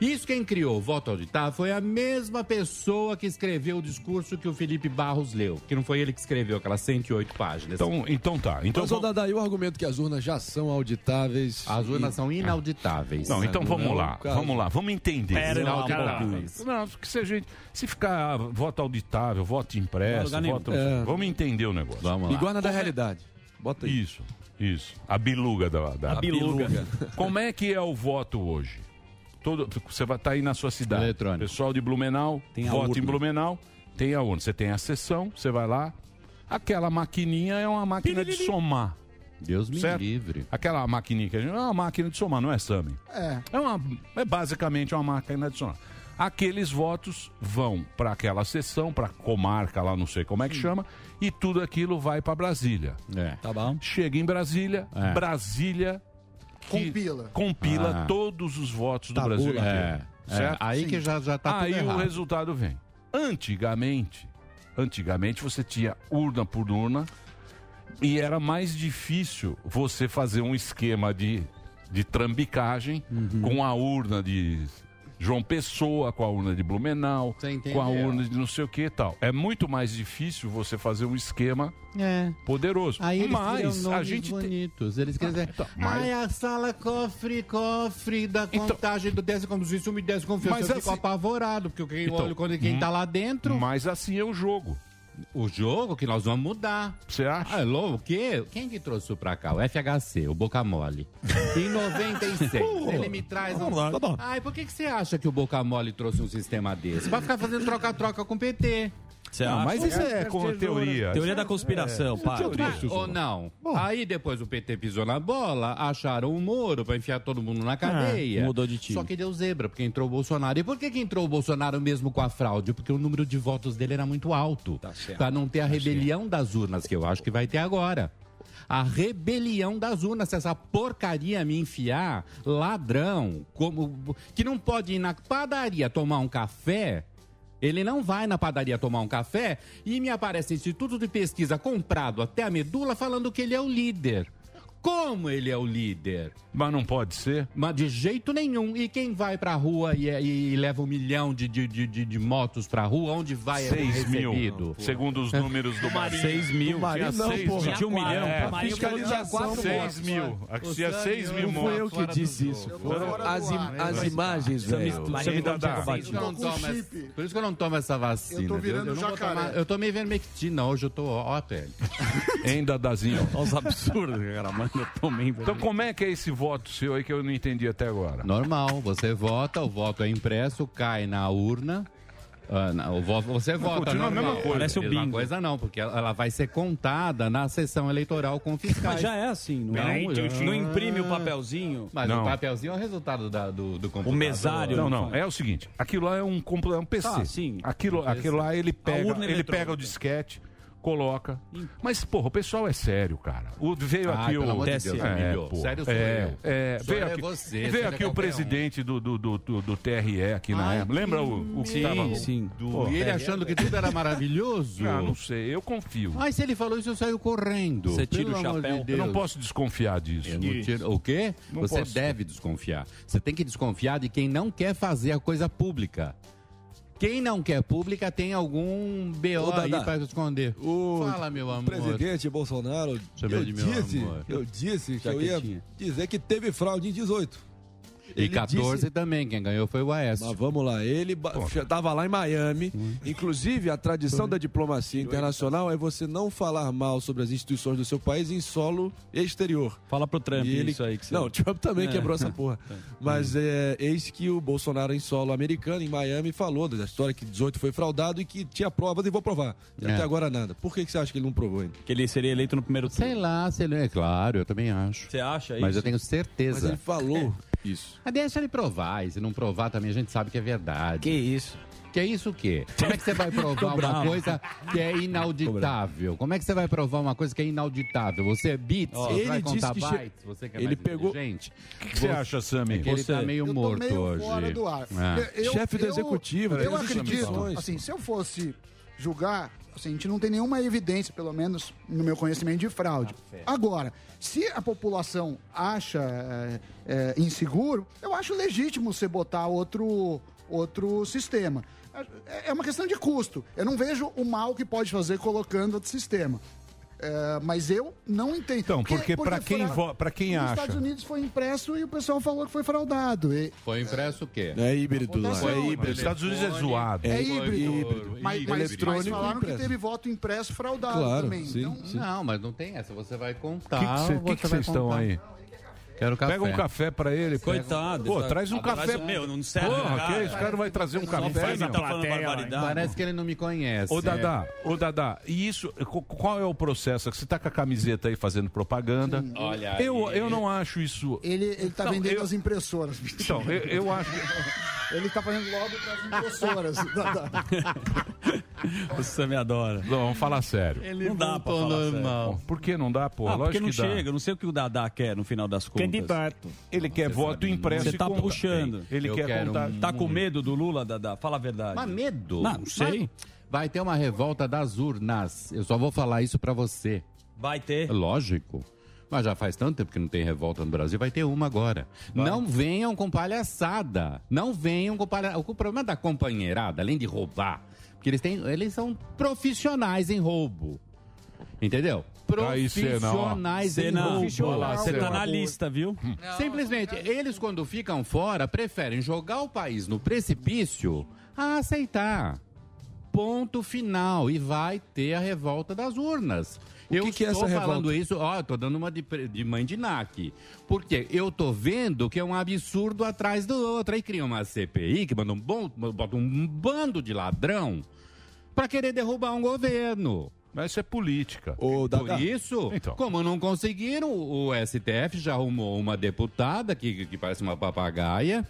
Speaker 17: Isso quem criou o voto auditável foi a mesma pessoa que escreveu o discurso que o Felipe Barros leu. Que não foi ele que escreveu aquelas 108 páginas.
Speaker 5: Então, então tá. Então,
Speaker 18: Mas, ô, Dadá, e o argumento que as urnas já são auditáveis?
Speaker 17: As urnas são inauditáveis.
Speaker 5: Não, então vamos lá, vamos lá, vamos entender.
Speaker 18: Pera,
Speaker 5: Sinal
Speaker 18: não,
Speaker 5: de
Speaker 18: cara.
Speaker 5: pouquinho. Não, porque se a gente. Se ficar voto auditável, voto impresso,
Speaker 18: Não, lugar
Speaker 5: voto.
Speaker 18: nenhum. É.
Speaker 5: Vamos entender o negócio.
Speaker 17: Vamos
Speaker 18: lá. Iguana da realidade. Bota aí.
Speaker 5: Isso, isso. A biluga da. da
Speaker 18: A biluga.
Speaker 5: Como é que é o voto hoje? Todo, você vai estar aí na sua cidade. Pessoal de Blumenau,
Speaker 1: Tem a
Speaker 5: voto
Speaker 1: urna.
Speaker 5: em Blumenau, tem a urna. Você tem a sessão, você vai lá, Aquela maquininha é uma máquina de somar.
Speaker 17: Deus
Speaker 5: me livre. Aquela maquininha que a gente. É uma máquina de somar, não é, Sami?
Speaker 9: É.
Speaker 5: É, uma, é basicamente uma máquina de somar. Aqueles votos vão para aquela sessão, para comarca lá, não sei como é que chama, e tudo aquilo vai para Brasília.
Speaker 17: Tá
Speaker 5: bom. Chega em Brasília,
Speaker 17: É.
Speaker 5: Brasília que
Speaker 17: Compila.
Speaker 5: compila
Speaker 17: Ah.
Speaker 5: todos os votos do
Speaker 17: Tabula.
Speaker 5: Brasil inteiro.
Speaker 17: É, é. Aí que já- já tá tudo
Speaker 5: Aí o
Speaker 17: errado.
Speaker 5: resultado vem. Antigamente, antigamente você tinha urna por urna e era mais difícil você fazer um esquema de, de trambicagem
Speaker 17: Uhum.
Speaker 5: com a urna de João Pessoa, com a urna de Blumenau, com a
Speaker 17: entendeu?
Speaker 5: urna de não sei o que e tal. É muito mais difícil você fazer um esquema
Speaker 17: É.
Speaker 5: poderoso.
Speaker 17: Aí eles
Speaker 5: Mas
Speaker 17: criam
Speaker 5: a
Speaker 17: nomes
Speaker 5: gente tem... Ah, então.
Speaker 17: bonitos. Eles querem dizer,
Speaker 5: mas- Então-
Speaker 17: ai, a sala cofre, cofre da contagem do 10, como se isso me desse confiança.
Speaker 5: Mas
Speaker 17: eu fico
Speaker 5: assim-
Speaker 17: apavorado, porque quem
Speaker 5: Então,
Speaker 17: olha quando quem tá lá dentro...
Speaker 5: Mas assim é o jogo.
Speaker 17: O jogo que nós vamos mudar.
Speaker 5: Você acha?
Speaker 17: Ah, é louco, o quê? Quem que trouxe isso pra cá? O FHC, o Boca Mole. Em 96, ele me traz... um-
Speaker 12: Vamos lá, tá bom.
Speaker 17: Ai, por que, que você acha que o Boca Mole trouxe um sistema desse? Pra ficar fazendo troca-troca com o PT.
Speaker 1: Você acha?
Speaker 17: é
Speaker 1: Teoria da conspiração, pá.
Speaker 17: Ou não. Aí depois o PT pisou na bola, acharam um muro pra enfiar todo mundo na cadeia.
Speaker 1: Ah, mudou de time.
Speaker 17: Só que deu zebra, porque entrou o Bolsonaro. E por que, que entrou o Bolsonaro mesmo com a fraude? Porque o número de votos dele era muito alto. Tá
Speaker 1: certo.
Speaker 17: Pra não ter a rebelião das urnas, que eu acho que vai ter agora. A rebelião das urnas, se essa porcaria me enfiar, ladrão, como que não pode ir na padaria tomar um café, ele não vai na padaria tomar um café e me aparece instituto de pesquisa comprado até a medula falando que ele é o líder. Como ele é o líder?
Speaker 5: Mas não pode ser?
Speaker 17: Mas de jeito nenhum. E quem vai pra rua e, e leva um milhão de, de, de, de- de motos pra rua, onde vai é bem
Speaker 5: 6 mil,
Speaker 17: recebido?
Speaker 5: segundo os números do Marinho.
Speaker 17: 6 mil.
Speaker 5: Do Marinho,
Speaker 17: Tinha
Speaker 5: não,
Speaker 17: seis
Speaker 5: porra.
Speaker 17: mil.
Speaker 5: Tinha um milhão,
Speaker 17: É,
Speaker 5: pô. Marinho falou que tinha quatro
Speaker 17: Seis
Speaker 5: motos. O Sani, não
Speaker 18: Não
Speaker 5: fui
Speaker 18: eu que disse isso. Foram as, im as imagens, velho.
Speaker 17: Por isso que eu não tomo essa- Por isso que eu não tomo essa vacina.
Speaker 18: Eu tô
Speaker 17: viu?
Speaker 18: virando
Speaker 17: eu não vou
Speaker 18: jacaré.
Speaker 17: tomar- Eu tomei vermectina hoje, eu tô ó, pele.
Speaker 5: Hein, Dadazinho?
Speaker 1: Olha os absurdos, cara. Mano, eu tomei.
Speaker 5: Então como é que é esse voto seu aí que eu não entendi até agora?
Speaker 17: Normal, você vota, o voto é impresso, cai na urna. ah, na- o voto, você
Speaker 5: Mas
Speaker 17: vota,
Speaker 5: continua a
Speaker 17: normal.
Speaker 5: mesma coisa. Parece o
Speaker 17: mesma
Speaker 5: bingo.
Speaker 17: coisa não, porque ela, ela vai ser contada na sessão eleitoral com fiscais.
Speaker 1: Mas já é assim, não, é? não, imprime o papelzinho.
Speaker 17: Mas
Speaker 5: Não.
Speaker 17: o papelzinho é o resultado da- do, do computador.
Speaker 5: Não, não. É o seguinte, aquilo lá é um, computador, é um PC.
Speaker 17: Tá, sim.
Speaker 5: Aquilo,
Speaker 17: Um PC.
Speaker 5: aquilo lá ele
Speaker 17: A
Speaker 5: pega,
Speaker 17: urna
Speaker 5: ele
Speaker 17: eletrônica.
Speaker 5: pega o disquete, coloca. Mas, porra, o pessoal é sério, cara. O, veio
Speaker 17: Ai,
Speaker 5: aqui
Speaker 17: pelo
Speaker 5: o.
Speaker 17: amor de Deus,
Speaker 5: é,
Speaker 17: Emílio,
Speaker 5: pô,
Speaker 17: sério sou
Speaker 5: é,
Speaker 17: eu.
Speaker 5: é,
Speaker 17: Sou
Speaker 5: veio
Speaker 17: eu, é
Speaker 5: aqui,
Speaker 17: você,
Speaker 5: veio
Speaker 17: seja
Speaker 5: aqui o
Speaker 17: qualquer
Speaker 5: presidente do, do, do, do, do TRE aqui na
Speaker 17: Ai,
Speaker 5: época. Lembra
Speaker 17: que
Speaker 5: o, o que
Speaker 17: sim,
Speaker 5: tava-
Speaker 17: sim. Do-
Speaker 5: Pô,
Speaker 17: e ele achando que tudo era maravilhoso?
Speaker 5: Ah, não sei, eu confio.
Speaker 17: Mas se ele falou isso, eu saio correndo.
Speaker 5: Você tira
Speaker 17: Pelo
Speaker 5: o
Speaker 17: amor
Speaker 5: chapéu.
Speaker 17: de
Speaker 5: Eu
Speaker 17: Deus.
Speaker 5: não posso desconfiar disso.
Speaker 17: Eu É, não tiro- O quê?
Speaker 5: Não
Speaker 17: Você
Speaker 5: posso.
Speaker 17: deve desconfiar. Você tem que desconfiar de quem não quer fazer a coisa pública. Quem não quer pública tem algum BO
Speaker 18: Ô,
Speaker 17: aí
Speaker 18: Dadá.
Speaker 17: pra esconder. Fala, meu
Speaker 18: O
Speaker 17: amor.
Speaker 18: presidente Bolsonaro,
Speaker 17: Chamei
Speaker 18: eu
Speaker 17: de meu
Speaker 18: disse,
Speaker 17: amor.
Speaker 18: eu disse que eu ia
Speaker 17: Jaquetinha.
Speaker 18: dizer que teve fraude em 18.
Speaker 17: E 14
Speaker 18: disse-
Speaker 17: também, quem ganhou foi o Aécio.
Speaker 18: Mas vamos lá, ele ba- já tava lá em Miami. Inclusive, a tradição da diplomacia internacional é você não falar mal sobre as instituições do seu país em solo exterior.
Speaker 1: Fala pro Trump
Speaker 18: E ele-
Speaker 1: isso aí. Que você...
Speaker 18: Não, o Trump também
Speaker 1: É.
Speaker 18: quebrou essa porra. Mas é, eis que o Bolsonaro em solo americano, em Miami, falou da história que 18 foi fraudado e que tinha provas e vou provar. E
Speaker 17: É.
Speaker 18: Até agora nada. Por que, que você acha que ele não provou ainda?
Speaker 1: Que ele seria eleito no primeiro turno.
Speaker 17: Sei lá, se ele... é claro, eu também acho.
Speaker 1: Você acha
Speaker 17: Mas
Speaker 1: isso?
Speaker 17: eu tenho certeza.
Speaker 18: Mas ele falou isso.
Speaker 17: Ah, deixa ele provar. E se não provar também, a gente sabe que é verdade. Que isso? Que isso o quê? Como é que você vai
Speaker 12: Tô
Speaker 17: provar uma
Speaker 12: bravo.
Speaker 17: coisa que é inauditável? Como é que você vai provar uma coisa que é inauditável? Você é bits,
Speaker 18: Ó,
Speaker 17: você
Speaker 18: ele
Speaker 17: vai
Speaker 18: disse
Speaker 17: contar
Speaker 18: que che-
Speaker 17: bytes, você que é
Speaker 18: ele
Speaker 17: mais
Speaker 18: pegou-
Speaker 17: inteligente. O
Speaker 18: que você acha, Sammy?
Speaker 17: É que ele
Speaker 18: Você.
Speaker 17: tá meio
Speaker 18: Eu tô
Speaker 17: morto
Speaker 18: meio
Speaker 17: hoje.
Speaker 18: fora
Speaker 9: do ar.
Speaker 17: É.
Speaker 9: Eu- eu- Eu,
Speaker 5: né?
Speaker 17: Todas as
Speaker 9: acredito,
Speaker 17: instituições.
Speaker 9: assim, se eu fosse julgar, assim, a gente não tem nenhuma evidência, pelo menos no meu conhecimento, de fraude. Agora, se a população acha é, é, inseguro, eu acho legítimo você botar outro, outro sistema. É- É uma questão de custo. Eu não vejo o mal que pode fazer colocando outro sistema. É, mas eu não entendo. Então,
Speaker 5: porque pra quem vo- pra quem
Speaker 9: Nos
Speaker 5: acha?
Speaker 9: Estados Unidos foi impresso e o pessoal falou que foi fraudado. E-
Speaker 17: Foi impresso o quê?
Speaker 18: É híbrido
Speaker 9: lá.
Speaker 17: Foi
Speaker 9: É híbrido.
Speaker 17: telefone,
Speaker 9: Estados Unidos é zoado. É híbrido. Mas, mas- mas falaram que teve voto impresso fraudado também. Então,
Speaker 17: Não, mas não tem essa. Você vai
Speaker 5: O que
Speaker 17: contar.
Speaker 5: que cê-
Speaker 17: você
Speaker 5: que que
Speaker 17: vai
Speaker 5: vocês estão
Speaker 17: contar.
Speaker 5: aí?
Speaker 17: Quero café.
Speaker 5: Pega um café pra ele. pô.
Speaker 17: Coitado,
Speaker 5: Pô,
Speaker 17: tá-
Speaker 5: traz um
Speaker 17: Ah,
Speaker 5: café.
Speaker 17: traz um- meu, não serve,
Speaker 5: Porra,
Speaker 17: cara.
Speaker 5: que esse cara vai trazer um
Speaker 17: Não
Speaker 5: café.
Speaker 17: faz tá
Speaker 5: meu?
Speaker 17: essa plateia, Parece que ele não me conhece. É.
Speaker 5: Ô, Dadá, ô, Dadá, e isso, co- qual é o processo? Que Você tá com a camiseta aí fazendo propaganda.
Speaker 17: Olha
Speaker 5: eu,
Speaker 9: aí.
Speaker 5: eu não acho isso.
Speaker 9: Ele, ele tá
Speaker 5: Não,
Speaker 9: vendendo
Speaker 5: eu-
Speaker 9: as impressoras.
Speaker 5: Então, eu, eu acho.
Speaker 9: Ele tá fazendo logo das impressoras. Da- da-
Speaker 1: Você me adora.
Speaker 5: Não, vamos falar sério.
Speaker 1: Ele não dá pra falar normal.
Speaker 5: Sério. Por que não dá, pô?
Speaker 1: Ah, porque
Speaker 5: Lógico
Speaker 1: não
Speaker 5: que dá.
Speaker 1: chega, eu não sei o que o Dadá quer no final das contas.
Speaker 5: Candidato. Ele quer voto impresso
Speaker 1: Você
Speaker 5: e
Speaker 1: tá
Speaker 5: conta.
Speaker 1: puxando.
Speaker 5: Ele
Speaker 1: Eu
Speaker 5: quer
Speaker 1: quero
Speaker 5: contar.
Speaker 1: Tá com medo do Lula, Dadá? Fala a verdade.
Speaker 17: Mas medo?
Speaker 1: Não, não sei.
Speaker 17: Vai ter uma revolta das urnas. Eu só vou falar isso pra você.
Speaker 1: Vai ter.
Speaker 17: Lógico. Mas já faz tanto tempo que não tem revolta no Brasil, vai ter uma agora. Não venham com palhaçada. Não venham com palhaçada. O problema da companheirada, além de roubar, porque eles, têm, eles são profissionais em roubo. Entendeu?
Speaker 5: Aí, Senna, ó.
Speaker 17: Profissionais em
Speaker 5: Senna,
Speaker 17: roubo.
Speaker 5: olha lá,
Speaker 1: Você tá na lista, viu?
Speaker 17: Hum. Simplesmente, eles quando ficam fora, preferem jogar o país no precipício a aceitar. Ponto final. E vai ter a revolta das urnas. eu
Speaker 18: que é
Speaker 17: estou
Speaker 18: essa
Speaker 17: falando
Speaker 18: revolta?
Speaker 17: isso, ó, eu tô dando uma de, pre- de mãe de NAC. Porque eu tô vendo que é um absurdo atrás do outro. Aí cria uma CPI que manda um, bom, bota um bando de ladrão pra querer derrubar um governo.
Speaker 5: Mas isso é política.
Speaker 17: Por isso,
Speaker 13: Então.
Speaker 17: como não conseguiram, o STF já arrumou uma deputada que, que parece uma papagaia,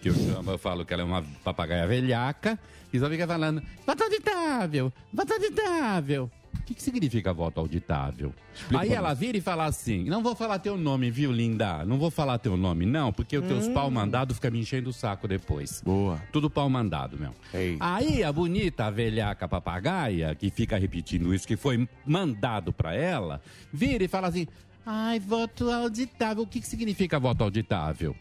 Speaker 17: que eu, chamo, eu falo que ela é uma papagaia velhaca, que só fica falando, voto auditável, voto auditável. O que, que significa voto auditável? Aí
Speaker 13: pra
Speaker 17: ela
Speaker 13: nós.
Speaker 17: vira e fala assim, não vou falar teu nome, viu, linda? Não vou falar teu nome, não, porque os teus
Speaker 13: Hum.
Speaker 17: pau mandado fica me enchendo o saco depois. Boa. Tudo pau mandado, meu. Aí a bonita velhaca papagaia, que fica repetindo isso que foi mandado pra ela, vira e fala assim: Ai, voto auditável. O que, que significa voto auditável?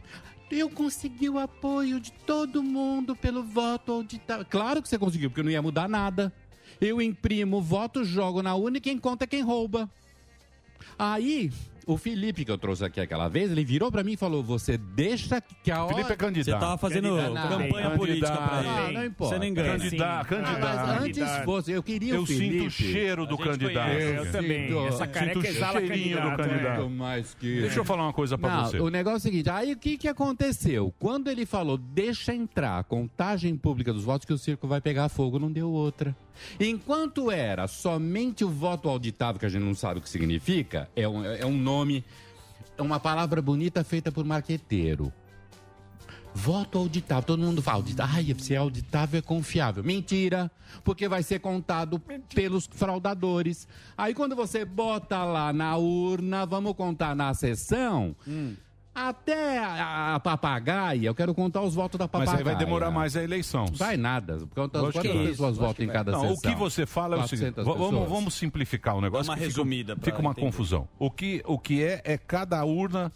Speaker 17: Eu consegui o apoio de todo mundo pelo voto auditável. Claro que você conseguiu, porque não ia mudar nada. Eu imprimo voto, jogo na urna e quem conta é quem rouba. Aí, o Felipe que eu trouxe aqui aquela vez, ele virou pra mim e falou: Você deixa que a hora.
Speaker 5: Felipe é candidato.
Speaker 17: Você tava fazendo campanha política pra ele.
Speaker 5: Ah, não importa. Candidato, candidato.
Speaker 17: Ah, Mas antes fosse, eu queria
Speaker 5: Eu
Speaker 17: o Felipe.
Speaker 5: sinto o cheiro do candidato.
Speaker 17: sinto-
Speaker 5: Sinto o cheirinho do
Speaker 17: né?
Speaker 5: candidato. Deixa eu falar uma coisa pra
Speaker 17: Não,
Speaker 5: você.
Speaker 17: O negócio é o seguinte, aí o que, que aconteceu? Quando ele falou, deixa entrar a contagem pública dos votos, que o circo vai pegar fogo, não deu outra. Enquanto era somente o voto auditável, que a gente não sabe o que significa, é um, é um nome, é uma palavra bonita feita por marqueteiro. Voto auditável. Todo mundo fala, auditável. Ai, se é auditável, é confiável. Mentira, porque vai ser contado pelos fraudadores. Aí quando você bota lá na urna, vamos contar na sessão,
Speaker 1: Hum.
Speaker 17: até a, a papagaia, eu quero contar os votos da
Speaker 5: Mas
Speaker 17: papagaia.
Speaker 5: aí vai demorar mais a eleição.
Speaker 17: Vai nada, porque quantas
Speaker 5: Lógico que
Speaker 17: pessoas
Speaker 5: isso, lógico
Speaker 17: votam em
Speaker 5: que vai.
Speaker 17: cada
Speaker 5: Não,
Speaker 17: sessão?
Speaker 5: O que você fala é o seguinte,
Speaker 17: 400
Speaker 5: va- vamos,
Speaker 17: pessoas.
Speaker 5: vamos simplificar o negócio.
Speaker 1: Dá uma
Speaker 5: que fica-
Speaker 1: resumida pra
Speaker 5: Fica uma
Speaker 1: entender.
Speaker 5: confusão. O que, o que é, é cada urna...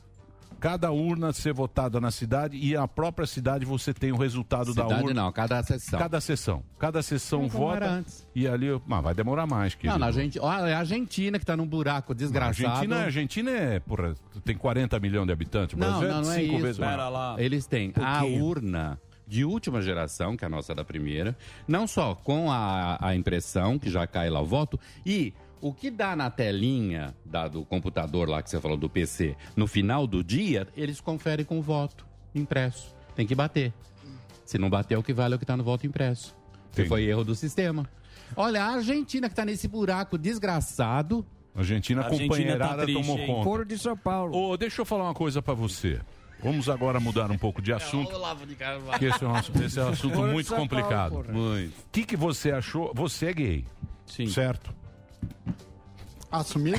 Speaker 5: Cada urna ser votada na cidade e a própria cidade você tem o resultado da
Speaker 17: Cidade
Speaker 5: urna.
Speaker 17: não, cada sessão.
Speaker 5: Cada sessão. Cada sessão
Speaker 17: Não, como
Speaker 5: vota
Speaker 17: era antes.
Speaker 5: e ali... Mas vai demorar mais,
Speaker 17: Não,
Speaker 5: querido.
Speaker 17: na Argentina, olha, é a Argentina que tá num buraco desgraçado.
Speaker 5: Argentina, Argentina é, porra, tem 40 milhões de habitantes. O
Speaker 17: Não,
Speaker 5: Brasil
Speaker 17: não, não é
Speaker 5: cinco
Speaker 17: isso.
Speaker 5: vezes mais.
Speaker 17: Eles têm a urna de última geração, que é a nossa da primeira, não só com a, a impressão, que já cai lá o voto, e o que dá na telinha da- do computador lá que você falou, do PC, no final do dia, eles conferem com o voto impresso. Tem que bater. Se não bater, o que vale é o que está no voto impresso. Que foi erro do sistema. Olha, a Argentina que está nesse buraco desgraçado.
Speaker 5: Argentina,
Speaker 17: A Argentina
Speaker 5: companheirada
Speaker 17: tá triste,
Speaker 5: tomou
Speaker 17: hein?
Speaker 5: conta.
Speaker 17: Foro
Speaker 5: de São Paulo. Ô, deixa eu falar uma coisa pra você. Vamos agora mudar um pouco de assunto. Porque esse é um, assu- esse é um assunto
Speaker 17: Foro de
Speaker 5: muito
Speaker 17: São Paulo,
Speaker 5: complicado.
Speaker 17: porra.
Speaker 5: O que, que você achou? Você é gay. Sim. Certo?
Speaker 9: Assumido?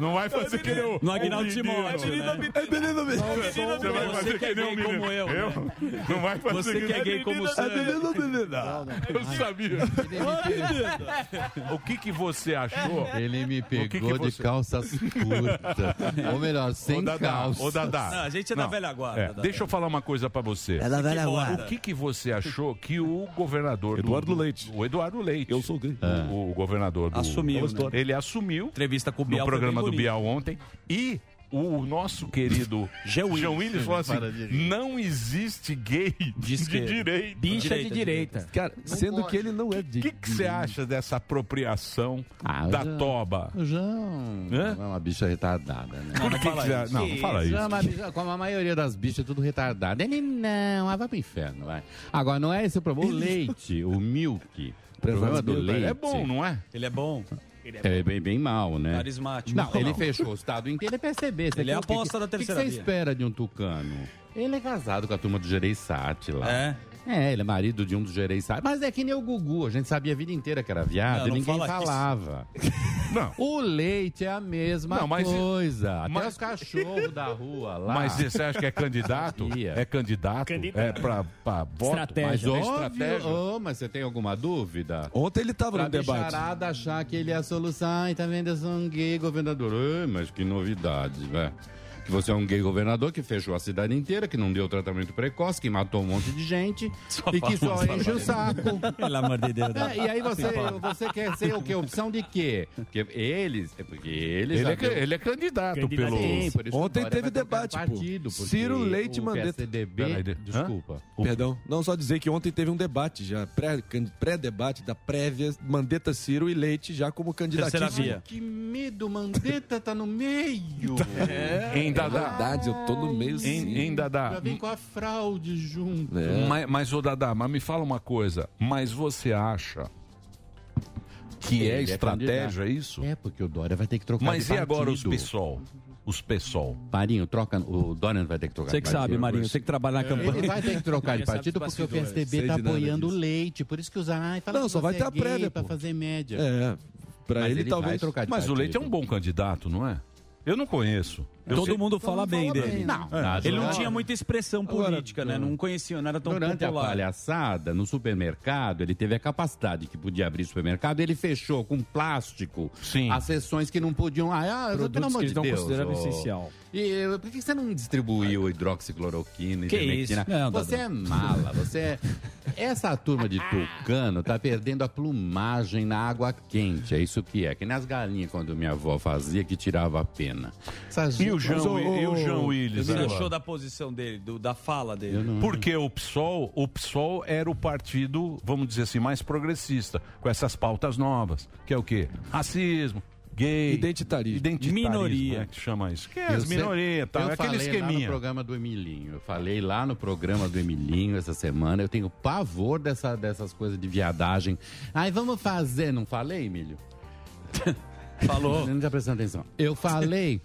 Speaker 5: Não, não vai fazer que nem o.
Speaker 1: No Agnaldo
Speaker 5: o
Speaker 1: Timóteo,
Speaker 5: menino.
Speaker 1: né?
Speaker 5: É menino mesmo.
Speaker 1: É menino
Speaker 5: Você vai fazer
Speaker 1: mesmo. Você que
Speaker 5: que
Speaker 1: é
Speaker 5: nem o
Speaker 1: gay
Speaker 5: menino.
Speaker 1: como eu, né?
Speaker 5: Não vai fazer
Speaker 1: Você que é gay como o
Speaker 5: É
Speaker 1: Sandro.
Speaker 5: menino, menino. Eu sabia. O que, que você achou?
Speaker 17: Ele me pegou
Speaker 5: que que
Speaker 17: de
Speaker 5: você-
Speaker 17: calças curtas. Ou melhor, sem
Speaker 5: Ô, Dadá,
Speaker 17: calças.
Speaker 5: ô, Dadá.
Speaker 1: Não, a gente é da velha guarda, Dadá.
Speaker 5: Deixa eu falar uma coisa pra você.
Speaker 1: É da velha
Speaker 5: Que
Speaker 1: guarda.
Speaker 5: O que, que você achou que o governador... Eduardo Leite. O Eduardo Leite. Eu sou gay. O, o governador do...
Speaker 1: Assumiu, né?
Speaker 5: Ele assumiu.
Speaker 1: Entrevista com o
Speaker 5: No
Speaker 1: Bial foi
Speaker 5: programa
Speaker 1: bem
Speaker 5: do
Speaker 1: bonita.
Speaker 5: Bial ontem. E... o nosso querido Jean Willis, falou assim:
Speaker 18: Para de
Speaker 5: não existe gay de,
Speaker 18: esquerda.
Speaker 5: direita.
Speaker 18: Bicha de Direita, direita. direita. Cara, sendo que ele não é de
Speaker 5: O que que você acha dessa apropriação da toba?
Speaker 17: O João é uma bicha retardada, né?
Speaker 5: Por que que você acha? Não, não fala
Speaker 17: João é uma
Speaker 5: isso.
Speaker 17: bicha- como a maioria das bichas, é tudo retardado. Ele não, ah, vai pro inferno, vai. Agora, não é esse o problema. O leite, o milk, o problema do leite.
Speaker 5: É bom, não é?
Speaker 1: Ele é bom.
Speaker 17: É bem, bem mal, né?
Speaker 1: Carismático.
Speaker 17: Não,
Speaker 1: Não,
Speaker 17: ele
Speaker 1: não.
Speaker 17: fechou o estado inteiro e perceber.
Speaker 1: Ele é a aposta da terceira
Speaker 17: O que você
Speaker 1: via.
Speaker 17: espera de um tucano? Ele é casado com a turma do Gereissati lá.
Speaker 1: É?
Speaker 17: É, ele é marido de um dos Gereissati. Mas é que nem o Gugu, a gente sabia a vida inteira que era viado
Speaker 13: Não,
Speaker 17: e
Speaker 13: não
Speaker 17: ninguém
Speaker 13: fala isso.
Speaker 17: falava.
Speaker 5: Não.
Speaker 17: O leite é a mesma
Speaker 13: Não, mas-
Speaker 17: coisa. Até
Speaker 13: mas-
Speaker 17: os cachorros da rua lá.
Speaker 5: Mas você acha que é candidato? É candidato? É pra, pra voto?
Speaker 17: Mas
Speaker 5: Mas é
Speaker 17: óbvio,
Speaker 5: estratégia?
Speaker 17: oh, mas você tem alguma dúvida?
Speaker 18: Ontem ele tava
Speaker 17: pra
Speaker 18: no debate.
Speaker 17: bicharada achar que ele é a solução e tá vendo eu sou um gay governador. Ê, mas que novidade, velho. Que você é um gay governador que fechou a cidade inteira, que não deu tratamento precoce, que matou um monte de gente e que só um
Speaker 13: falando
Speaker 17: enche o saco.
Speaker 13: Pelo amor de Deus.
Speaker 17: É, e aí você, você quer ser o quê? Opção de quê? Porque eles. é Porque eles
Speaker 5: Ele
Speaker 17: já
Speaker 5: é ca-
Speaker 17: deu-
Speaker 5: ele é candidato pelo-
Speaker 17: Sim, por isso
Speaker 18: Ontem
Speaker 17: agora vai
Speaker 18: teve
Speaker 17: ter um
Speaker 18: debate, pô.
Speaker 17: partido, porque
Speaker 18: Ciro Leite
Speaker 17: o
Speaker 18: Mandetta.
Speaker 17: PSDB
Speaker 18: Peraí, de-
Speaker 17: Desculpa.
Speaker 18: Hã? Perdão. Não, só dizer que ontem teve um debate já, pré- can- pré-debate da prévia, Mandetta Ciro e Leite já como
Speaker 17: Terceira
Speaker 18: candidatíssimo.
Speaker 17: via. Que medo, Mandetta tá no meio.
Speaker 18: É. Em Dadá. É verdade, eu tô no meio, sim. É.
Speaker 5: Em, em Dadá.
Speaker 17: Já vem com a fraude junto.
Speaker 5: Mas, mas, ô Dadá, mas me fala uma coisa. Mas você acha que é
Speaker 17: Ele
Speaker 5: estratégia
Speaker 17: candidato.
Speaker 5: isso?
Speaker 17: É, porque o Dória vai ter que trocar
Speaker 5: Mas
Speaker 17: de
Speaker 5: e agora os
Speaker 17: partido.
Speaker 5: PSOL? Os PSOL.
Speaker 17: Marinho, troca. O Dória não vai ter que trocar É,
Speaker 1: Você que sabe, Marinho, você que trabalha na campanha.
Speaker 17: Ele vai ter que trocar de partido porque o PSDB tá apoiando o leite. Por isso que usar. Ai, fala
Speaker 18: Não,
Speaker 17: que
Speaker 18: só vai
Speaker 17: você
Speaker 18: ter a
Speaker 17: é gay
Speaker 18: prévia,
Speaker 17: Pra
Speaker 18: pô.
Speaker 17: fazer média.
Speaker 18: É, pra
Speaker 17: Mas
Speaker 18: ele,
Speaker 17: ele vai
Speaker 18: talvez.
Speaker 17: trocar de
Speaker 5: Mas o
Speaker 17: partido.
Speaker 5: Leite é um bom candidato, não é? Eu não conheço. Eu
Speaker 1: Todo
Speaker 5: sei-
Speaker 1: mundo fala bem dele.
Speaker 5: Não.
Speaker 1: É. Ele não
Speaker 17: Agora-
Speaker 1: tinha muita expressão política, né? Não conhecia, não era tão
Speaker 17: Durante a
Speaker 1: popular.
Speaker 17: palhaçada, no supermercado, ele teve a capacidade que podia abrir supermercado, ele fechou com plástico as seções que não podiam. Ah, ah,
Speaker 8: Produtos
Speaker 17: pelo amor
Speaker 8: que
Speaker 17: de
Speaker 8: não
Speaker 17: Deus.
Speaker 8: consideram
Speaker 17: ô.
Speaker 8: essencial.
Speaker 17: E eh, por que você não distribuiu hidroxicloroquina e
Speaker 8: Que
Speaker 17: ivermectina?
Speaker 8: isso? Não,
Speaker 17: Você é mala, você é. Essa turma de tucano tá perdendo a plumagem na água quente. É isso que é. Que nem as galinhas quando minha avó fazia que tirava a pena.
Speaker 5: E o Jean, Wi- e o Jean Willis?
Speaker 1: Você
Speaker 5: agora?
Speaker 1: achou da posição dele, do- da fala dele?
Speaker 5: Porque o PSOL, o PSOL era o partido, vamos dizer assim, mais progressista, com essas pautas novas, que é o quê? Racismo, gay, identitarismo,
Speaker 17: Minoria.
Speaker 5: né, que chama isso. Que é
Speaker 17: Eu
Speaker 5: as
Speaker 17: sei-
Speaker 5: minorias, tal,
Speaker 17: eu
Speaker 5: é aquele
Speaker 17: falei Lá no
Speaker 5: esqueminha.
Speaker 17: programa do Emilinho. Eu falei lá no programa do Emilinho essa semana. Eu tenho pavor dessa, dessas coisas de viadagem. Ai, vamos fazer. Não falei, Emílio? Falou. Não tá prestando atenção. Ah. Eu falei.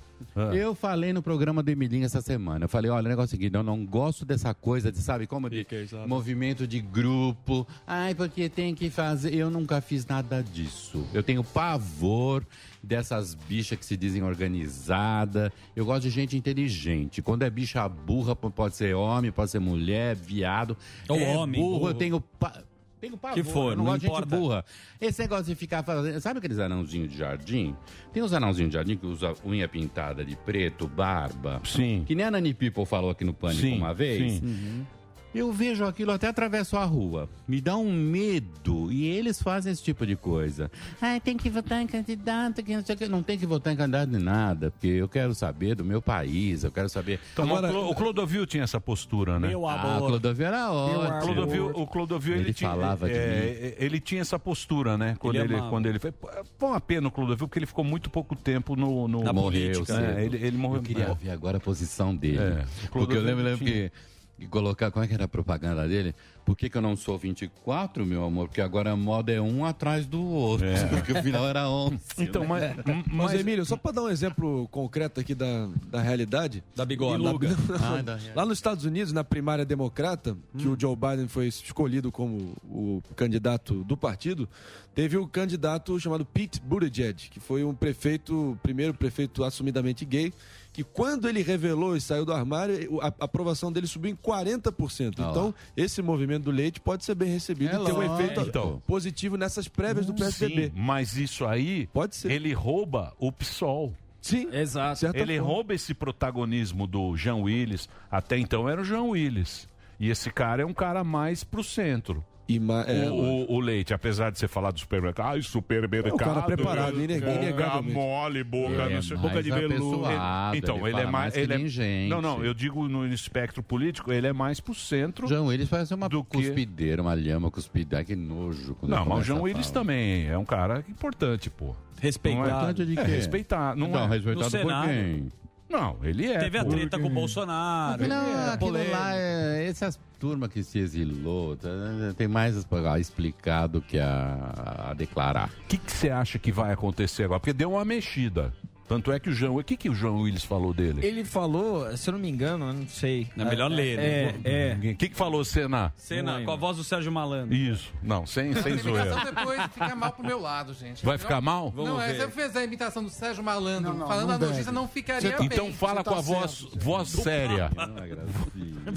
Speaker 17: Eu falei no programa do Emilinho essa semana. Eu falei, olha, o negócio é o seguinte, eu não gosto dessa coisa de, sabe, como de movimento de grupo. Ai, porque tem que fazer. Eu nunca fiz nada disso. Eu tenho pavor dessas bichas que se dizem organizada. Eu gosto de gente inteligente. Quando é bicha burra, p- pode ser homem, pode ser mulher, viado.
Speaker 1: Ou
Speaker 17: é
Speaker 1: homem.
Speaker 17: Burro,
Speaker 1: Burro.
Speaker 17: eu tenho pa- tenho um pavor.
Speaker 1: Que for,
Speaker 17: eu não,
Speaker 1: não
Speaker 17: gosto de gente
Speaker 1: importa.
Speaker 17: burra. Esse negócio de ficar fazendo. Sabe aqueles anãozinhos de jardim? Tem uns anãozinhos de jardim que usa unha pintada de preto, barba.
Speaker 5: Sim.
Speaker 17: Que nem a Nani People falou aqui no Pânico
Speaker 5: Sim,
Speaker 17: uma vez. Uhum.
Speaker 5: sim.
Speaker 17: Eu vejo aquilo até atravesso a rua. Me dá um medo. E eles fazem esse tipo de coisa. Ai, tem que votar em candidato, que não sei o quê. Não tem que votar em candidato de nada, porque eu quero saber do meu país, eu quero saber.
Speaker 5: Então, o Clo- o Clodovil tinha essa postura, né?
Speaker 17: Meu amor. Ah, Clodovil era ótimo.
Speaker 5: O Clodovil, o Clodovil, ele,
Speaker 17: Ele
Speaker 5: tinha,
Speaker 17: falava de
Speaker 5: é, ele tinha essa postura, né? Quando
Speaker 17: Ele
Speaker 5: ele,
Speaker 17: amava.
Speaker 5: quando ele foi, põe uma pena o Clodovil porque ele ficou muito pouco tempo no, no
Speaker 17: Morreu, cedo.
Speaker 5: né? Ele, ele morreu.
Speaker 17: Eu queria ver agora a posição dele.
Speaker 5: É.
Speaker 17: Porque eu lembro, lembro
Speaker 5: Tinha.
Speaker 17: que que colocar, como é que era a propaganda dele? Por que, que eu não sou 24, meu amor? Porque agora a moda é um atrás do outro.
Speaker 5: É.
Speaker 17: Porque o final era 11.
Speaker 18: Então, mas,
Speaker 17: né?
Speaker 18: mas, Emílio, só para dar um exemplo concreto aqui da, da realidade.
Speaker 1: Da bigorna.
Speaker 18: Lá-
Speaker 1: Ah,
Speaker 18: lá-
Speaker 1: da
Speaker 18: Lá nos Estados Unidos, na primária democrata, que o Joe Biden foi escolhido como o candidato do partido, teve o candidato chamado Pete Buttigieg, que foi um prefeito, primeiro prefeito assumidamente gay, que quando ele revelou e saiu do armário, a a aprovação dele subiu em 40%. então, esse movimento do leite pode ser bem recebido
Speaker 5: É
Speaker 18: e ter um
Speaker 5: lógico.
Speaker 18: efeito
Speaker 5: Então.
Speaker 18: positivo nessas prévias do PSDB.
Speaker 5: Sim, mas isso aí,
Speaker 18: Pode ser.
Speaker 5: ele rouba o PSOL.
Speaker 18: Sim,
Speaker 5: exato.
Speaker 18: certa
Speaker 5: Ele
Speaker 18: forma.
Speaker 5: rouba esse protagonismo do Jean Willis. Até então era o Jean Willis. E esse cara é um cara mais pro centro.
Speaker 18: Ima- é,
Speaker 5: o, o- o leite, apesar de você falar do supermercado, ai, supermercado.
Speaker 18: É, o cara preparado, é ine-
Speaker 5: boca
Speaker 4: é
Speaker 18: inegavelmente.
Speaker 5: mole, boca,
Speaker 18: Ele
Speaker 5: não
Speaker 18: é
Speaker 5: sei,
Speaker 18: mais
Speaker 5: boca de veludo.
Speaker 18: apessoado,
Speaker 5: então,
Speaker 18: ele
Speaker 5: ele, é mais.
Speaker 18: fala mais que
Speaker 5: ele é-
Speaker 18: nem gente.
Speaker 5: Não, não, eu digo no espectro político, ele é mais pro centro.
Speaker 17: João, eles fazem uma
Speaker 5: do que...
Speaker 17: Cuspideira, é uma lhama, cuspideira, que nojo. quando
Speaker 5: Não, mas o
Speaker 17: começa
Speaker 5: João
Speaker 17: a
Speaker 5: Willis
Speaker 17: falar.
Speaker 5: também é um cara importante, pô.
Speaker 17: Importante de
Speaker 5: Não é,
Speaker 17: quê?
Speaker 5: é respeitado. Não,
Speaker 17: Então,
Speaker 5: é.
Speaker 17: respeitado
Speaker 5: No
Speaker 17: por
Speaker 5: Senado.
Speaker 17: quem?
Speaker 5: Não, ele é.
Speaker 1: Teve a
Speaker 5: pô.
Speaker 1: treta com o Bolsonaro.
Speaker 5: É
Speaker 1: é.
Speaker 17: Não, aquilo
Speaker 1: polêmica.
Speaker 17: lá é. Essas turmas que se exilou, tá, tem mais a explicar do que a, a declarar.
Speaker 5: O que que você acha que vai acontecer agora? Porque deu uma mexida. Tanto é que o João. O que, que o João Willis falou dele?
Speaker 4: Ele falou, se eu não me engano, eu não sei.
Speaker 5: É melhor
Speaker 4: É,
Speaker 5: ler, né?
Speaker 4: é.
Speaker 5: O que, que falou, Senna?
Speaker 1: Cena, com a voz do Sérgio Malandro.
Speaker 5: Isso. Não, sem, sem
Speaker 19: É.
Speaker 5: zoeira.
Speaker 8: imitação depois fica mal pro meu lado, gente.
Speaker 5: Vai ficar mal?
Speaker 8: não, é, se eu fizer a imitação do Sérgio Malandro
Speaker 5: não,
Speaker 8: falando
Speaker 5: não
Speaker 8: a
Speaker 5: deve.
Speaker 8: notícia, não tá ficaria
Speaker 19: tá
Speaker 8: bem.
Speaker 5: Então fala com a voz, voz séria.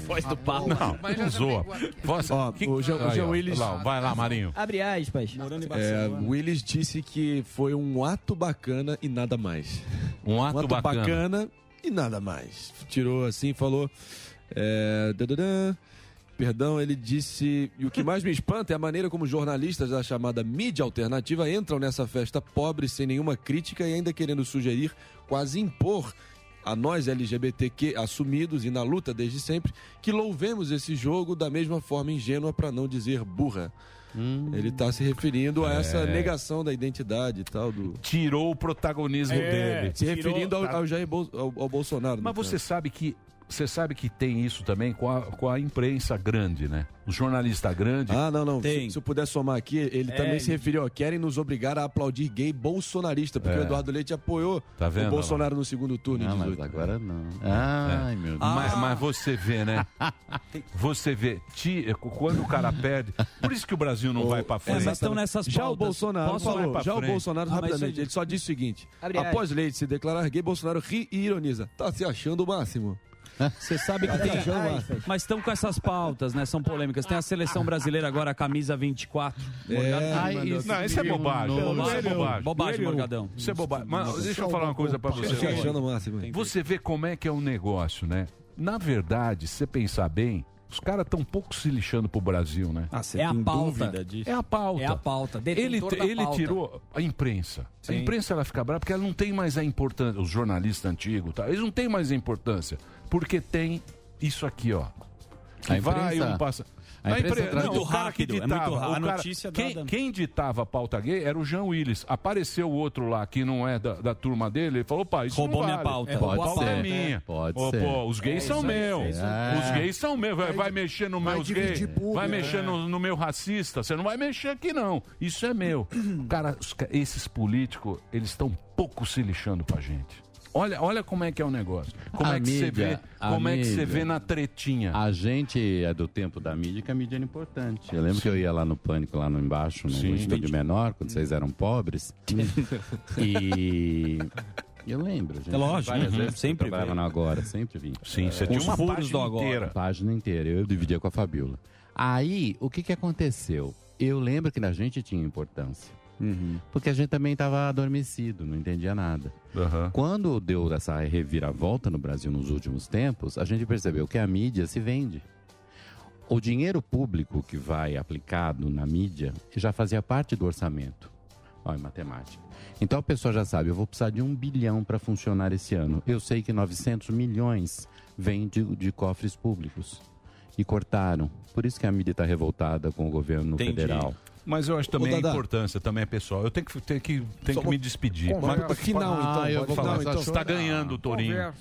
Speaker 1: voz do
Speaker 5: papo. Não, zoa. Voz... que-
Speaker 18: o Jean- o
Speaker 5: Aí,
Speaker 18: Jean
Speaker 5: ó.
Speaker 18: Willis-
Speaker 5: Lá, vai lá, Marinho.
Speaker 4: Abre aspas.
Speaker 1: Morando em
Speaker 18: É, Willis disse que foi um ato bacana e nada mais.
Speaker 5: Um
Speaker 18: ato,
Speaker 5: bacana.
Speaker 18: e nada mais. Tirou assim e falou. é, dadadã. Perdão, ele disse. E o que mais me espanta é a maneira como jornalistas da chamada mídia alternativa entram nessa festa pobre, sem nenhuma crítica e ainda querendo sugerir, quase impor a nós LGBTQ assumidos e na luta desde sempre, que louvemos esse jogo da mesma forma ingênua para não dizer burra. Ele está se referindo a essa
Speaker 5: É.
Speaker 18: negação da identidade e tal do
Speaker 5: Tirou o protagonismo
Speaker 18: É,
Speaker 5: dele.
Speaker 18: se referindo ao- ao Jair Bolsonaro.
Speaker 5: Mas você sabe que você sabe que tem isso também com a, com a imprensa grande, né? O jornalista grande.
Speaker 18: Ah, não, não. Se, se eu puder somar aqui, ele
Speaker 5: É,
Speaker 18: também
Speaker 5: ele-
Speaker 18: se referiu, ó, querem nos obrigar a aplaudir gay bolsonarista, porque
Speaker 5: É.
Speaker 18: o Eduardo Leite apoiou
Speaker 5: Tá vendo,
Speaker 18: o Bolsonaro no segundo turno.
Speaker 17: Não,
Speaker 18: em
Speaker 17: mas
Speaker 18: 18.
Speaker 17: agora não. Ai,
Speaker 5: É.
Speaker 17: meu Deus.
Speaker 18: Ah.
Speaker 5: Mas, mas você vê, né? Você vê, ti- eh, quando o cara perde, por isso que o Brasil não vai pra frente.
Speaker 18: já o Bolsonaro
Speaker 5: Posso
Speaker 18: falou,
Speaker 5: falar pra
Speaker 18: já o
Speaker 5: frente?
Speaker 18: Bolsonaro
Speaker 5: Ah, mas
Speaker 18: rapidamente,
Speaker 5: isso aí-
Speaker 18: ele só disse o seguinte:
Speaker 5: Abre aspas.
Speaker 18: após Leite se declarar gay, Bolsonaro ri e ironiza. Tá se achando o máximo.
Speaker 1: Você sabe
Speaker 17: Tá
Speaker 1: que tem. Mas estão com essas pautas, né? São polêmicas. Tem a seleção brasileira agora, a camisa 24.
Speaker 5: É,
Speaker 1: tá Ah,
Speaker 5: Ai, isso- não, isso é bobagem. Isso é bobagem.
Speaker 1: Bobagem,
Speaker 5: Ele-
Speaker 1: Morgadão.
Speaker 5: Isso é bobagem. Mas deixa eu falar uma coisa pra você.
Speaker 18: Tá se achando o máximo.
Speaker 5: Você vê como é que é um negócio, né? Na verdade, se você pensar bem, os caras estão um pouco se lixando pro Brasil, né?
Speaker 1: Ah,
Speaker 4: É a pauta.
Speaker 5: É a pauta.
Speaker 4: É a pauta.
Speaker 5: Ele,
Speaker 4: Detentor da
Speaker 5: ele
Speaker 4: pauta.
Speaker 5: tirou a imprensa. A
Speaker 4: Sim.
Speaker 5: imprensa ela fica brava porque ela não tem mais a importância. Os jornalistas antigos, tá? eles não têm mais a importância. Porque tem isso aqui, ó. Que
Speaker 17: A
Speaker 5: vai
Speaker 17: imprensa-
Speaker 5: um passa.
Speaker 17: a imprensa traz-
Speaker 5: não,
Speaker 17: Muito
Speaker 5: o cara que
Speaker 17: rápido, é
Speaker 5: ditava,
Speaker 17: muito rápido.
Speaker 5: o
Speaker 17: A
Speaker 5: cara-
Speaker 17: notícia
Speaker 5: quem,
Speaker 17: dada-
Speaker 5: quem ditava a pauta gay era o Jean Willis. Apareceu o outro lá que não é da, da turma dele, ele falou: pá, isso
Speaker 1: Roubou
Speaker 5: não
Speaker 1: minha
Speaker 5: vale.
Speaker 1: pauta.
Speaker 5: É,
Speaker 1: Pode
Speaker 5: roubou a pauta
Speaker 1: ser.
Speaker 5: minha.
Speaker 1: Pode
Speaker 5: Ô,
Speaker 1: ser.
Speaker 5: pô, os gays
Speaker 1: É,
Speaker 5: são
Speaker 1: isso aí,
Speaker 5: meus.
Speaker 1: isso aí.
Speaker 5: Os
Speaker 1: É.
Speaker 5: gays são meus. Vai, vai mexer no meus gays. Vai mexer no, no meu racista. Você não vai mexer aqui, não. Isso é meu. Cara, os ca- esses políticos, eles estão pouco se lixando pra gente. Olha, olha como é que é o negócio. Como
Speaker 17: A
Speaker 5: é que você vê,
Speaker 17: mídia, a
Speaker 5: como é que você
Speaker 17: mídia.
Speaker 5: vê na tretinha.
Speaker 17: A gente é do tempo da mídia, que a mídia era importante. Eu lembro que eu ia lá no Pânico, lá no embaixo, no
Speaker 5: Sim.
Speaker 17: estúdio menor, quando vocês eram pobres. e... Eu lembro, gente.
Speaker 1: É lógico,
Speaker 17: Várias
Speaker 1: uhum,
Speaker 17: vezes que eu
Speaker 1: sempre
Speaker 17: trabalhava
Speaker 1: vem.
Speaker 17: no Agora, assim. sempre vim. É.
Speaker 5: Sim, você tinha uma página inteira.
Speaker 17: Página inteira, eu dividia com a Fabiola. Aí, o que que aconteceu? Eu lembro que na gente tinha importância. Porque a gente também estava adormecido, não entendia nada. Quando deu essa reviravolta no Brasil nos últimos tempos, a gente percebeu que a mídia se vende. O dinheiro público que vai aplicado na mídia já fazia parte do orçamento. Olha, matemática. Então a pessoa já sabe, eu vou precisar de um bilhão para funcionar esse ano. Eu sei que 900 milhões vêm de, de cofres públicos. E cortaram. Por isso que a mídia está revoltada com o governo federal.
Speaker 5: Mas eu acho também
Speaker 17: Ô,
Speaker 5: a
Speaker 17: Dadá.
Speaker 5: importância, também é pessoal. Eu tenho que, tenho que, tenho
Speaker 17: Só
Speaker 5: que
Speaker 17: uma
Speaker 5: me despedir.
Speaker 17: conversa,
Speaker 5: Mas-
Speaker 17: final, então,
Speaker 5: Ah, eu
Speaker 17: pode
Speaker 5: vou
Speaker 17: falar.
Speaker 5: falar.
Speaker 17: Então,
Speaker 5: Você está
Speaker 17: chorar.
Speaker 5: ganhando, Torinho.
Speaker 18: Conversa.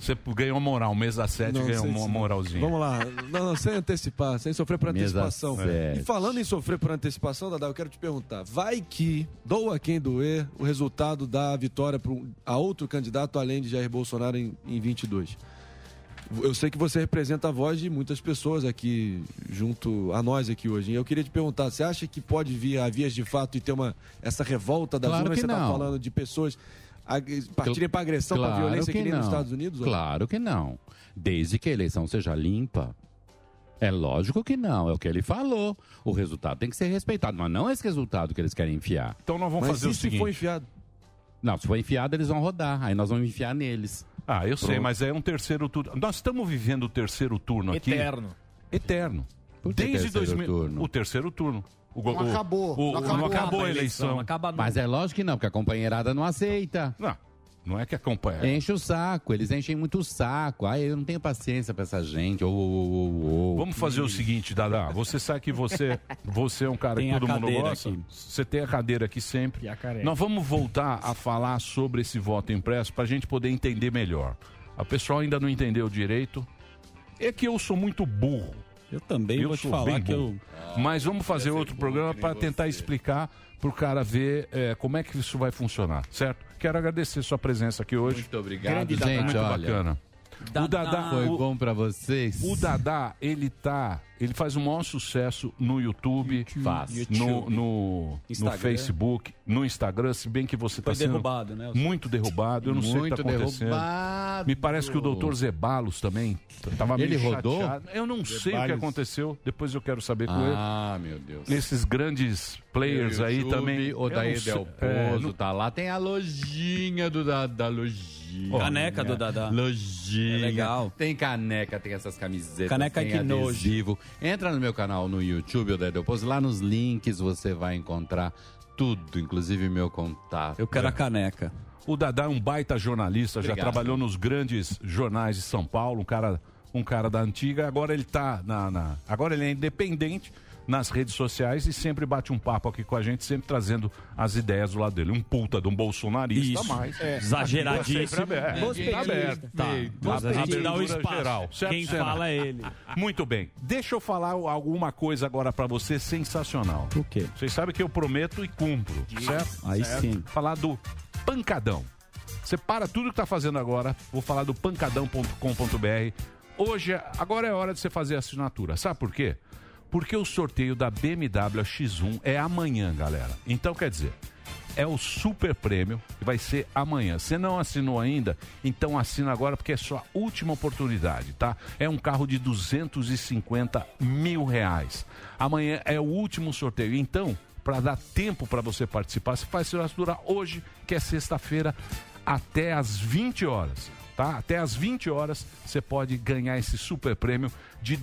Speaker 5: Você ganhou moral. Mês a
Speaker 17: É
Speaker 5: sete
Speaker 18: Não,
Speaker 5: ganhou
Speaker 18: sem-
Speaker 5: uma moralzinha.
Speaker 18: Vamos lá, não, não, sem antecipar, sem sofrer por
Speaker 5: Mesa
Speaker 18: antecipação.
Speaker 5: sete.
Speaker 18: E falando em sofrer por antecipação, Dadá, eu quero te perguntar: vai que, doa quem doer, o resultado da vitória pra um- a outro candidato além de Jair Bolsonaro em, em 22? Eu sei que você representa a voz de muitas pessoas aqui, junto a nós aqui hoje. E eu queria te perguntar: você acha que pode vir a vias de fato e ter uma, essa revolta das
Speaker 17: Claro
Speaker 18: urnas?
Speaker 17: que
Speaker 18: Você está
Speaker 17: não.
Speaker 18: falando de pessoas ag- partirem para agressão, para violência que, nem nos
Speaker 17: Então, não.
Speaker 18: Estados Unidos? ó?
Speaker 17: Claro que não. Desde que a eleição seja limpa. É lógico que não, é o que ele falou. O resultado tem que ser respeitado, mas não esse resultado que eles querem enfiar.
Speaker 5: Então nós vamos Mas fazer o e se seguinte. for
Speaker 18: enfiado?
Speaker 17: Não, se for enfiado, eles vão rodar. Aí nós vamos enfiar neles.
Speaker 5: Ah, eu sei,
Speaker 17: Pronto.
Speaker 5: mas é um terceiro turno. Nós estamos vivendo o terceiro turno aqui.
Speaker 17: Eterno.
Speaker 5: Eterno.
Speaker 13: Por que
Speaker 5: Desde
Speaker 13: terceiro
Speaker 5: 2000.
Speaker 13: turno?
Speaker 5: O terceiro turno. O, go-
Speaker 13: Não
Speaker 5: o-
Speaker 13: acabou.
Speaker 5: o- não
Speaker 13: Não acabou
Speaker 5: acabou a
Speaker 13: a eleição,
Speaker 5: eleição.
Speaker 13: não acaba nunca. Mas é lógico que não, porque a companheirada não aceita.
Speaker 5: Não, não é que acompanha.
Speaker 13: Enche o saco, eles enchem muito o saco. Ai, eu não tenho paciência pra essa gente. Ou, ou, ou, ou.
Speaker 5: Vamos fazer o seguinte, Dada. Você sabe que você, você é um cara
Speaker 13: Tem
Speaker 5: que
Speaker 13: a
Speaker 5: todo mundo
Speaker 13: cadeira
Speaker 5: gosta.
Speaker 13: aqui.
Speaker 5: Você tem a cadeira aqui sempre.
Speaker 13: careca.
Speaker 5: Nós vamos voltar a falar sobre esse voto impresso para a gente poder entender melhor. A pessoa ainda não entendeu direito. É que eu sou muito burro.
Speaker 1: Eu também vou te
Speaker 5: sou
Speaker 1: falar
Speaker 5: bem
Speaker 1: que
Speaker 5: burro.
Speaker 1: eu-
Speaker 5: Mas vamos fazer outro programa para tentar explicar para o cara ver eh, como é que isso vai funcionar, certo? Quero agradecer sua presença aqui hoje. Muito
Speaker 13: Obrigado, gente.
Speaker 5: Muito
Speaker 13: olha,
Speaker 5: bacana. o Dadá
Speaker 13: foi
Speaker 5: o-
Speaker 13: bom pra vocês.
Speaker 5: o Dadá, ele tá. Ele faz o maior sucesso no YouTube,
Speaker 13: Faz.
Speaker 5: No,
Speaker 13: hum,
Speaker 5: no,
Speaker 13: YouTube.
Speaker 5: no
Speaker 13: Instagram.
Speaker 5: Facebook, no Instagram, se bem que você está
Speaker 1: Foi
Speaker 5: tá sendo
Speaker 1: derrubado, né, Oscar?
Speaker 5: muito derrubado. Eu não sei o que está
Speaker 13: Muito
Speaker 5: acontecendo.
Speaker 13: derrubado.
Speaker 5: Me parece que o doutor Zebalos também estava meio
Speaker 13: Ele rodou?
Speaker 5: chateado. Eu não sei o que
Speaker 13: Zeballos.
Speaker 5: aconteceu. Depois eu quero saber com ele.
Speaker 13: Ah, meu Deus.
Speaker 5: Nesses grandes players aí
Speaker 13: YouTube,
Speaker 5: também.
Speaker 13: O Daí
Speaker 5: Eu não
Speaker 13: Del
Speaker 5: sei-
Speaker 13: Pozo
Speaker 5: é, não-
Speaker 13: tá lá. Tem a lojinha do Dadá, lojinha.
Speaker 1: Caneca do Dadá.
Speaker 13: Lojinha.
Speaker 1: É legal.
Speaker 13: Tem caneca, tem essas camisetas.
Speaker 1: Caneca
Speaker 13: tem
Speaker 1: que nojo.
Speaker 13: adesivo. Entra no meu canal no YouTube, o Daí Del Pozo. Lá nos links você vai encontrar tudo, inclusive meu contato. Eu
Speaker 1: quero a caneca.
Speaker 5: O Dadá é um baita jornalista, já
Speaker 13: Obrigado.
Speaker 5: trabalhou nos grandes jornais de São Paulo, um cara, um cara da antiga. Agora ele tá na, na- agora ele é independente nas redes sociais e sempre bate um papo aqui com a gente, sempre trazendo as ideias do lado dele. Um puta de um bolsonarista
Speaker 1: Isso.
Speaker 5: mais.
Speaker 1: É. Exageradíssimo.
Speaker 5: Sempre aberto.
Speaker 1: Ninguém
Speaker 5: Tá aberto.
Speaker 1: tá. Mas a gente dá o
Speaker 5: Abertura
Speaker 1: espaço.
Speaker 5: Certo,
Speaker 1: Quem
Speaker 5: Senna?
Speaker 1: fala é ele.
Speaker 5: Muito bem. Deixa eu falar alguma coisa agora pra você sensacional.
Speaker 1: O quê?
Speaker 5: Vocês sabem que eu prometo e cumpro, certo?
Speaker 1: Aí
Speaker 5: Certo?
Speaker 1: sim.
Speaker 5: Falar do Pancadão. Você para tudo que tá fazendo agora, vou falar do pancadão.com.br. Hoje, é- agora é hora de você fazer a assinatura. Sabe por quê? Porque o sorteio da BMW X1 é amanhã, galera. Então, quer dizer, é o super prêmio que vai ser amanhã. Você não assinou ainda? Então assina agora porque é sua última oportunidade, tá? É um carro de 250 mil reais. Amanhã é o último sorteio. Então, para dar tempo para você participar, você faz sua assinatura hoje, que é sexta-feira, até às 20 horas. Tá? Até às 20 horas você pode ganhar esse super prêmio de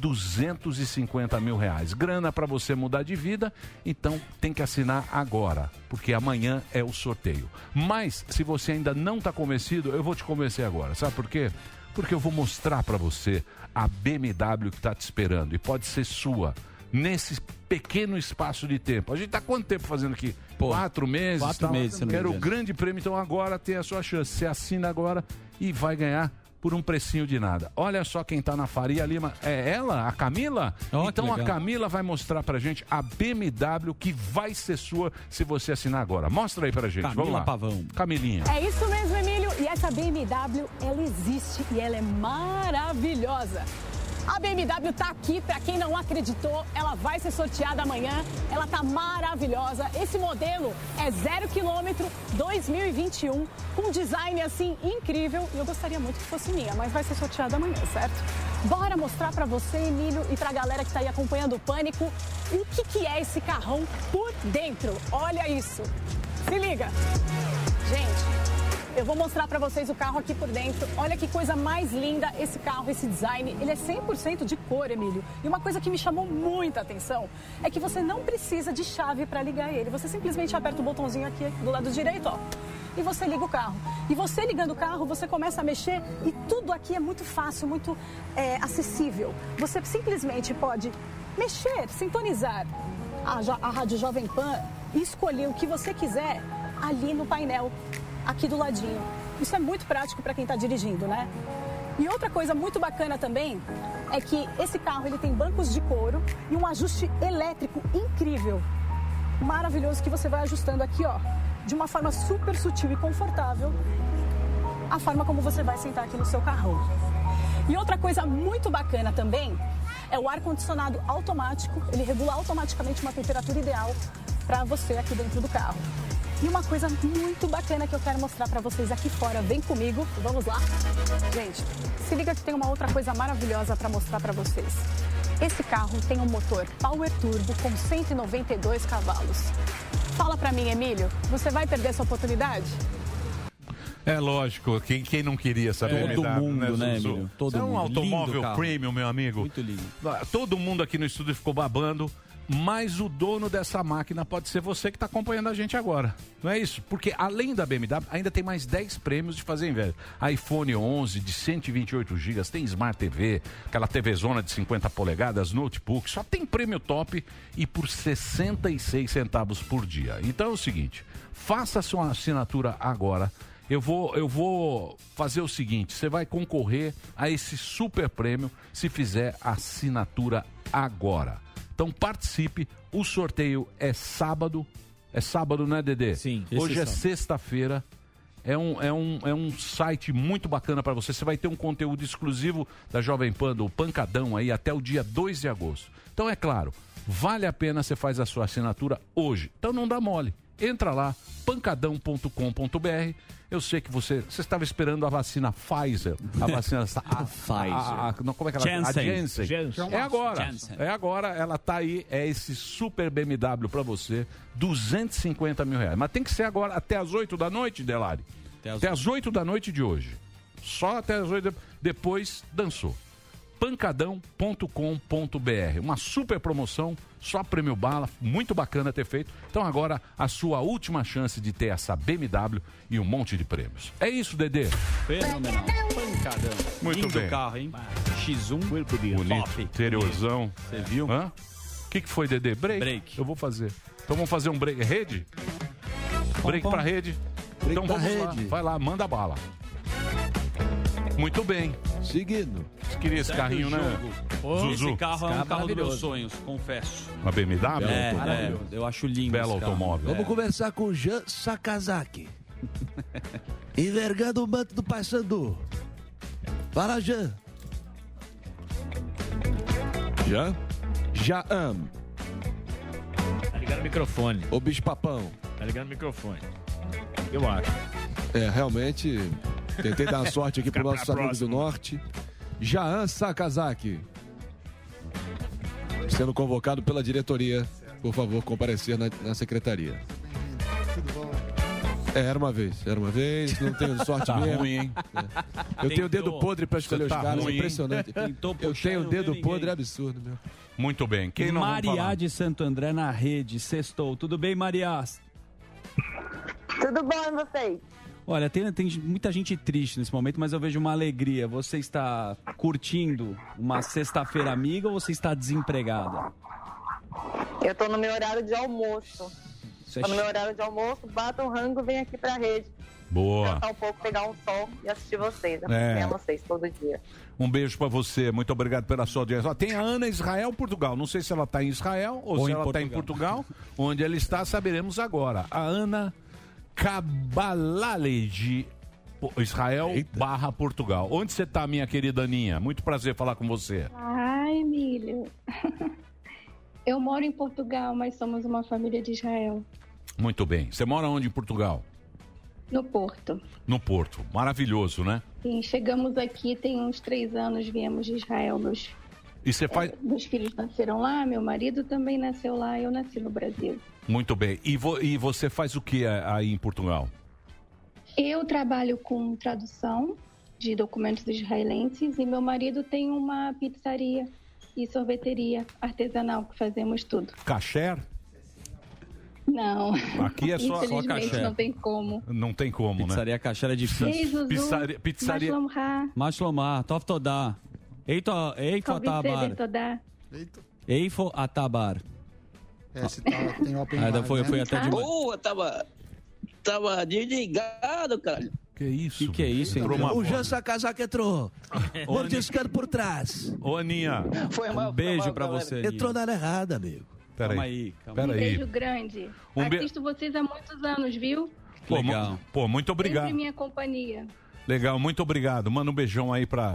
Speaker 5: 250 mil reais. Grana para você mudar de vida, então tem que assinar agora, porque amanhã é o sorteio. Mas se você ainda não está convencido, eu vou te convencer agora. Sabe por quê? Porque eu vou mostrar para você a BMW que está te esperando e pode ser sua nesse pequeno espaço de tempo. A gente está quanto tempo fazendo aqui? quatro meses.
Speaker 1: quatro meses, se não me
Speaker 5: Quero
Speaker 1: engano.
Speaker 5: grande prêmio, então agora tem a sua chance. Você assina agora e vai ganhar por um precinho de nada. Olha só quem tá na Faria Lima. É ela? A Camila? então a
Speaker 1: legal.
Speaker 5: Camila vai mostrar pra gente a BMW que vai ser sua se você assinar agora. Mostra aí pra gente. Vamos
Speaker 1: Camila
Speaker 5: lá.
Speaker 1: Pavão.
Speaker 5: Camilinha.
Speaker 19: É isso mesmo, Emílio. E essa BMW, ela existe e ela é maravilhosa. A BMW tá aqui, para quem não acreditou, ela vai ser sorteada amanhã. Ela tá maravilhosa. Esse modelo é zero quilômetro 2021, com um design assim incrível. E eu gostaria muito que fosse minha, mas vai ser sorteada amanhã, certo? Bora mostrar para você, Emílio, e pra galera que tá aí acompanhando o pânico, o que, que é esse carrão por dentro. Olha isso. Se liga. Gente, eu vou mostrar pra vocês o carro aqui por dentro. Olha que coisa mais linda esse carro, esse design. Ele é 100% de cor, Emílio. E uma coisa que me chamou muita atenção é que você não precisa de chave pra ligar ele. Você simplesmente aperta o botãozinho aqui do lado direito, ó. E você liga o carro. E você ligando o carro, você começa a mexer e tudo aqui é muito fácil, muito é, acessível. Você simplesmente pode mexer, sintonizar a, jo- a Rádio Jovem Pan e escolher o que você quiser ali no painel, aqui do ladinho. Isso é muito prático para quem está dirigindo, né? E outra coisa muito bacana também é que esse carro ele tem bancos de couro e um ajuste elétrico incrível, maravilhoso que você vai ajustando aqui, ó, de uma forma super sutil e confortável, a forma como você vai sentar aqui no seu carrão. E outra coisa muito bacana também é o ar condicionado automático. Ele regula automaticamente uma temperatura ideal para você aqui dentro do carro. E uma coisa muito bacana que eu quero mostrar para vocês aqui fora. Vem comigo, vamos lá. Gente, se liga que tem uma outra coisa maravilhosa para mostrar para vocês. Esse carro tem um motor Power Turbo com 192 cavalos. Fala para mim, Emílio, você vai perder essa oportunidade?
Speaker 5: É lógico, quem, quem não queria essa
Speaker 17: É, todo
Speaker 5: BMW?
Speaker 17: mundo, né,
Speaker 5: Zuzu?
Speaker 17: Emílio? Todo
Speaker 5: é um
Speaker 17: mundo.
Speaker 5: automóvel
Speaker 17: Lindo carro.
Speaker 5: premium, meu amigo. Muito lindo. Ah, Todo mundo aqui no estúdio ficou babando, mas o dono dessa máquina pode ser você que está acompanhando a gente agora. Não é isso? Porque além da BMW, ainda tem mais 10 prêmios de fazer inveja. iPhone 11 de 128 GB, tem Smart TV, aquela TV zona de 50 polegadas, notebook, só tem prêmio top e por 66 centavos por dia. Então é o seguinte, faça sua assinatura agora. Eu vou, eu vou fazer o seguinte: você vai concorrer a esse super prêmio se fizer a assinatura agora. Então participe, o sorteio é sábado. É sábado, né, Dedê? Sim.
Speaker 17: esse
Speaker 5: Hoje é
Speaker 17: sábado.
Speaker 5: sexta-feira. É um, é, um, é um site muito bacana para você. Você vai ter um conteúdo exclusivo da Jovem Pan, do Pancadão, aí até o dia 2 de agosto. Então, é claro, vale a pena você faz a sua assinatura hoje. Então, não dá mole. Entra lá, pancadão.com.br. Eu sei que você, você estava esperando a vacina Pfizer. A vacina. A, Pfizer. não, como é que ela
Speaker 17: Janssen.
Speaker 5: A Janssen.
Speaker 17: Janssen.
Speaker 5: É agora.
Speaker 17: Janssen.
Speaker 5: É agora, ela tá aí, é esse super BMW pra você, 250 mil reais. Mas tem que ser agora, até as 8 da noite, Delari. Até as, 8 da noite de hoje. Só até as 8 da... Depois, dançou. pancadão.com.br. Uma super promoção, só prêmio bala, muito bacana ter feito. Então agora, a sua última chance de ter essa BMW e um monte de prêmios. É isso, Dedê.
Speaker 1: Fenomenal. Pancadão.
Speaker 5: Muito
Speaker 1: Lindo
Speaker 5: bem.
Speaker 1: carro, hein? X1.
Speaker 5: Bonito,
Speaker 1: Top.
Speaker 5: interiorzão. Você viu? O que, que foi, Dedê? Break? Eu vou fazer. Então vamos fazer um break. Rede? Break
Speaker 17: pom.
Speaker 5: pra rede?
Speaker 17: Break
Speaker 5: então
Speaker 17: pra
Speaker 5: vamos
Speaker 17: rede.
Speaker 5: lá. Vai lá, manda bala. Muito bem. Seguindo. Você queria esse
Speaker 1: Segue
Speaker 5: carrinho,
Speaker 1: o
Speaker 5: né?
Speaker 1: jogo. Esse carro é um carro dos meus
Speaker 5: maravilhoso.
Speaker 1: sonhos, confesso.
Speaker 5: Uma BMW?
Speaker 1: É, é,
Speaker 5: Automóvel.
Speaker 1: eu acho lindo.
Speaker 5: Belo
Speaker 1: esse carro.
Speaker 5: automóvel.
Speaker 1: É.
Speaker 5: Vamos
Speaker 18: conversar com o Jean Sakazaki. Envergando o manto do Paysandu. Fala, Jean. Jean? Já amo.
Speaker 20: Tá ligado o microfone.
Speaker 18: Ô, bicho papão.
Speaker 20: Tá ligado o microfone.
Speaker 1: Tá
Speaker 20: Eu acho.
Speaker 18: É, realmente, tentei dar uma sorte aqui
Speaker 20: Fica
Speaker 18: pro
Speaker 20: pra
Speaker 18: nosso amigos do
Speaker 20: próxima.
Speaker 18: Norte. Jaan Sakazaki. Sendo convocado pela diretoria, por favor, comparecer na, na secretaria. É, era uma vez, era uma vez, não tenho sorte
Speaker 5: Tá
Speaker 18: mesmo.
Speaker 5: ruim, hein?
Speaker 18: É. Eu tenho o dedo
Speaker 1: um
Speaker 5: Tentou.
Speaker 18: podre pra escolher
Speaker 5: Você
Speaker 18: os
Speaker 5: tá
Speaker 18: caras,
Speaker 5: ruim, hein?
Speaker 18: impressionante.
Speaker 5: Tentou
Speaker 18: eu
Speaker 5: puxar,
Speaker 18: tenho o
Speaker 5: não viu
Speaker 18: dedo
Speaker 5: ninguém.
Speaker 18: podre, é absurdo, meu.
Speaker 5: Muito bem. Quem não vamos
Speaker 1: Maria
Speaker 5: falar?
Speaker 1: de Santo André na rede, sextou. Tudo bem, Maria?
Speaker 21: Tudo bom e vocês?
Speaker 1: Olha, tem, tem muita gente triste nesse momento, mas eu vejo uma alegria. Você está curtindo uma sexta-feira amiga ou você está desempregada?
Speaker 21: Eu tô no meu horário de almoço.
Speaker 1: Isso é
Speaker 21: tô no meu
Speaker 1: chi-
Speaker 21: horário de almoço, bato um rango, venho aqui pra rede.
Speaker 5: Boa.
Speaker 21: Cantar um pouco, pegar um sol e assistir vocês. né?
Speaker 5: É.
Speaker 21: Acompanhar vocês todo dia.
Speaker 5: Um beijo pra você. Muito obrigado pela sua audiência. Ó, Tem a Ana Israel Portugal. Não sei se ela tá em Israel ou,
Speaker 17: Ou
Speaker 5: se
Speaker 17: em
Speaker 5: ela tá em Portugal. Onde ela está, saberemos agora. A Ana Cabalale de Po- Israel barra Portugal. Onde você tá, minha querida Aninha? Muito prazer falar com você.
Speaker 22: Ai, Emílio. Eu moro em Portugal, mas somos uma família de Israel,
Speaker 5: Muito bem. Você mora onde em Portugal?
Speaker 22: no Porto.
Speaker 5: No Porto. Maravilhoso, né?
Speaker 22: Sim, chegamos aqui tem uns três anos, viemos de Israel. Meus,
Speaker 5: E você faz.
Speaker 22: meus filhos nasceram lá, meu marido também nasceu lá, eu nasci no Brasil.
Speaker 5: Muito bem. E, vo- e você faz o que eh, aí em Portugal?
Speaker 22: Eu trabalho com tradução de documentos israelenses e meu marido tem uma pizzaria e sorveteria artesanal que fazemos tudo.
Speaker 5: Caché?
Speaker 22: Não.
Speaker 5: Aqui é só- só
Speaker 22: Infelizmente,
Speaker 5: caché.
Speaker 22: não tem como.
Speaker 5: Não tem como,
Speaker 1: Pizzaria né? Caixeira é
Speaker 22: Ei,
Speaker 1: difícil.
Speaker 22: Zuzu,
Speaker 5: Pizzaria- pizzaria-
Speaker 22: Mashlom Ha,
Speaker 1: Machlomar, Tof Todá. Eito, eito
Speaker 22: Covid
Speaker 1: Atabar.
Speaker 22: Seder Todá.
Speaker 1: Eifo Atabar.
Speaker 9: Esse tá, tem open
Speaker 1: Ainda
Speaker 9: bar,
Speaker 1: foi-
Speaker 9: né?
Speaker 1: foi até demais.
Speaker 23: Boa, tava. Tava desligado, cara.
Speaker 5: Que isso?
Speaker 1: Que que é isso, hein?
Speaker 13: O
Speaker 18: Jean Sakazaki entrou. Mordiscando por trás.
Speaker 5: Ô, Aninha.
Speaker 18: Um
Speaker 23: Foi
Speaker 5: mal, Um beijo pra você, Aninha.
Speaker 18: Entrou na área errada, amigo.
Speaker 5: Peraí.
Speaker 18: Calma
Speaker 1: aí,
Speaker 22: Um
Speaker 5: Peraí.
Speaker 22: beijo grande.
Speaker 5: Um be-
Speaker 22: Assisto vocês há muitos anos, viu?
Speaker 5: Pô, mu- pô, muito obrigado.
Speaker 22: Sempre minha companhia.
Speaker 5: Legal, muito obrigado. Manda um beijão aí pra,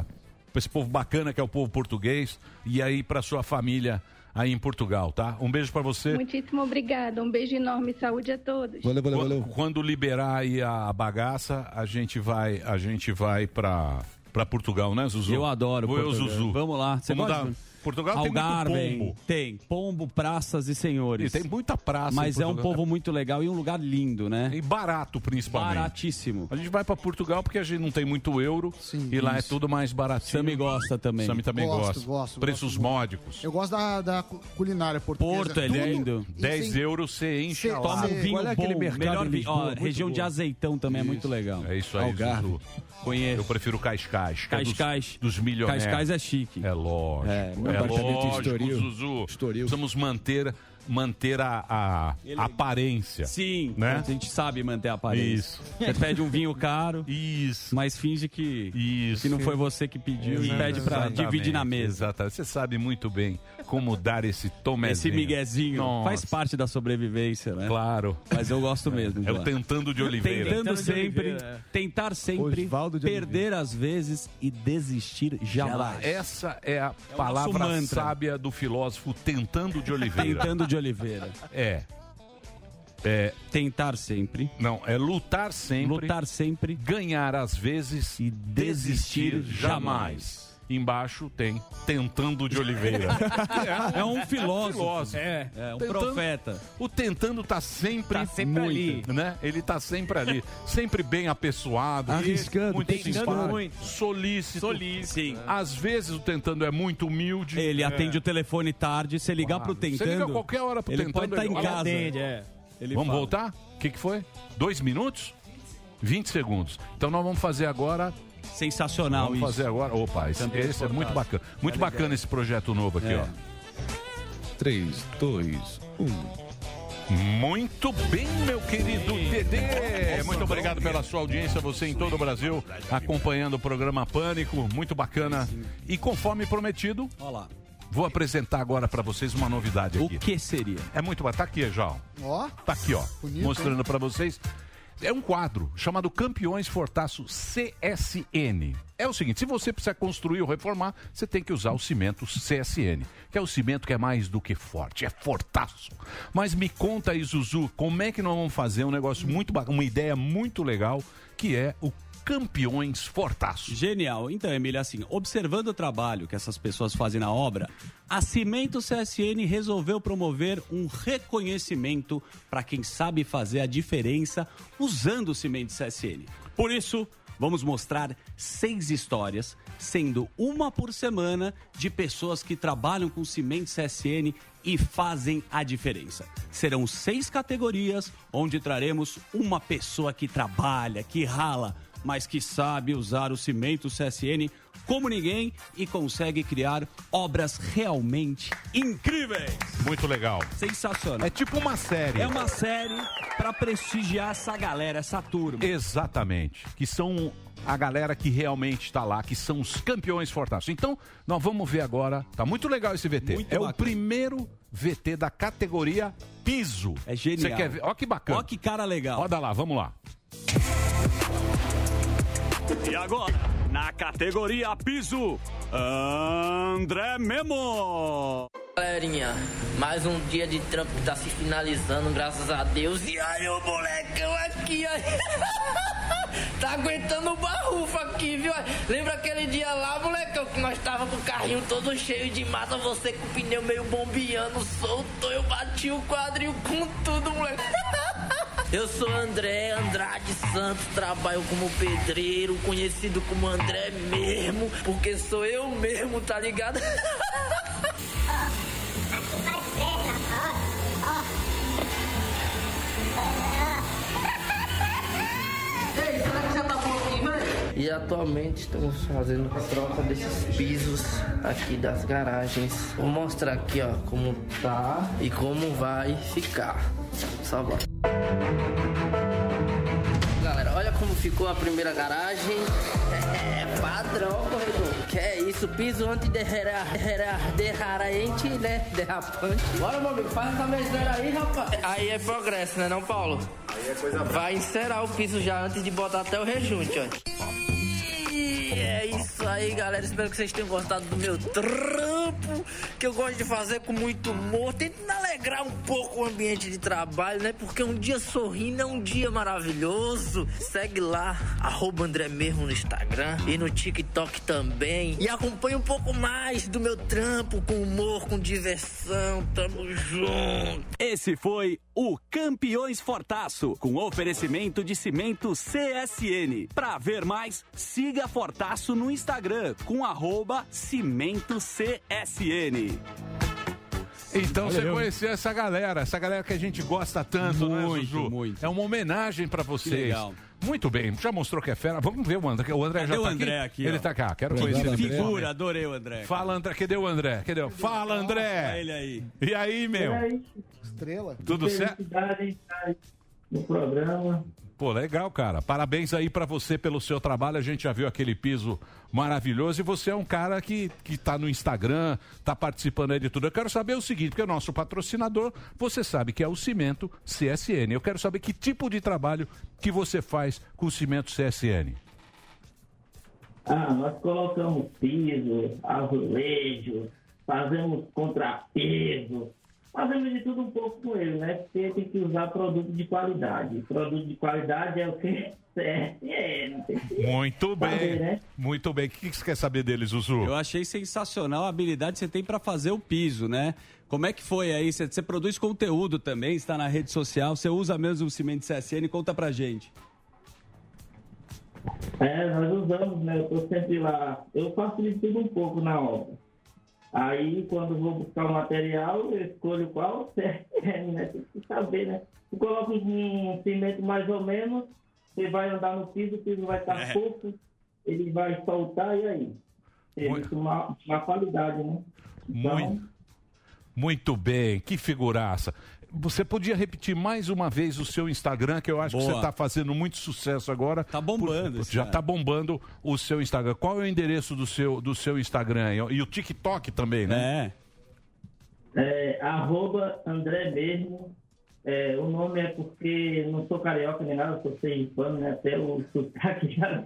Speaker 5: pra esse povo bacana que é o povo português e aí pra sua família aí em Portugal, tá? Um beijo pra você.
Speaker 22: Muitíssimo obrigada. Um beijo enorme. Saúde a todos.
Speaker 5: quando, quando liberar aí a bagaça, a gente vai, a gente vai para para Portugal, né, Zuzu?
Speaker 1: Eu adoro
Speaker 5: Vou eu,
Speaker 1: Portugal.
Speaker 5: Zuzu.
Speaker 1: Vamos lá. Você
Speaker 5: Vamos
Speaker 1: gosta
Speaker 5: dar,
Speaker 1: de-
Speaker 5: Portugal tem muito
Speaker 1: Algarve,
Speaker 5: pombo.
Speaker 1: Tem pombo, praças e senhores.
Speaker 5: E tem muita praça em
Speaker 1: Mas é um
Speaker 5: Portugal.
Speaker 1: povo muito legal e um lugar lindo, né?
Speaker 5: E barato, principalmente.
Speaker 1: Baratíssimo.
Speaker 5: A gente vai pra Portugal porque a gente não tem muito euro e lá é tudo mais baratinho.
Speaker 1: Sammy gosta também.
Speaker 5: Sammy também
Speaker 9: Gosto,
Speaker 5: gosta.
Speaker 9: gosto,
Speaker 5: Preços
Speaker 9: gosto muito.
Speaker 5: módicos.
Speaker 9: Eu gosto da, da cu- culinária portuguesa.
Speaker 1: Porto é
Speaker 9: Tudo
Speaker 1: lindo.
Speaker 9: e
Speaker 5: 10
Speaker 9: sem-
Speaker 5: euros você enche
Speaker 9: Cê-
Speaker 5: a
Speaker 1: Toma
Speaker 5: lata.
Speaker 1: um vinho bom, melhor vinho. Ó, região de azeitão também é muito legal.
Speaker 5: É isso aí,
Speaker 1: Algarve.
Speaker 5: Zuzu.
Speaker 1: Conheço.
Speaker 5: Eu prefiro Cascais. que é dos-
Speaker 1: Cascais.
Speaker 5: Dos, milionários.
Speaker 1: Cascais é chique.
Speaker 5: É lógico. É,
Speaker 1: meu apartamento em
Speaker 5: lógico,
Speaker 1: Estoril.
Speaker 5: Zuzu. Precisamos manter, manter a, a aparência.
Speaker 1: Sim,
Speaker 5: Né?
Speaker 1: a gente sabe manter a aparência.
Speaker 5: Isso.
Speaker 1: Você pede um vinho caro,
Speaker 5: Isso.
Speaker 1: mas finge que,
Speaker 5: Isso.
Speaker 1: que não foi você que pediu e pede pra
Speaker 5: Exatamente,
Speaker 1: dividir na mesa.
Speaker 5: Exatamente. Você sabe muito bem como dar esse
Speaker 1: Esse
Speaker 5: tomezinho.
Speaker 1: miguezinho
Speaker 5: Nossa.
Speaker 1: faz parte da sobrevivência, né?
Speaker 5: Claro.
Speaker 1: Mas eu gosto mesmo. de
Speaker 5: É o
Speaker 1: lá.
Speaker 5: tentando de Oliveira.
Speaker 1: Tentando
Speaker 5: Tentando de
Speaker 1: sempre,
Speaker 5: Oliveira, é.
Speaker 1: tentar sempre, perder às vezes e desistir jamais.
Speaker 5: Essa é a
Speaker 1: nosso
Speaker 5: palavra
Speaker 1: mantra.
Speaker 5: sábia do filósofo Tentando de Oliveira.
Speaker 1: Tentando de Oliveira.
Speaker 5: É. É.
Speaker 1: Tentar sempre.
Speaker 5: Não, é lutar sempre.
Speaker 1: Lutar sempre.
Speaker 5: Ganhar às vezes e desistir,
Speaker 1: desistir
Speaker 5: jamais. Embaixo tem Tentando de Oliveira.
Speaker 1: É um filósofo.
Speaker 5: É,
Speaker 1: um profeta.
Speaker 5: O tentando tá sempre,
Speaker 1: Tá sempre
Speaker 5: muito,
Speaker 1: ali.
Speaker 5: né? Ele tá sempre ali, sempre bem apessoado,
Speaker 1: Arriscando,
Speaker 5: muito
Speaker 1: tentando
Speaker 5: simpático,
Speaker 1: muito.
Speaker 5: solícito.
Speaker 1: Sim.
Speaker 5: Às vezes o tentando é muito humilde.
Speaker 1: Ele
Speaker 5: É.
Speaker 1: atende o telefone tarde, se ligar pro
Speaker 5: Você
Speaker 1: tentando.
Speaker 5: liga qualquer hora pro
Speaker 1: ele
Speaker 5: tentando.
Speaker 1: pode estar em casa.
Speaker 5: vamos
Speaker 1: é. fala.
Speaker 5: voltar? O que, que foi? Dois minutos? 20 segundos. Então nós vamos fazer agora.
Speaker 1: Sensacional
Speaker 5: vamos
Speaker 1: isso.
Speaker 5: fazer agora. Opa, esse,
Speaker 1: Também
Speaker 5: esse é muito
Speaker 1: fantástico.
Speaker 5: bacana. Muito
Speaker 1: É legal.
Speaker 5: bacana esse projeto novo aqui,
Speaker 1: É.
Speaker 5: ó.
Speaker 7: 3, 2, 1.
Speaker 5: Muito bem, meu querido Dedê. Muito obrigado pela sua audiência, você em todo o Brasil, acompanhando o programa Pânico. Muito bacana. E conforme prometido,
Speaker 1: Olá.
Speaker 5: vou apresentar agora para vocês uma novidade aqui. O
Speaker 1: que seria?
Speaker 5: É muito bacana. Tá aqui, já. ó.
Speaker 9: Ó,
Speaker 5: Tá aqui, ó.
Speaker 9: Bonito,
Speaker 5: mostrando
Speaker 9: hein?
Speaker 5: para vocês. É um quadro chamado Campeões Fortaço CSN. É o seguinte, se você precisa construir ou reformar, você tem que usar o cimento CSN, que é o cimento que é mais do que forte, é fortaço. Mas me conta aí, Zuzu, como é que nós vamos fazer um negócio muito bacana, uma ideia muito legal, que é o Campeões Fortaço.
Speaker 1: Genial. Então, Emília, assim, observando o trabalho que essas pessoas fazem na obra, a Cimento CSN resolveu promover um reconhecimento para quem sabe fazer a diferença usando o Cimento CSN. Por isso, vamos mostrar seis histórias, sendo uma por semana, de pessoas que trabalham com Cimento CSN e fazem a diferença. Serão seis categorias, onde traremos uma pessoa que trabalha, que rala mas que sabe usar o cimento CSN como ninguém e consegue criar obras realmente incríveis.
Speaker 5: Muito legal.
Speaker 1: Sensacional.
Speaker 5: É tipo uma série.
Speaker 1: É uma série para prestigiar essa galera, essa turma.
Speaker 5: Exatamente. Que são a galera que realmente está lá, que são os campeões Fortaço. Então, nós vamos ver agora. Tá muito legal esse VT. é o primeiro VT da categoria piso. É
Speaker 1: genial.
Speaker 5: Você quer ver? Ó que bacana.
Speaker 1: Ó que cara legal.
Speaker 5: Roda lá, vamos lá.
Speaker 1: E agora, na categoria piso, ah, André Memo.
Speaker 2: Galerinha, mais um dia de trampo que tá se finalizando, graças a Deus. E olha o molecão aqui, ó. Tá aguentando o barrufo aqui, viu? Lembra aquele dia lá, molecão, que nós tava com o carrinho todo cheio de massa, você com o pneu meio bombeando, soltou, eu bati o quadril com tudo, moleque.
Speaker 20: É.
Speaker 2: Eu sou André Andrade Santos, trabalho como pedreiro, conhecido como André mesmo, porque sou eu mesmo, tá ligado?
Speaker 10: é
Speaker 2: E atualmente estamos fazendo a troca desses pisos aqui das garagens. Vou mostrar aqui, ó, como tá e como vai ficar. Só vai. Galera, olha como ficou a primeira garagem. É padrão, corredor. Que é isso, piso antiderrarente, né? Derrapante. Bora, meu amigo, faz essa besteira aí, rapaz. Aí é progresso, né não, Paulo? Aí é coisa Vai encerar o piso já antes de botar até o rejunte, ó. E é isso aí, galera. Espero que vocês tenham gostado do meu trampo, que eu gosto de fazer com muito humor. Tentando alegrar alegrar um pouco o ambiente de trabalho, né? Porque um dia sorrindo é um dia maravilhoso. Segue lá, arroba André mesmo no Instagram e no TikTok também. E acompanha um pouco mais do meu trampo com humor, com diversão. Tamo junto.
Speaker 4: Esse foi o Campeões Fortaço, com oferecimento de cimento CSN. Para ver mais, siga Fortaço no Instagram com arroba cimento CSN.
Speaker 5: Então você
Speaker 4: Valeu.
Speaker 5: conheceu essa galera, essa galera que a gente gosta tanto, né,
Speaker 1: Muito,
Speaker 5: Zuzu? Muito. É uma homenagem pra vocês.
Speaker 1: Que legal.
Speaker 5: Muito bem, já mostrou que é fera. Vamos ver o André. que O André já
Speaker 1: Cadê o
Speaker 5: tá
Speaker 1: André
Speaker 5: aqui.
Speaker 1: aqui, ó?
Speaker 5: Ele tá cá, quero
Speaker 1: Obrigado,
Speaker 5: conhecer.
Speaker 1: André.
Speaker 5: esse homem.
Speaker 1: Figura, adorei o André, cara.
Speaker 5: Fala, André. Cadê o André? Cadê? o- Fala, André.
Speaker 1: Olha ele aí.
Speaker 5: E aí, meu?
Speaker 3: Estrela.
Speaker 5: Tudo certo?
Speaker 16: No programa.
Speaker 5: Pô, legal, cara. Parabéns aí pra você pelo seu trabalho. A gente já viu aquele piso maravilhoso e você é um cara que, que tá no Instagram, tá participando aí de tudo. Eu quero saber o seguinte, porque é o nosso patrocinador, você sabe que é o Cimento CSN. Eu quero saber que tipo de trabalho que você faz com o Cimento CSN.
Speaker 16: Ah, nós colocamos piso, azulejo, fazemos contrapeso, fazemos de tudo um pouco com ele, né? Porque tem que usar produto de qualidade. Produto de qualidade é o que é, é, não tem que-
Speaker 5: Muito
Speaker 16: Saber,
Speaker 5: bem.
Speaker 16: né?
Speaker 5: Muito bem. O que que você quer saber deles, Zuzu?
Speaker 1: Eu achei sensacional a habilidade que você tem para fazer o piso, né? Como é que foi aí? Você, você produz conteúdo também, está na rede social, você usa mesmo o cimento CSN, conta pra gente.
Speaker 16: É, nós usamos, né? Eu tô sempre lá. Eu faço de tudo um pouco na obra. Aí, quando eu vou buscar o material, eu escolho qual CSN, né? Tem que saber, né? Tu coloca um cimento mais ou menos, você vai andar no piso, o piso vai estar
Speaker 5: É.
Speaker 16: fofo, ele vai soltar, e aí? Tem uma, uma qualidade, né?
Speaker 5: Muito, muito bem, que figuraça. Você podia repetir mais uma vez o seu Instagram, que eu acho que
Speaker 1: Boa.
Speaker 5: você está fazendo muito sucesso agora. Tá
Speaker 1: bombando esse
Speaker 5: já
Speaker 1: cara.
Speaker 5: está bombando o seu Instagram. Qual é o endereço do seu, do seu Instagram? aí? E o TikTok também, né?
Speaker 16: É, arroba André mesmo. É, o nome é porque não sou carioca nem nada, sou sergipano, né? Até o sotaque já...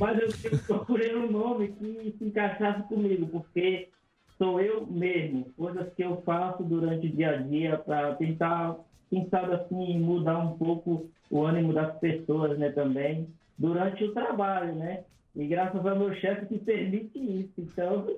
Speaker 16: Mas eu procurei um nome que se encaixasse comigo, porque sou eu mesmo. Coisas que eu faço durante o dia a dia para tentar, quem sabe assim, mudar um pouco o ânimo das pessoas, né? Também durante o trabalho, né? E graças ao meu chefe que permite isso. Então,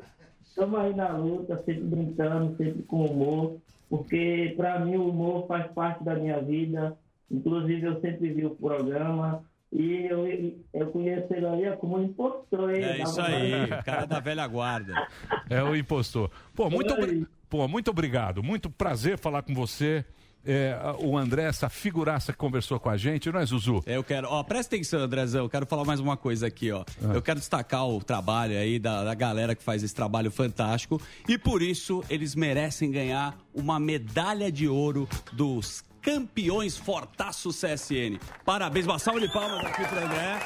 Speaker 16: estamos aí na luta, sempre brincando, sempre com humor, porque para mim o humor faz parte da minha vida. Inclusive, eu sempre vi o programa e eu, eu conheço ele aí como impostor. hein?
Speaker 1: É isso aí, cara da velha guarda.
Speaker 5: É o impostor. Pô, muito, obri- Pô, muito obrigado. Muito prazer falar com você. É, o André, essa figuraça que conversou com a gente, não é, Zuzu?
Speaker 1: Eu quero. Ó, presta atenção, Andrezão. Eu quero falar mais uma coisa aqui, ó. Eu quero destacar o trabalho aí da, da galera que faz esse trabalho fantástico. E por isso, eles merecem ganhar uma medalha de ouro dos campeões Fortaço CSN. Parabéns, uma salva de palmas aqui pro André.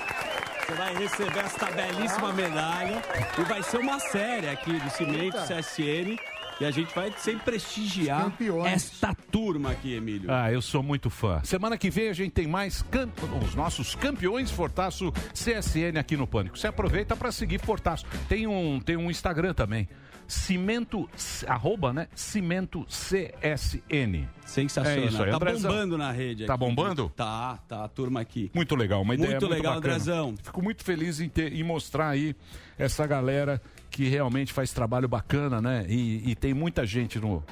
Speaker 1: Você vai receber esta belíssima medalha. E vai ser uma série aqui do Cimento CSN. E a gente vai sempre prestigiar esta turma aqui, Emílio.
Speaker 5: Ah, eu sou muito fã. Semana que vem a gente tem mais cam- os nossos campeões Fortaço CSN aqui no Pânico. Você aproveita para seguir Fortaço. Tem um, tem um Instagram também. Cimento, arroba, né? Cimento CSN.
Speaker 1: Sensacional.
Speaker 5: É isso aí,
Speaker 1: tá
Speaker 5: Andrezão.
Speaker 1: bombando na rede aqui.
Speaker 5: Tá bombando?
Speaker 1: Tá, tá, a turma aqui.
Speaker 5: Muito legal, uma ideia
Speaker 1: Muito
Speaker 5: muito,
Speaker 1: legal,
Speaker 5: bacana.
Speaker 1: Andrezão.
Speaker 5: Fico muito feliz em, ter, em mostrar aí essa galera que realmente faz trabalho bacana, né? E, e tem muita gente no...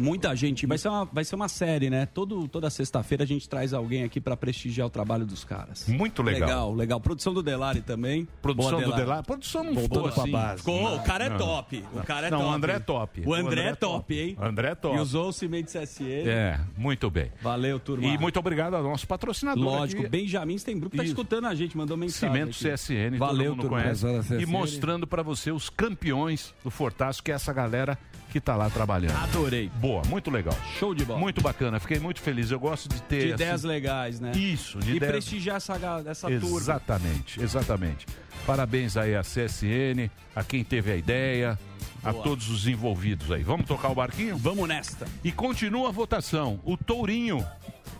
Speaker 1: Muita gente. Vai ser uma, vai ser uma série, né? Todo, toda sexta-feira a gente traz alguém aqui pra prestigiar o trabalho dos caras.
Speaker 5: Muito legal.
Speaker 1: Legal, legal. Produção do Delari também.
Speaker 5: Produção
Speaker 1: Boa,
Speaker 5: do Delari. Produção não ficou
Speaker 1: Voltando pra
Speaker 5: assim.
Speaker 1: base. Ficou,
Speaker 5: Não,
Speaker 1: o cara é
Speaker 5: não.
Speaker 1: top. O cara é
Speaker 5: Não, o
Speaker 1: top.
Speaker 5: André é top.
Speaker 1: O André, é top,
Speaker 5: top.
Speaker 1: hein?
Speaker 5: André é top.
Speaker 1: E usou o Cimento CSN.
Speaker 5: É, muito bem.
Speaker 1: Valeu, turma.
Speaker 5: E muito obrigado ao nosso patrocinador.
Speaker 1: Lógico,
Speaker 5: aqui.
Speaker 1: Benjamin Stenbruck tá
Speaker 5: Isso.
Speaker 1: escutando a gente, mandou mensagem.
Speaker 5: Cimento
Speaker 1: aqui.
Speaker 5: CSN,
Speaker 1: Valeu,
Speaker 5: todo mundo
Speaker 1: turma.
Speaker 5: conhece. E
Speaker 1: CSN.
Speaker 5: mostrando pra você os campeões do Fortaço, que é essa galera que tá lá trabalhando.
Speaker 1: Adorei.
Speaker 5: Boa, muito legal.
Speaker 1: Show de bola.
Speaker 5: Muito bacana, fiquei muito feliz. Eu gosto de ter.
Speaker 1: De
Speaker 5: assim,
Speaker 1: ideias legais, né?
Speaker 5: Isso, de
Speaker 1: E
Speaker 5: ideias-
Speaker 1: prestigiar essa, ga- essa turma.
Speaker 5: Exatamente, exatamente. Parabéns aí à CSN, a quem teve a ideia, a
Speaker 1: Boa.
Speaker 5: todos os envolvidos aí. Vamos tocar o barquinho?
Speaker 1: Vamos nesta.
Speaker 5: E continua a votação. O Tourinho.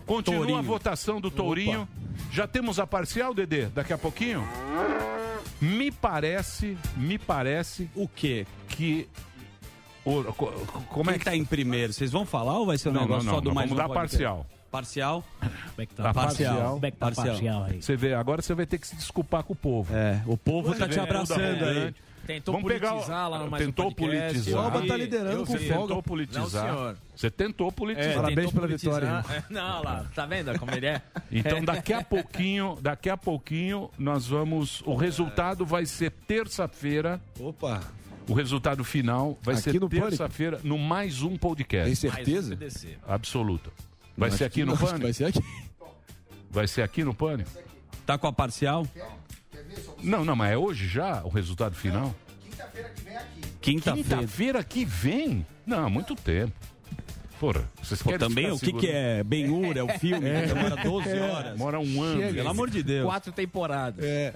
Speaker 5: Continua a
Speaker 1: Tourinho.
Speaker 5: votação do Tourinho. Já temos a parcial, Dedê? Daqui a pouquinho? Me parece, me parece.
Speaker 1: O quê?
Speaker 5: Que O- co- co- como é
Speaker 1: Quem tá em primeiro? Vocês vão falar ou vai ser um
Speaker 5: Não,
Speaker 1: negócio
Speaker 5: não,
Speaker 1: só
Speaker 5: não,
Speaker 1: do
Speaker 5: não,
Speaker 1: mais
Speaker 5: vamos
Speaker 1: um
Speaker 5: dar
Speaker 1: podcast?
Speaker 5: parcial.
Speaker 1: Parcial?
Speaker 5: Tá
Speaker 1: Parcial.
Speaker 5: Você vê, agora você vai ter que se desculpar com o povo.
Speaker 1: É, o povo
Speaker 5: Você
Speaker 1: tá
Speaker 5: vê,
Speaker 1: te
Speaker 5: muda
Speaker 1: abraçando
Speaker 5: bastante.
Speaker 1: aí.
Speaker 20: Tentou
Speaker 5: Vamos pegar o-
Speaker 20: politizar lá no mais um
Speaker 5: Tentou
Speaker 20: podcast.
Speaker 5: politizar.
Speaker 20: O Alba tá liderando
Speaker 5: Eu
Speaker 20: com
Speaker 5: vi.
Speaker 20: folga.
Speaker 5: Tentou
Speaker 20: Não,
Speaker 5: politizar.
Speaker 20: senhor.
Speaker 5: você tentou politizar.
Speaker 20: tentou politizar. É, Não, lá, tá vendo como ele é?
Speaker 5: Então daqui a pouquinho, daqui a pouquinho nós vamos, o resultado vai ser terça-feira.
Speaker 18: Opa.
Speaker 5: O resultado final vai
Speaker 18: Aqui
Speaker 5: ser
Speaker 18: no Pânico?
Speaker 5: terça-feira no mais um podcast.
Speaker 18: Tem certeza?
Speaker 20: Mais um PDC.
Speaker 5: Absoluta. Vai
Speaker 18: Não,
Speaker 5: ser
Speaker 18: acho
Speaker 5: aqui
Speaker 18: que
Speaker 5: no
Speaker 18: não, acho que
Speaker 5: Pânico?
Speaker 18: vai ser aqui.
Speaker 5: Vai ser aqui no Pânico?
Speaker 1: Tá com a parcial?
Speaker 5: Não, não, mas é hoje já o resultado final?
Speaker 1: Quinta-feira.
Speaker 5: Quinta-feira que vem? Não, há muito tempo. Porra, vocês
Speaker 1: Pô,
Speaker 5: querem
Speaker 1: também
Speaker 5: ficar
Speaker 1: o que,
Speaker 5: segurando-
Speaker 1: que é? Ben Hur é o filme
Speaker 5: É.
Speaker 1: que demora 12
Speaker 5: É.
Speaker 1: horas.
Speaker 5: Mora um ano.
Speaker 1: Pelo amor de Deus.
Speaker 20: Quatro temporadas.
Speaker 1: É.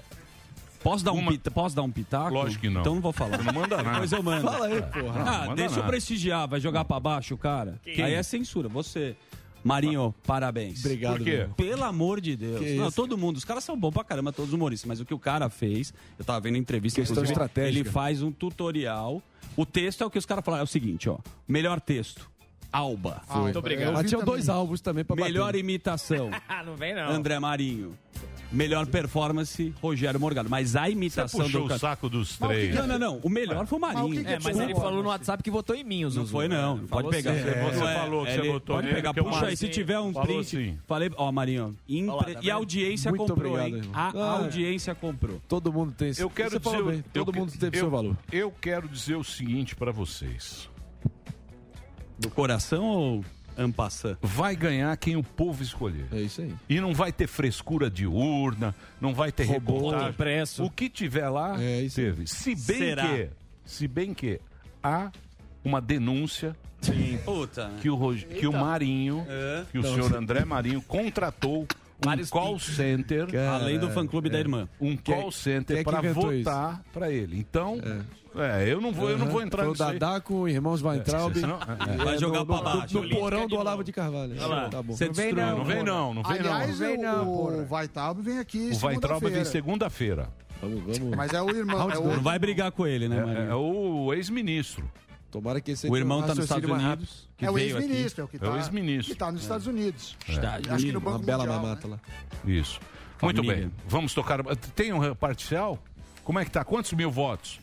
Speaker 1: Posso dar, um pita- posso dar um pitaco?
Speaker 5: Lógico que não.
Speaker 1: Então não vou falar.
Speaker 5: Não manda nada.
Speaker 1: Depois eu mando.
Speaker 5: Fala aí, porra. Não,
Speaker 1: Ah,
Speaker 5: manda
Speaker 1: deixa eu
Speaker 5: nada.
Speaker 1: prestigiar. Vai jogar pra baixo, cara?
Speaker 5: Quem?
Speaker 1: Aí é censura. Você. Marinho, parabéns.
Speaker 5: Obrigado, Por quê? meu.
Speaker 1: Pelo amor de Deus.
Speaker 5: Que
Speaker 1: Não,
Speaker 5: isso?
Speaker 1: todo mundo. Os caras são bons pra caramba, todos humoristas. Mas o que o cara fez, eu tava vendo a entrevista.
Speaker 18: Questão
Speaker 1: inclusive,
Speaker 18: estratégica.
Speaker 1: Ele faz um tutorial. O texto é o que os caras falaram. É o seguinte, ó. Melhor texto. Alba.
Speaker 5: Ah,
Speaker 18: Foi. Muito obrigado. Mas tinha dois alvos também pra bater.
Speaker 1: Melhor imitação.
Speaker 20: Ah, não vem não.
Speaker 1: André Marinho. Melhor performance, Rogério Morgado. Mas a imitação
Speaker 5: puxou
Speaker 1: do
Speaker 5: o
Speaker 1: can-
Speaker 5: saco dos
Speaker 1: Mas o que
Speaker 5: três.
Speaker 1: que- Não, não, não. O melhor foi o Marinho.
Speaker 12: É, mas ele falou no WhatsApp que votou em mim, os
Speaker 1: Não foi, não. Pode pegar.
Speaker 5: Você falou que você botou
Speaker 1: Pode
Speaker 5: nele,
Speaker 1: pegar.
Speaker 5: que eu
Speaker 1: Puxa aí,
Speaker 5: marquei.
Speaker 1: se tiver um
Speaker 5: Falou
Speaker 1: print.
Speaker 5: sim.
Speaker 1: Falei, ó, Marinho. impre-
Speaker 5: Olha lá, tá
Speaker 1: e a
Speaker 5: vendo?
Speaker 1: audiência
Speaker 18: Muito
Speaker 1: comprou,
Speaker 18: obrigado,
Speaker 1: hein?
Speaker 18: irmão.
Speaker 5: É.
Speaker 1: A
Speaker 18: Ah.
Speaker 1: audiência comprou.
Speaker 18: Todo mundo tem
Speaker 5: Eu quero
Speaker 18: Você
Speaker 5: dizer,
Speaker 18: falou bem,
Speaker 5: eu-
Speaker 18: todo
Speaker 5: eu-
Speaker 18: mundo teve
Speaker 5: eu-
Speaker 18: seu valor.
Speaker 5: Eu quero dizer o seguinte pra vocês.
Speaker 1: Do coração ou ampassã?
Speaker 5: Vai ganhar quem o povo escolher.
Speaker 18: É isso aí.
Speaker 5: E não vai ter frescura de urna, não vai ter
Speaker 18: Robô, É
Speaker 5: reportagem.
Speaker 20: impresso.
Speaker 5: O que tiver lá, teve. Se bem
Speaker 1: Será?
Speaker 5: que, se bem que há uma denúncia
Speaker 1: Puta. né?
Speaker 5: que o, Rog- que o Marinho,
Speaker 1: É.
Speaker 5: que o
Speaker 1: Então,
Speaker 5: senhor
Speaker 1: você-
Speaker 5: André Marinho contratou um call center.
Speaker 1: Cara, Além do fã-clube
Speaker 9: é.
Speaker 1: da irmã.
Speaker 5: Um
Speaker 1: Quem-
Speaker 5: call center
Speaker 1: quem é que
Speaker 5: para
Speaker 1: inventou
Speaker 5: votar para ele. Então, é. eu não vou, eu não
Speaker 18: Aham.
Speaker 5: vou entrar
Speaker 18: Foi o
Speaker 5: nisso aí.
Speaker 18: Dadá com o Irmãos Weintraub.
Speaker 5: É, senão- é. Vai jogar
Speaker 18: no,
Speaker 5: pra
Speaker 18: no-
Speaker 5: baixo,
Speaker 18: No,
Speaker 5: Olímpia
Speaker 18: porão
Speaker 5: de
Speaker 18: do Olavo de Carvalho.
Speaker 5: Olha lá.
Speaker 18: Tá bom.
Speaker 5: Você Não vem destruiu, não, não vem porra. não, não vem não.
Speaker 9: Aliás,
Speaker 5: Não vem não,
Speaker 9: o,
Speaker 5: porra.
Speaker 9: o Vaitalb vem aqui
Speaker 5: O Weintraub vem
Speaker 9: segunda-feira.
Speaker 5: segunda-feira.
Speaker 18: Vamos, vamos.
Speaker 9: Mas é o irmão. é o-
Speaker 1: Não vai brigar com ele, né,
Speaker 5: É,
Speaker 1: Marinho?
Speaker 5: é o ex-ministro.
Speaker 18: Tomara que esse
Speaker 1: O irmão tá nos Estados Unidos. que
Speaker 9: é o
Speaker 1: veio aqui.
Speaker 9: ex-ministro, é o que tá,
Speaker 5: É o ex-ministro.
Speaker 9: que tá nos Estados Unidos.
Speaker 5: É.
Speaker 9: Acho que no Banco Mundial, né?
Speaker 18: lá.
Speaker 5: Isso. Muito bem. Vamos tocar. Tem um parcial? Como é que tá? Quantos mil votos?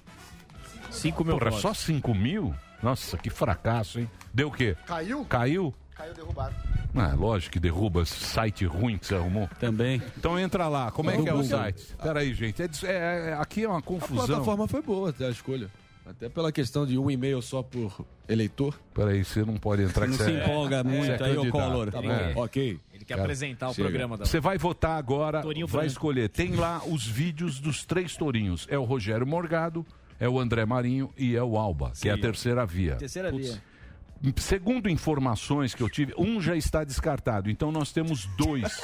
Speaker 20: 5 mil
Speaker 5: Porra,
Speaker 20: votos.
Speaker 5: só 5 mil? Nossa, que fracasso, hein? Deu o quê?
Speaker 9: Caiu?
Speaker 5: Caiu?
Speaker 9: Caiu derrubado.
Speaker 5: Ah, lógico que derruba esse site ruim que você arrumou.
Speaker 1: Também.
Speaker 5: Então entra lá. Como é
Speaker 18: No
Speaker 5: que é o
Speaker 18: Google.
Speaker 5: site? Peraí, gente. É des- é- é- aqui é uma
Speaker 18: A
Speaker 5: confusão.
Speaker 18: plataforma foi boa até a escolha. Até pela questão de um e-mail só por eleitor.
Speaker 5: Peraí, você não pode entrar
Speaker 18: Não
Speaker 5: que você
Speaker 18: se
Speaker 5: é-
Speaker 18: empolga
Speaker 5: você
Speaker 18: muito
Speaker 5: é
Speaker 18: aí, ô
Speaker 5: candidato.
Speaker 18: Collor.
Speaker 5: Tá
Speaker 18: Ele
Speaker 5: bom.
Speaker 18: quer-
Speaker 5: Ok.
Speaker 20: ele quer apresentar o programa da-
Speaker 5: Você vai votar agora,
Speaker 20: Torinho
Speaker 5: vai
Speaker 20: Branco.
Speaker 5: escolher. Tem lá os vídeos dos três tourinhos. É o Rogério Morgado, é o André Marinho e é o Alba, que é a
Speaker 20: Sim.
Speaker 5: terceira via.
Speaker 12: Terceira via.
Speaker 5: Segundo informações que eu tive, um já está descartado. Então nós temos dois.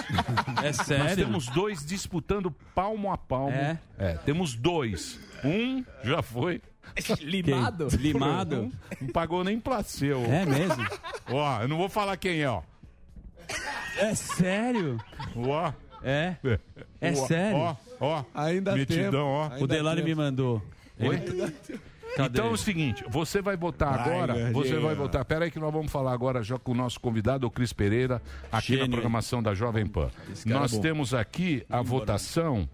Speaker 1: É sério?
Speaker 5: Nós temos dois disputando palmo a palmo.
Speaker 1: É?
Speaker 5: temos dois. Um já foi.
Speaker 1: Limado? Quem? Limado?
Speaker 5: Um Não pagou nem placeu.
Speaker 1: É mesmo?
Speaker 5: Ó, eu não vou falar quem é, ó.
Speaker 1: É sério?
Speaker 5: Ó.
Speaker 1: É? É
Speaker 5: Ó,
Speaker 1: sério?
Speaker 5: Ó, ó.
Speaker 1: Ainda tem.
Speaker 5: Metidão, ó.
Speaker 1: O Delari me mandou.
Speaker 5: Oi?
Speaker 1: Ele- Cadê?
Speaker 5: Então é o seguinte, você vai votar
Speaker 1: Vai,
Speaker 5: agora,
Speaker 1: Gordinho.
Speaker 5: você vai votar. Pera aí que nós vamos falar agora já com o nosso convidado, o Cris Pereira, aqui
Speaker 1: Gênio,
Speaker 5: na
Speaker 1: hein?
Speaker 5: programação da Jovem Pan.
Speaker 1: cara é
Speaker 5: Nós
Speaker 1: bom.
Speaker 5: temos aqui a votação.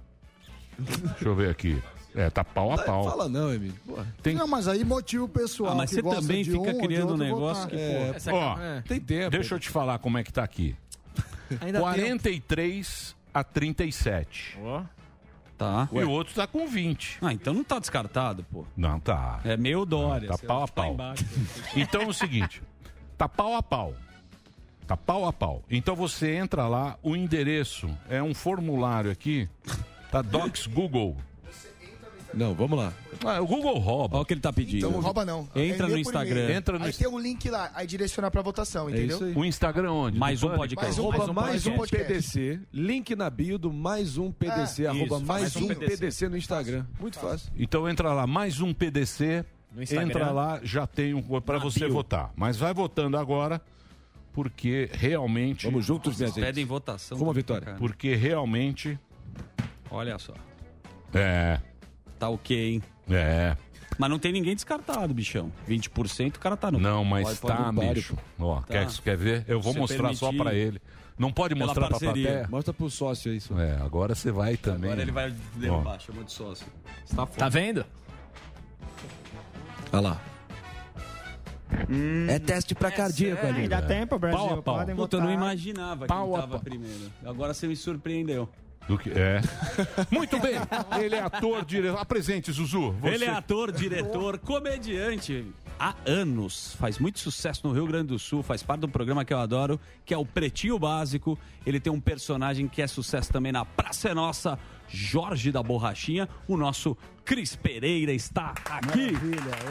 Speaker 5: Deixa eu ver aqui. É, tá pau a pau.
Speaker 18: Fala não, Emílio. Porra.
Speaker 5: Tem-
Speaker 9: Não, mas aí motivo pessoal.
Speaker 5: Ah, mas
Speaker 9: que
Speaker 5: você
Speaker 9: gosta
Speaker 5: também
Speaker 9: de
Speaker 5: fica
Speaker 9: um ou de
Speaker 5: criando
Speaker 9: outro
Speaker 5: um negócio
Speaker 9: votar.
Speaker 5: que, pô, Essa- ó, é.
Speaker 18: Tem tempo.
Speaker 5: Deixa eu te falar como é que tá aqui. um-
Speaker 18: Ainda
Speaker 5: 43 a 37.
Speaker 1: Tá.
Speaker 5: E o outro tá com 20.
Speaker 1: Ah, então não tá descartado, pô.
Speaker 5: Não tá.
Speaker 1: É meio Dória.
Speaker 5: Tá
Speaker 1: sei
Speaker 5: pau
Speaker 1: lá,
Speaker 5: a pau.
Speaker 1: embaixo.
Speaker 5: Então é o seguinte, tá pau a pau. Tá pau a pau. Então você entra lá, o endereço é um formulário aqui, tá Docs Google.
Speaker 18: Não, vamos lá.
Speaker 5: Ah, o Google rouba.
Speaker 1: Olha o que ele tá pedindo.
Speaker 5: Então,
Speaker 10: rouba não.
Speaker 9: É
Speaker 1: Entra no
Speaker 10: Envia por
Speaker 1: Instagram.
Speaker 10: e-mail.
Speaker 5: Entra no
Speaker 10: aí
Speaker 5: Insta-
Speaker 10: tem um link lá, aí direciona pra
Speaker 11: É
Speaker 10: votação, entendeu?
Speaker 5: O Instagram onde?
Speaker 1: Mais
Speaker 5: Do
Speaker 1: um
Speaker 5: Pânico?
Speaker 1: podcast.
Speaker 18: Mais
Speaker 1: Mais um- mais um
Speaker 18: mais um
Speaker 1: podcast. Ah,
Speaker 18: PDC. Link na bio do mais um PDC.
Speaker 5: É,
Speaker 18: arroba
Speaker 5: isso,
Speaker 18: mais,
Speaker 5: mais um
Speaker 18: um
Speaker 5: PDC.
Speaker 18: PDC. no Instagram. Muito fácil.
Speaker 5: Então entra lá, mais um PDC.
Speaker 18: No Instagram.
Speaker 5: Entra lá, já tem um para você votar. Mas vai votando agora, porque realmente. Vamos
Speaker 18: juntos, minha
Speaker 1: Pedem votação.
Speaker 5: Como
Speaker 1: Como
Speaker 5: a vitória? Porque realmente.
Speaker 1: Olha só.
Speaker 5: É.
Speaker 1: Tá ok, hein?
Speaker 5: É.
Speaker 1: Mas não tem ninguém descartado, bichão. 20% o cara tá no.
Speaker 5: Não, mas tá, bicho. Ó, Quer, quer ver? Eu vou
Speaker 1: Se
Speaker 5: mostrar só
Speaker 1: permitir.
Speaker 5: pra ele. Não pode
Speaker 1: Pela
Speaker 5: mostrar pra
Speaker 1: parceria.
Speaker 5: plateia.
Speaker 18: Mostra pro sócio isso.
Speaker 5: É, agora você vai também. né?
Speaker 1: Agora ele vai derrubar,
Speaker 5: Ó.
Speaker 1: chamou de sócio.
Speaker 20: Tá vendo?
Speaker 18: Olha lá.
Speaker 5: Hum.
Speaker 18: é teste pra cardíaco ali.
Speaker 1: Ainda tempo,
Speaker 18: Brasil.
Speaker 1: Pau a pau.
Speaker 18: Podem
Speaker 1: Puta, eu não
Speaker 18: votar.
Speaker 1: imaginava
Speaker 18: Pau
Speaker 1: quem
Speaker 18: a
Speaker 1: tava primeiro. Agora você me surpreendeu.
Speaker 5: Do que, é. Muito bem. Ele é ator, diretor. Apresente, Zuzu. você.
Speaker 1: Ele é ator, diretor, comediante. Há anos, faz muito sucesso no Rio Grande do Sul, faz parte de um programa que eu adoro, que é o Pretinho Básico. Ele tem um personagem que é sucesso também na Praça é Nossa, Jorge da Borrachinha. O nosso Cris Pereira está aqui.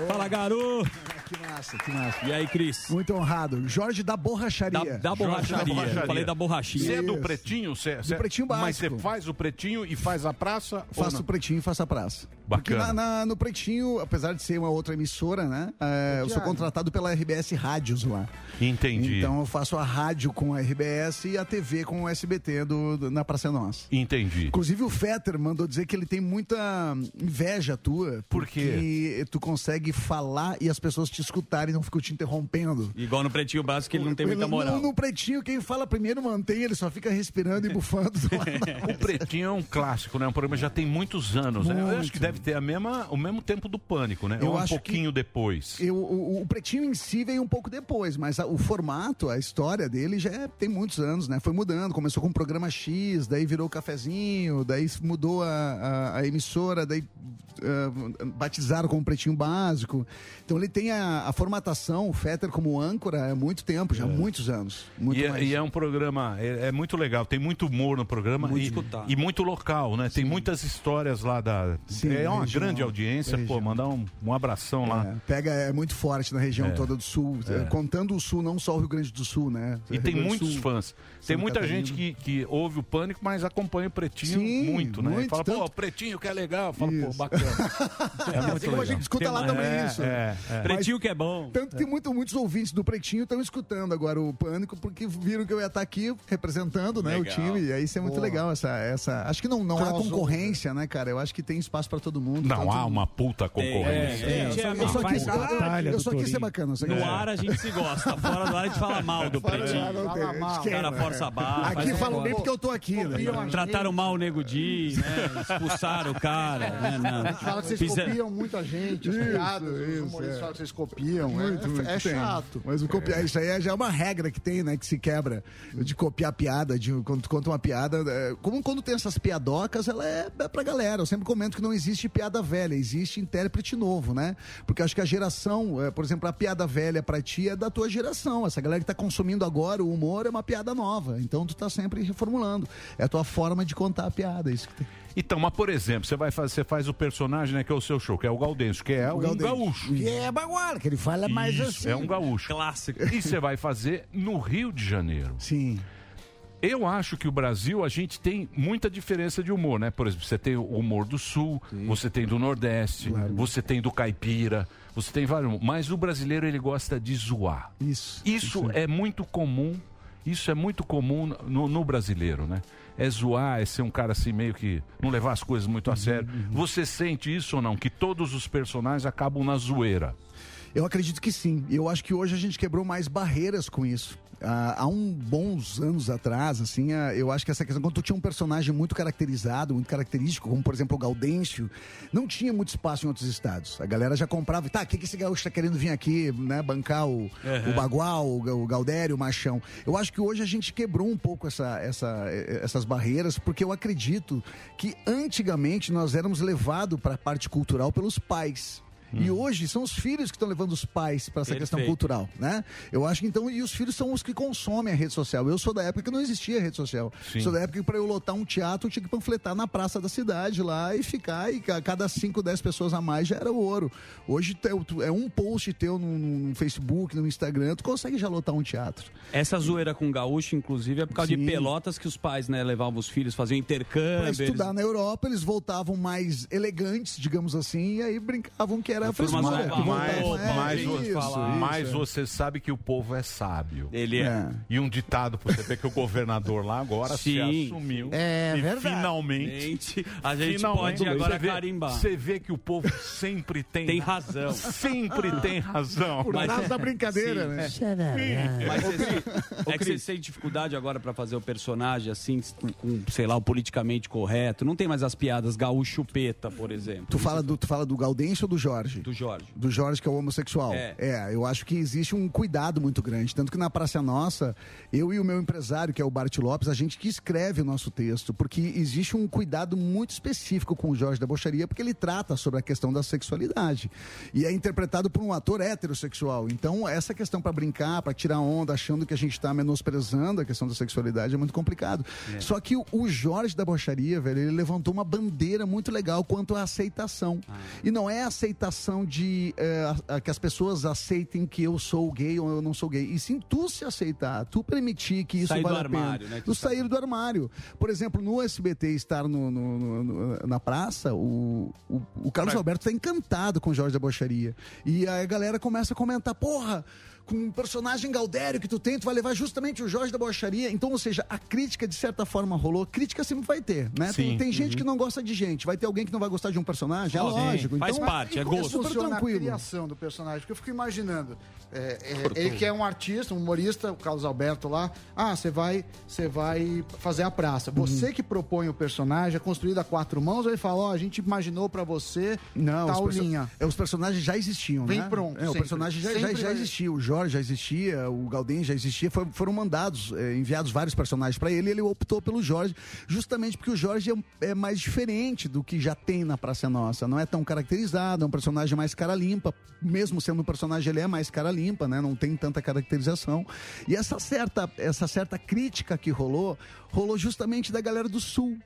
Speaker 1: Fala, garoto!
Speaker 11: Que massa, que massa.
Speaker 1: E aí, Cris?
Speaker 11: Muito honrado. Jorge da Borracharia.
Speaker 1: Da- da Borracharia.
Speaker 5: É. Da
Speaker 1: Eu falei da borrachinha.
Speaker 5: Você é do
Speaker 1: Isso.
Speaker 5: pretinho? Você,
Speaker 11: Do
Speaker 5: você-
Speaker 11: Pretinho
Speaker 5: Mas você
Speaker 11: Básico.
Speaker 5: faz o pretinho e faz a praça? ou
Speaker 11: Faço
Speaker 5: não?
Speaker 11: o pretinho e faço a praça. Porque
Speaker 5: Bacana.
Speaker 11: na- na- no pretinho, apesar de ser uma outra emissora, né? é, eu sou
Speaker 5: Thiago.
Speaker 11: contratado pela RBS Rádios lá.
Speaker 5: Entendi.
Speaker 11: Então eu faço a rádio com a RBS e a TV com o SBT do, do- na Praça é Nossa.
Speaker 5: Entendi.
Speaker 11: Inclusive o Fetter mandou dizer que ele tem muita inveja tua. Por
Speaker 5: quê?
Speaker 11: Porque tu consegue falar e as pessoas te escutarem e não ficam te interrompendo.
Speaker 1: Igual no Pretinho Básico, ele não tem muita
Speaker 11: Ele-
Speaker 1: moral.
Speaker 11: No, no pretinho, quem fala primeiro mantém, ele só fica respirando e bufando. do lado.
Speaker 5: O Pretinho é um clássico, né? Um programa que já tem muitos anos, né? Eu acho que deve ter a mesma, o mesmo tempo do Pânico, né?
Speaker 11: Eu
Speaker 5: Ou um
Speaker 11: acho que-
Speaker 5: pouquinho depois.
Speaker 11: Eu- o, o pretinho em si veio um pouco depois, mas a- o formato, a história dele já é- tem muitos anos, né? Foi mudando. Começou com o programa X, daí virou o cafezinho, daí mudou a, a- a emissora, daí ah, batizaram como pretinho básico. Então ele tem a, a formatação, o Fetter como âncora, há muito tempo,
Speaker 5: É.
Speaker 11: já há muitos anos. Muito
Speaker 5: e, é,
Speaker 11: mais.
Speaker 5: e é um programa, é, é muito legal, tem muito humor no programa
Speaker 11: Muito
Speaker 5: e,
Speaker 11: escutado.
Speaker 5: e muito local, né? Tem muitas histórias lá da. é uma
Speaker 11: região,
Speaker 5: grande audiência, pô, mandar um, um abração lá.
Speaker 11: Pega é muito forte na região
Speaker 5: É.
Speaker 11: toda do sul,
Speaker 5: É.
Speaker 11: contando o sul, não só o Rio Grande do Sul, né?
Speaker 5: E
Speaker 11: Rio
Speaker 5: tem
Speaker 11: Grande do
Speaker 5: muitos
Speaker 11: Sul,
Speaker 5: fãs. Tem
Speaker 11: Santa
Speaker 5: muita
Speaker 11: Catarina.
Speaker 5: gente que, que ouve o pânico, mas acompanha o pretinho
Speaker 11: Sim,
Speaker 5: muito, né? e
Speaker 11: muito,
Speaker 5: fala, pô,
Speaker 11: tanto-
Speaker 5: pretinho que é legal. Eu falo, pô, bacana.
Speaker 11: É, assim como a gente escuta lá também isso.
Speaker 5: É, é.
Speaker 1: Pretinho que é bom.
Speaker 11: Tanto que muito, muitos ouvintes do Pretinho estão escutando agora o Pânico, porque viram que eu ia estar aqui representando né, o
Speaker 14: Legal.
Speaker 11: time. E aí isso é muito
Speaker 14: Boa.
Speaker 11: legal, essa, essa. Acho que não, não há
Speaker 14: Crossover.
Speaker 11: concorrência, né, cara? Eu acho que tem espaço pra todo mundo.
Speaker 5: Não
Speaker 11: Tanto-
Speaker 5: há uma puta concorrência.
Speaker 11: É, eu só- eu só quis- ah, eu só quis ser bacana. eu só quis
Speaker 1: No
Speaker 11: ser-
Speaker 1: ar a gente se gosta, fora do ar a gente fala
Speaker 5: É
Speaker 1: mal do
Speaker 11: Fora do
Speaker 1: Pretinho.
Speaker 11: ar não tem,
Speaker 1: O cara
Speaker 11: esquece,
Speaker 1: força a barra.
Speaker 11: Aqui
Speaker 1: faz um
Speaker 11: falam
Speaker 1: negócio.
Speaker 11: bem porque eu tô aqui, né?
Speaker 1: Trataram mal o Nego Di, né? Expulsaram o cara. Né? Não.
Speaker 11: A gente
Speaker 9: Fala que vocês
Speaker 1: Fizeram-
Speaker 9: copiam muita gente, os
Speaker 11: Isso,
Speaker 9: piadas,
Speaker 11: isso,
Speaker 9: os humoristas
Speaker 11: é.
Speaker 9: falam que vocês copiam. é-
Speaker 11: Muito, muito,
Speaker 9: é
Speaker 11: tem.
Speaker 9: chato.
Speaker 11: Mas o copiar, isso aí é já é uma regra que tem, né? Que se quebra. De copiar piada, de quando tu conta uma piada. é, como quando tem essas piadocas, ela é, é pra galera. Eu sempre comento que não existe piada velha, existe intérprete novo, né? Porque acho que a geração, é, por exemplo, a piada velha pra ti é da tua geração. Essa galera que tá consumindo agora o humor é uma piada nova. Então tu tá sempre reformulando. É a tua forma de contar a piada. é Isso que tem.
Speaker 5: Então, mas por exemplo, você vai fazer, você faz o personagem, né, que é o seu show, que é o Gaudêncio, que é um gaúcho.
Speaker 11: Que é bagual, que ele fala mais
Speaker 5: Isso,
Speaker 11: assim.
Speaker 5: É um gaúcho.
Speaker 1: Clássico.
Speaker 5: E você vai fazer no Rio de Janeiro.
Speaker 11: Sim.
Speaker 5: Eu acho que o Brasil, a gente tem muita diferença de humor, né? Por exemplo, você tem o humor do Sul, você tem do Nordeste, você tem do Caipira, você tem vários. Mas o brasileiro, ele gosta de zoar.
Speaker 11: Isso.
Speaker 5: Isso é muito comum. Isso é muito comum no, no brasileiro, né? É zoar, é ser um cara assim meio que não levar as coisas muito a sério.
Speaker 11: Uhum.
Speaker 5: Você sente isso ou não? Que todos os personagens acabam na zoeira.
Speaker 11: Eu acredito que sim. E Eu acho que hoje a gente quebrou mais barreiras com isso. Ah, há um bons anos atrás, assim, ah, eu acho que essa questão, quando tu tinha um personagem muito caracterizado, muito característico, como por exemplo o Gaudêncio, não tinha muito espaço em outros estados. A galera já comprava, tá, o que, que esse gaúcho tá querendo vir aqui, né, bancar o,
Speaker 14: Uhum.
Speaker 11: o Bagual, o, Ga- o Gaudério, o Machão. Eu acho que hoje a gente quebrou um pouco essa, essa- eh, essas barreiras, porque eu acredito que antigamente nós éramos levados para a parte cultural pelos pais. E hoje são os filhos que estão levando os pais para essa questão
Speaker 14: Perfeito.
Speaker 11: cultural, né? Eu acho que então, e os filhos são os que consomem a rede social. Eu sou da época que não existia rede social.
Speaker 14: Sim.
Speaker 11: Sou da época que para eu lotar um teatro, eu tinha que panfletar na praça da cidade lá e ficar, e ca- cada 5, 10 pessoas a mais já era o ouro. Hoje teu- tu- é um post teu no, no Facebook, no Instagram, tu consegue já lotar um teatro.
Speaker 1: Essa zoeira com gaúcho, inclusive, é por causa de
Speaker 11: Sim.
Speaker 1: pelotas que os pais né, levavam os filhos, faziam intercâmbio.
Speaker 11: Para
Speaker 1: eles-
Speaker 11: estudar na Europa, eles voltavam mais elegantes, digamos assim, e aí brincavam que era era a frescura.
Speaker 5: Mas, mas, mas,
Speaker 11: É Isso,
Speaker 5: você-
Speaker 11: isso,
Speaker 5: mas
Speaker 11: é.
Speaker 5: você sabe que o povo é sábio.
Speaker 1: Ele
Speaker 11: é.
Speaker 5: E um ditado pra você ver que o governador lá agora se
Speaker 1: Sim.
Speaker 5: assumiu.
Speaker 1: É
Speaker 5: e
Speaker 1: verdade.
Speaker 5: finalmente.
Speaker 1: Gente, a gente
Speaker 5: finalmente,
Speaker 1: pode agora
Speaker 5: você vê-
Speaker 1: carimbar.
Speaker 5: Você vê que o povo sempre tem.
Speaker 1: Tem razão.
Speaker 5: Sempre tem razão.
Speaker 1: Por Mas- é, causa da brincadeira, né?
Speaker 5: Sim.
Speaker 1: Mas
Speaker 5: Ô,
Speaker 1: você, é que vocês têm dificuldade agora pra fazer o personagem assim, com, sei lá, o politicamente correto. Não tem mais as piadas gaúcho peta, por exemplo.
Speaker 11: Tu fala, do, tu fala do Gaudêncio ou do Jorge?
Speaker 1: é Do Jorge.
Speaker 11: Do Jorge, que é o homossexual.
Speaker 1: É.
Speaker 11: É. eu acho que existe um cuidado muito grande. Tanto que na Praça Nossa, eu e o meu empresário, que é o Bart Lopes, a gente que escreve o nosso texto, porque existe um cuidado muito específico com o Jorge da Bocharia, porque ele trata sobre a questão da sexualidade. E é interpretado por um ator heterossexual. Então, essa questão pra brincar, pra tirar onda, achando que a gente tá menosprezando a questão da sexualidade, é muito complicado. Só que o- o Jorge da Bocharia, velho, ele levantou uma bandeira muito legal quanto à aceitação.
Speaker 1: Ah.
Speaker 11: E não é aceitação de eh, a- a- que as pessoas aceitem que eu sou gay ou eu não sou gay. E sim tu se aceitar, tu permitir que isso
Speaker 1: Sair do
Speaker 11: vale a pena.
Speaker 1: armário, né, que
Speaker 11: Tu sair do armário. Por exemplo, no SBT estar no- no- no- no- na praça, o, o, o Carlos Alberto tá encantado com o Jorge da Bocharia. E aí a galera começa a comentar, porra, com o personagem Galdério que tu tem, tu vai levar justamente o Jorge da Bocharia. Então, ou seja, a crítica, de certa forma, rolou. Crítica sempre vai ter, né?
Speaker 5: Sim.
Speaker 11: Tem, tem gente
Speaker 5: Uhum.
Speaker 11: que não gosta de gente. Vai ter alguém que não vai gostar de um personagem? É
Speaker 5: Sim,
Speaker 11: lógico.
Speaker 5: faz
Speaker 11: então,
Speaker 5: parte, é
Speaker 11: é
Speaker 5: gosto.
Speaker 11: super
Speaker 9: funciona a
Speaker 11: tranquilo.
Speaker 9: criação do personagem? Porque eu fico imaginando. é, é,
Speaker 11: Cortou.
Speaker 9: ele que é um artista, um humorista, o Carlos Alberto lá. Ah, você vai, você vai fazer a praça.
Speaker 11: Uhum.
Speaker 9: Você que propõe o personagem, é construído a quatro mãos, ou ele fala, ó, a gente imaginou pra você
Speaker 11: Não,
Speaker 9: tal
Speaker 11: os, perso-
Speaker 9: linha.
Speaker 11: é, os personagens já existiam,
Speaker 9: Vem
Speaker 11: né?
Speaker 9: pronto,
Speaker 11: É, o
Speaker 9: sempre.
Speaker 11: personagem já, já,
Speaker 9: Sempre
Speaker 11: já
Speaker 9: vai-
Speaker 11: existia, o Jorge já existia, o Galdem já existia, foi- foram mandados, é, enviados vários personagens pra ele, e ele optou pelo Jorge, justamente porque o Jorge é, um- é mais diferente do que já tem na Praça é Nossa, não é tão caracterizado, é um personagem mais cara limpa, mesmo sendo um personagem ele é mais cara limpa, né? Não tem tanta caracterização. E essa certa, essa certa crítica que rolou, rolou justamente da galera do Sul.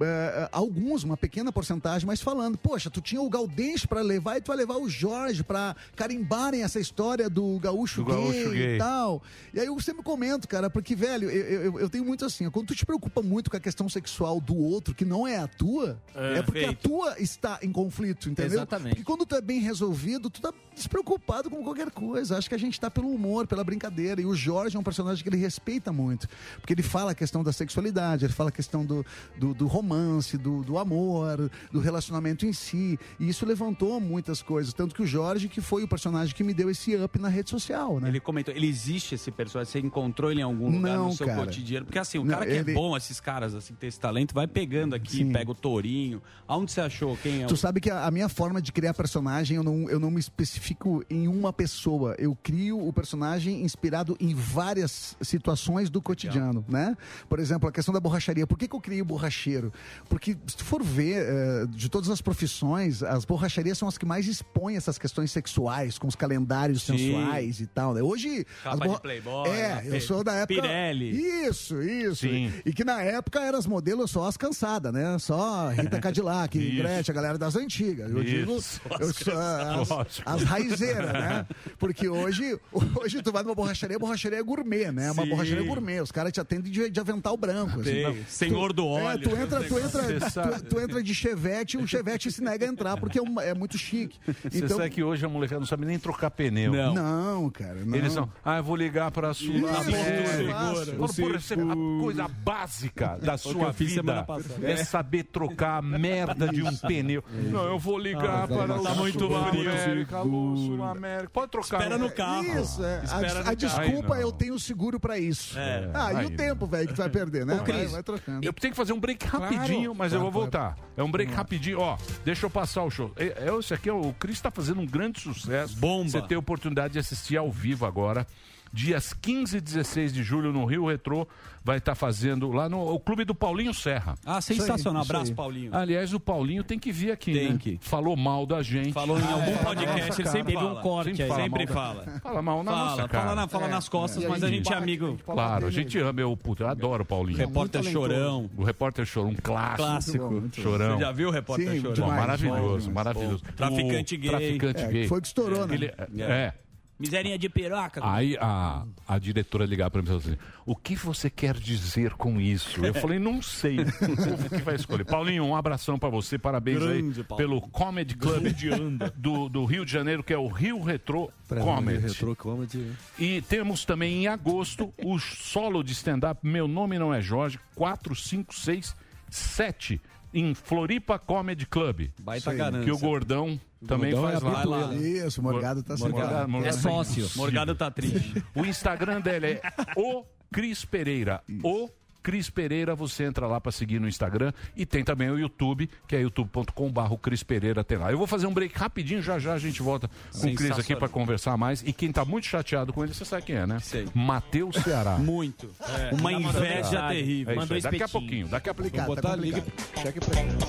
Speaker 11: É, alguns, uma pequena porcentagem, mas falando, poxa, tu tinha o Galdêncio pra levar e tu vai levar o Jorge pra carimbarem essa história do gaúcho,
Speaker 5: Do gaúcho
Speaker 11: gay,
Speaker 5: gay.
Speaker 11: e tal. E aí eu sempre comento, cara, porque, velho, eu, eu- eu tenho muito assim, ó, quando tu te preocupa muito com a questão sexual do outro, que não é a tua,
Speaker 12: É.
Speaker 11: é, porque a
Speaker 12: Perfeito.
Speaker 11: tua está em conflito, entendeu?
Speaker 12: Exatamente.
Speaker 11: Porque quando tu é bem resolvido, tu tá despreocupado com qualquer coisa. Acho que a gente tá pelo humor, pela brincadeira. E o Jorge é um personagem que ele respeita muito. Porque ele fala a questão da sexualidade, ele fala a questão do, do, do romance, do, do amor, do relacionamento em si. E isso levantou muitas coisas. Tanto que o Jorge, que foi o personagem que me deu esse up na rede social, né?
Speaker 1: Ele comentou, ele existe esse personagem, você encontrou ele em algum lugar
Speaker 11: Não,
Speaker 1: no seu
Speaker 11: cara.
Speaker 1: cotidiano. Porque assim, o
Speaker 11: Não,
Speaker 1: cara que é
Speaker 11: ele-
Speaker 1: bom, esses caras assim, que tem esse talento, vai pegando aqui, pega o tourinho. Aonde você achou? Quem é o.
Speaker 11: Tu sabe que a, a minha forma de criar personagem, eu não, eu não me especifico em uma pessoa. Eu crio o personagem inspirado em várias situações do cotidiano, né? Por exemplo, a questão da borracharia. Por que, que eu criei o borracheiro? Porque se tu for ver, eh, de todas as profissões, as borracharias são as que mais expõem essas questões sexuais, com os calendários
Speaker 1: Sim.
Speaker 11: sensuais e tal, né? Hoje...
Speaker 1: Capa
Speaker 11: as
Speaker 1: de Playboy,
Speaker 11: É,
Speaker 1: capa-
Speaker 11: eu sou da época...
Speaker 1: Pirelli.
Speaker 11: Isso, isso.
Speaker 1: Sim.
Speaker 11: E que na época eram as modelos só as cansadas, né? Só Rita Cadillac,
Speaker 5: Isso.
Speaker 11: Gretchen, a galera das antigas. Eu digo,
Speaker 5: Isso, as
Speaker 11: eu sou
Speaker 5: cansadas.
Speaker 11: as,
Speaker 5: Ótimo.
Speaker 11: as raizeiras, né? Porque hoje, hoje tu vai numa borracharia, a borracharia é gourmet, né? Uma
Speaker 5: Sim.
Speaker 11: borracharia gourmet. Os caras te atendem de, de avental branco. assim.
Speaker 1: Tem.
Speaker 11: Tu-
Speaker 1: Senhor do
Speaker 11: É,
Speaker 1: óleo,
Speaker 11: tu entra,
Speaker 1: esse negócio.
Speaker 11: tu
Speaker 5: Você
Speaker 11: entra,
Speaker 5: sabe.
Speaker 11: tu, tu entra de chevette e o chevette se nega a entrar, porque é, um- é muito chique. Então,
Speaker 5: Você sabe que hoje a molecada não sabe nem trocar pneu.
Speaker 11: Não. Não, cara. Não.
Speaker 5: Eles são, ah, eu vou ligar pra sua.
Speaker 11: Isso,
Speaker 5: É,
Speaker 11: fácil.
Speaker 5: Fala, porra, isso é a coisa básica da
Speaker 11: O que
Speaker 5: sua
Speaker 11: eu fiz semana
Speaker 5: vida
Speaker 11: passada.
Speaker 5: é saber trocar a merda de um
Speaker 11: Isso.
Speaker 5: pneu. é
Speaker 11: Isso.
Speaker 5: Não, eu vou ligar
Speaker 11: Ah,
Speaker 5: para
Speaker 11: tá
Speaker 5: o
Speaker 11: muito
Speaker 5: Sul
Speaker 11: barulho.
Speaker 5: América, alô, Sul América. Pode trocar.
Speaker 11: Espera no carro. Isso, é. A-
Speaker 5: Espera
Speaker 11: a,
Speaker 5: no carro.
Speaker 11: desculpa,
Speaker 5: Aí não.
Speaker 11: eu tenho seguro pra isso.
Speaker 5: É.
Speaker 11: Ah, e
Speaker 5: Aí
Speaker 11: o
Speaker 5: não.
Speaker 11: tempo, velho, que tu vai perder, né?
Speaker 5: Ô, Cris,
Speaker 11: Vai, vai trocando.
Speaker 5: Eu tenho que fazer um break rapidinho, mas eu vou voltar. É um break rapidinho, ó. Deixa eu passar o show. É, é, esse aqui, é o Cris tá fazendo um grande sucesso. Bomba. Você tem a oportunidade de assistir ao vivo agora. Dias 15 e 16 de julho no Rio Retrô, vai estar fazendo lá no o clube do Paulinho Serra.
Speaker 1: Ah, sensacional. Isso aí, Abraço, isso aí. Paulinho.
Speaker 5: Aliás, o Paulinho tem que vir aqui. Tem que. Falou mal da gente.
Speaker 1: Ah, é, Falou em algum podcast, ele sempre
Speaker 5: Teve um
Speaker 1: fala. Sempre fala. um Sempre fala.
Speaker 5: Fala mal na
Speaker 1: Fala,
Speaker 5: nossa
Speaker 1: fala
Speaker 5: cara.
Speaker 1: na- fala nas costas, É. mas a gente é amigo.
Speaker 5: Claro, a gente ama. Eu, puta, eu adoro o Paulinho.
Speaker 1: Repórter É. Muito talentoso. Chorão.
Speaker 5: O Repórter Chorão, um clássico.
Speaker 1: Clássico. Muito bom.
Speaker 5: Chorão.
Speaker 1: Você já viu o Repórter Sim, Chorão?
Speaker 5: Bom,
Speaker 1: demais,
Speaker 5: maravilhoso,
Speaker 1: demais.
Speaker 5: maravilhoso.
Speaker 1: Bom. Traficante
Speaker 5: O
Speaker 1: gay.
Speaker 5: Traficante
Speaker 1: É,
Speaker 5: gay.
Speaker 1: que foi que estourou, né?
Speaker 5: Ele- é. Ah,
Speaker 1: É.
Speaker 8: Miserinha de piroca.
Speaker 5: Aí a, a diretora ligava pra mim e falou assim: O que você quer dizer com isso? Eu falei: Não sei. O povo que vai escolher. Paulinho, um abração pra você. Parabéns
Speaker 8: Grande,
Speaker 5: aí
Speaker 8: Paulo.
Speaker 5: pelo Comedy Club
Speaker 8: Onde anda?
Speaker 5: do, do Rio de Janeiro, que é o Rio Retro
Speaker 18: Comedy.
Speaker 5: Comedy.
Speaker 18: Retro Comedy.
Speaker 5: E temos também em agosto o solo de stand-up Meu Nome Não É Jorge, 4, 5, 6, 7, em Floripa Comedy Club.
Speaker 1: Baita ganância.
Speaker 5: Que o Gordão também
Speaker 11: Gordão
Speaker 5: faz
Speaker 11: é
Speaker 5: lá.
Speaker 11: habitual. Isso, o Morgado tá sempre lá. É sócio.
Speaker 1: Morgado tá triste.
Speaker 5: O Instagram dela é o Cris Pereira. O Cris Pereira, você entra lá pra seguir no Instagram e tem também o YouTube, que é youtube.com.br Cris Pereira tem lá. Eu vou fazer um break rapidinho, já já a gente volta com o Cris aqui
Speaker 1: Sensacional.
Speaker 5: pra conversar mais. E quem tá muito chateado com ele, você sabe quem é, né? Matheus Ceará.
Speaker 1: Muito. É. Uma inveja terrível.
Speaker 5: É isso
Speaker 1: Mandou
Speaker 5: aí. Daqui a
Speaker 1: espetinho.
Speaker 5: pouquinho, daqui a pouquinho.
Speaker 1: Complicado, Vou botar tá a liga-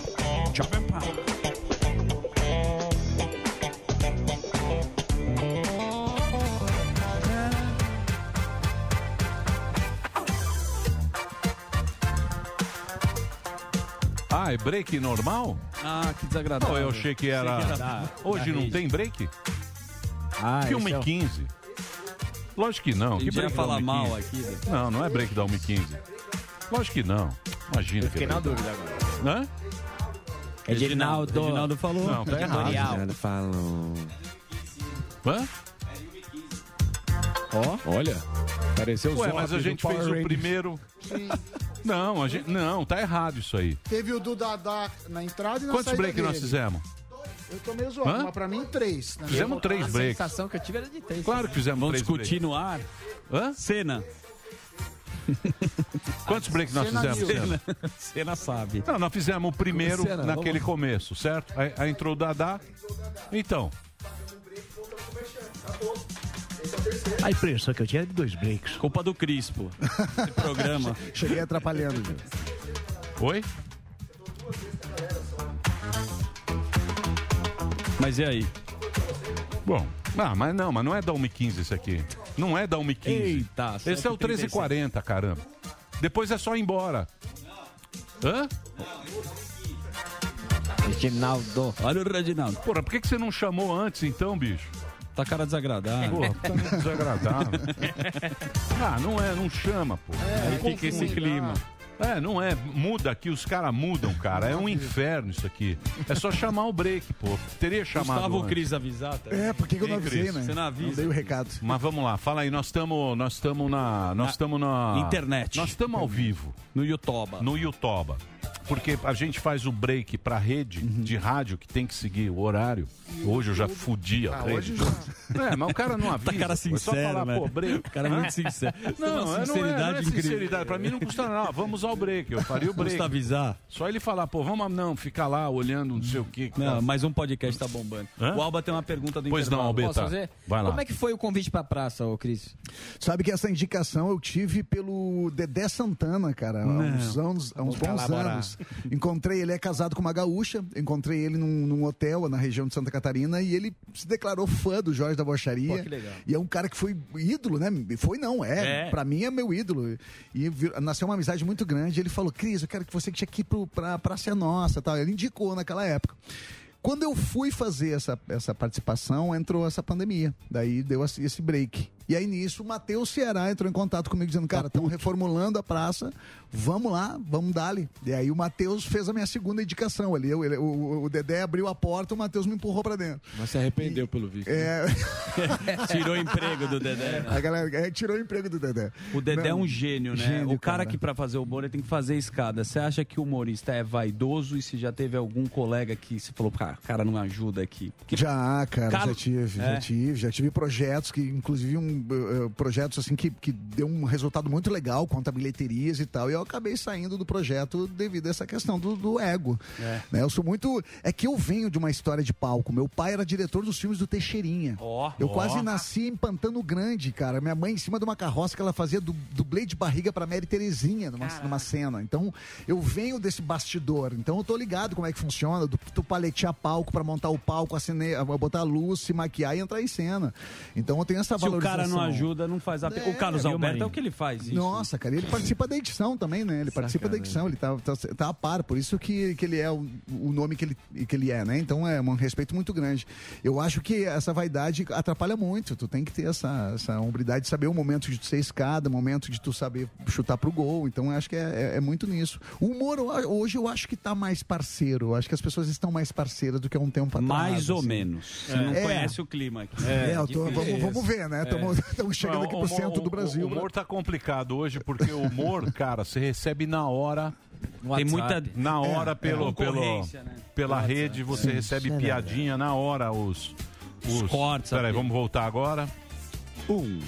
Speaker 5: Tchau. Ah, é break normal?
Speaker 1: Ah, que desagradável.
Speaker 5: Não, eu achei que era.
Speaker 1: Desagradável.
Speaker 5: Hoje não tem break?
Speaker 1: Ah,
Speaker 5: que 1
Speaker 1: esse é
Speaker 5: e
Speaker 1: o-
Speaker 5: 15 Lógico que não.
Speaker 1: A
Speaker 5: Que
Speaker 1: gente ia
Speaker 5: break da
Speaker 1: falar
Speaker 5: 1 e
Speaker 1: mal
Speaker 5: 15?
Speaker 1: aqui, né?
Speaker 5: Não, não é break da 1 e 15 Lógico que não. Imagina.
Speaker 8: Fiquei
Speaker 5: que é
Speaker 8: na
Speaker 5: break.
Speaker 8: dúvida agora.
Speaker 5: Hã?
Speaker 8: Reginaldo.
Speaker 5: Reginaldo falou. Não, tá errado.
Speaker 8: Editorial.
Speaker 18: Falam.
Speaker 5: Hã? Olha.
Speaker 18: Pareceu o
Speaker 5: Ué,
Speaker 18: Zop
Speaker 5: mas a
Speaker 18: do
Speaker 5: gente
Speaker 18: Power
Speaker 5: fez o
Speaker 18: Rangers.
Speaker 5: primeiro. Não, a gente... não, tá errado isso aí.
Speaker 9: Teve o do Dadá na entrada e na
Speaker 5: Quantos
Speaker 9: saída
Speaker 5: break nós
Speaker 9: dele.
Speaker 5: fizemos?
Speaker 9: Eu tô meio zoado,
Speaker 5: Hã?
Speaker 9: mas pra mim três. né?
Speaker 5: Fizemos três
Speaker 9: A
Speaker 5: breaks.
Speaker 9: sensação
Speaker 20: que eu tive era de três.
Speaker 5: Claro que fizemos
Speaker 1: Vamos
Speaker 5: três
Speaker 1: discutir
Speaker 5: breaks.
Speaker 1: no ar.
Speaker 5: Hã?
Speaker 1: Cena.
Speaker 5: Quantos breaks nós fizemos?
Speaker 1: Cena,
Speaker 5: Senna?
Speaker 1: Cena sabe.
Speaker 5: Não, nós fizemos o primeiro
Speaker 1: Cena, vamos
Speaker 5: naquele
Speaker 1: lá.
Speaker 5: começo, certo? Aí, aí entrou o Dadá. Então,
Speaker 14: A impressão que eu tinha era de dois breaks.
Speaker 1: Culpa do Crispo. Esse programa.
Speaker 11: Cheguei atrapalhando, viu?
Speaker 5: Oi?
Speaker 1: Mas e aí?
Speaker 5: Bom, ah, mas não, mas não é da 1h15 esse aqui. Não é da 1h15.
Speaker 1: Eita,
Speaker 5: esse é o 13h40, caramba. Depois é só ir embora. Hã?
Speaker 1: Reginaldo. Olha o Reginaldo.
Speaker 5: Porra, por que, que você não chamou antes então, bicho?
Speaker 1: Tá cara desagradável.
Speaker 5: Porra, tá muito desagradável. ah, não é, não chama, pô.
Speaker 1: Aí fica esse clima.
Speaker 5: É, não é. Muda aqui, os caras mudam, cara. É um inferno isso aqui. É só chamar o break, pô. Teria chamado.
Speaker 1: Gustavo o
Speaker 5: antes.
Speaker 1: Cris avisar, tá?
Speaker 11: É, por que que eu não
Speaker 5: Hein,
Speaker 11: avisei,
Speaker 5: Cris?
Speaker 11: né?
Speaker 5: Você não avisa.
Speaker 11: Não dei o recado.
Speaker 5: Mas vamos lá, fala aí, nós estamos nós estamos na nós
Speaker 1: Na
Speaker 5: estamos na
Speaker 1: internet.
Speaker 5: Nós estamos ao vivo
Speaker 1: no Youtuba.
Speaker 5: No Youtuba. Porque a gente faz o break pra rede
Speaker 1: Uhum.
Speaker 5: de rádio que tem que seguir o horário. Hoje eu já fudi a
Speaker 1: Ah,
Speaker 5: rede.
Speaker 1: hoje
Speaker 5: É, mas o cara não avisa.
Speaker 1: Tá cara
Speaker 5: É
Speaker 1: sincero,
Speaker 5: só falar,
Speaker 1: né?
Speaker 5: pô, break.
Speaker 1: O cara é muito
Speaker 5: Hã?
Speaker 1: sincero. Tem
Speaker 5: Não,
Speaker 1: uma
Speaker 5: é, não, é, não
Speaker 1: sinceridade
Speaker 5: é
Speaker 1: incrível.
Speaker 5: sinceridade. Pra mim não custa nada. Vamos ao break. Eu faria o break.
Speaker 1: Custa avisar.
Speaker 5: Só ele falar, pô, vamos não, ficar lá olhando não sei o quê.
Speaker 1: Não, mas um podcast tá bombando. O Alba tem uma pergunta do
Speaker 5: Pois não,
Speaker 1: intervalo.
Speaker 5: Albeta.
Speaker 1: Posso fazer?
Speaker 6: Como é que foi o convite pra praça, ô Cris?
Speaker 11: Sabe que essa indicação eu tive pelo Dedé Santana, cara, há
Speaker 6: Não.
Speaker 11: uns, anos, há uns
Speaker 6: Vou
Speaker 11: bons
Speaker 6: colaborar.
Speaker 11: anos. Encontrei, ele é casado com uma gaúcha, encontrei ele num, num hotel na região de Santa Catarina e ele se declarou fã do Jorge da Bocharia.
Speaker 6: Pô, que legal.
Speaker 11: E é um cara que foi ídolo, né? Foi não, é.
Speaker 6: É.
Speaker 11: Pra mim é meu ídolo. E vir- nasceu uma amizade muito grande. Ele falou, Cris, eu quero que você que aqui pro, pra Praça é Nossa tal. Ele indicou naquela época. Quando eu fui fazer essa, essa participação, entrou essa pandemia. Daí deu esse esse break. E aí nisso, o Matheus Ceará entrou em contato comigo dizendo: Cara, estão reformulando a praça, vamos lá, vamos dali. E aí o Matheus fez a minha segunda indicação ali. Eu- ele- o, o Dedé abriu a porta, o Matheus me empurrou pra dentro.
Speaker 18: Mas se arrependeu pelo né? vídeo.
Speaker 11: É,
Speaker 1: Tirou o emprego do Dedé.
Speaker 11: a galera é, tirou o emprego do Dedé.
Speaker 1: O Dedé
Speaker 11: Não,
Speaker 1: é um gênio, né?
Speaker 11: gênio,
Speaker 1: o cara, que pra fazer o humor ele tem que fazer escada. Você acha que o humorista é vaidoso e se já teve algum colega que se falou, cara, cara não ajuda aqui?
Speaker 11: Já, ah, cara,
Speaker 1: Cara-
Speaker 11: já tive,
Speaker 1: É.
Speaker 11: já tive, já tive projetos que, inclusive, um, eh, eh, projetos assim que, que deu um resultado muito legal quanto a bilheterias e tal. E eu acabei saindo do projeto devido a essa questão do, do ego.
Speaker 8: É.
Speaker 11: né? Eu sou muito. É que eu venho de uma história de palco. Meu pai era diretor dos filmes do Teixeirinha.
Speaker 8: Ó.
Speaker 11: eu
Speaker 8: Ó.
Speaker 11: quase nasci em Pantano Grande, cara. Minha mãe, em cima de uma carroça que ela fazia du, dublê de barriga pra Mary Terezinha numa, numa cena. Então, eu venho desse bastidor. Então, eu tô ligado como é que funciona. Do, tu paletear palco pra montar o palco, acender, botar a luz, se maquiar e entrar em cena. Então, eu tenho essa
Speaker 1: Se o
Speaker 11: valorização.
Speaker 1: cara cara não ajuda, não faz a...
Speaker 11: É,
Speaker 1: o Carlos
Speaker 11: viu,
Speaker 1: Alberto é
Speaker 11: Marinho?
Speaker 1: o que ele faz isso.
Speaker 11: Nossa, cara, ele participa da edição também, né? Ele participa da edição, ele tá, tá, tá a par, por isso que, que ele é o, o nome que ele, que ele é, né? Então é um respeito muito grande. Eu acho que essa vaidade atrapalha muito, tu tem que ter essa, essa hombridade de saber o momento de tu ser escada, o momento de tu saber chutar pro gol, então eu acho que é, é- é muito nisso. O humor, eu a- hoje eu acho que tá mais parceiro, eu acho que as pessoas estão mais parceiras do que há um tempo atrás.
Speaker 1: Mais ou
Speaker 11: assim.
Speaker 1: menos. Você não
Speaker 11: É.
Speaker 1: conhece o clima aqui.
Speaker 11: É, eu tô- vamos, vamos ver, né?
Speaker 5: É.
Speaker 11: Estamos chegando
Speaker 5: Não,
Speaker 11: aqui
Speaker 5: o
Speaker 11: pro
Speaker 5: humor-
Speaker 11: centro do Brasil. né?
Speaker 5: O humor tá complicado hoje, porque o humor, cara, você recebe na hora.
Speaker 1: WhatsApp. muita-
Speaker 5: Na hora
Speaker 1: É, é.
Speaker 5: pelo, pelo,
Speaker 1: Concorrência, né?
Speaker 5: pela
Speaker 1: WhatsApp.
Speaker 5: rede, você
Speaker 1: Sim,
Speaker 5: recebe
Speaker 1: isso é
Speaker 5: piadinha
Speaker 11: né?
Speaker 5: na hora, os. Os, cortes. Peraí, vamos voltar agora.
Speaker 11: Um.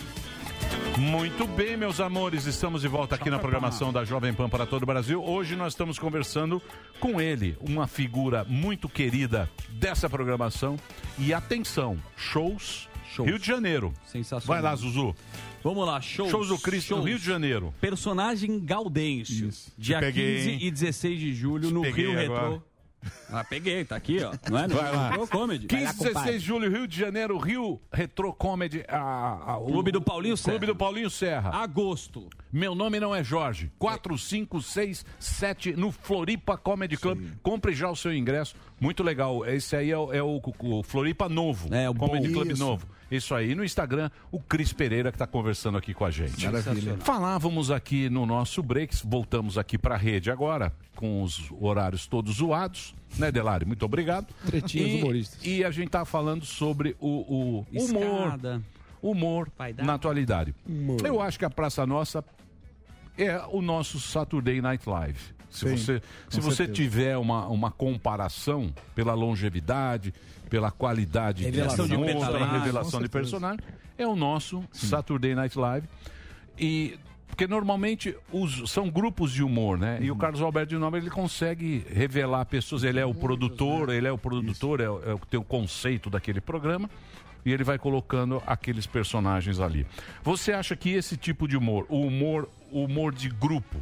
Speaker 5: Muito bem, meus amores, estamos de volta aqui na programação da Jovem Pan para todo o Brasil. Hoje nós estamos conversando com ele, uma figura muito querida dessa programação. E atenção, shows, Rio de Janeiro.
Speaker 1: Sensacional.
Speaker 5: Vai lá, Zuzu.
Speaker 1: Vamos lá, shows.
Speaker 5: Shows do Cristo no Rio de Janeiro.
Speaker 1: Personagem Gaudêncio. Dia
Speaker 5: Peguei,
Speaker 1: 15
Speaker 5: hein?
Speaker 1: e 16 de julho no
Speaker 5: peguei
Speaker 1: Rio
Speaker 5: agora.
Speaker 1: Retrô. Ah, peguei, tá aqui, ó. Não é? Não,
Speaker 5: Vai lá.
Speaker 1: Retrô Comedy.
Speaker 5: 15 e 16 de julho, Rio de Janeiro, Rio Retro Comedy. a- a- o-
Speaker 1: Clube do Paulinho
Speaker 5: Clube do Paulinho Serra.
Speaker 1: Agosto.
Speaker 5: Meu nome não é Jorge. 4567 no Floripa Comedy Club. Compre já o seu ingresso. Muito legal. Esse aí é, o- é o, o Floripa Novo. É, o Comedy
Speaker 18: bom.
Speaker 5: Club
Speaker 18: Isso.
Speaker 5: Novo. Isso aí. No Instagram, o Cris Pereira que tá conversando aqui com a gente.
Speaker 18: Maravilha.
Speaker 5: Falávamos aqui no nosso break, voltamos aqui para a rede agora, com os horários todos zoados, né, Delari? Muito obrigado.
Speaker 18: Tretinhas
Speaker 5: e,
Speaker 18: humoristas.
Speaker 5: E a gente tá falando sobre o, o humor,
Speaker 1: Escada.
Speaker 5: humor na atualidade. Eu acho que a Praça Nossa é o nosso Saturday Night Live. Se
Speaker 18: Sim,
Speaker 5: você,
Speaker 18: com
Speaker 5: se você
Speaker 18: certeza.
Speaker 5: tiver uma, uma comparação pela longevidade, pela qualidade
Speaker 18: Revelação
Speaker 5: que
Speaker 18: de
Speaker 5: essa mostra,
Speaker 18: personagem,
Speaker 5: revelação
Speaker 18: com
Speaker 5: de
Speaker 18: certeza.
Speaker 5: personagem, é o nosso Saturday Night Live. E porque normalmente os, são grupos de humor, né? E o Carlos Alberto de Nobre ele consegue revelar pessoas. Ele é o produtor, ele é o produtor, é, o- é o teu conceito daquele programa. E ele vai colocando aqueles personagens ali. Você acha que esse tipo de humor, o humor, o humor de grupo,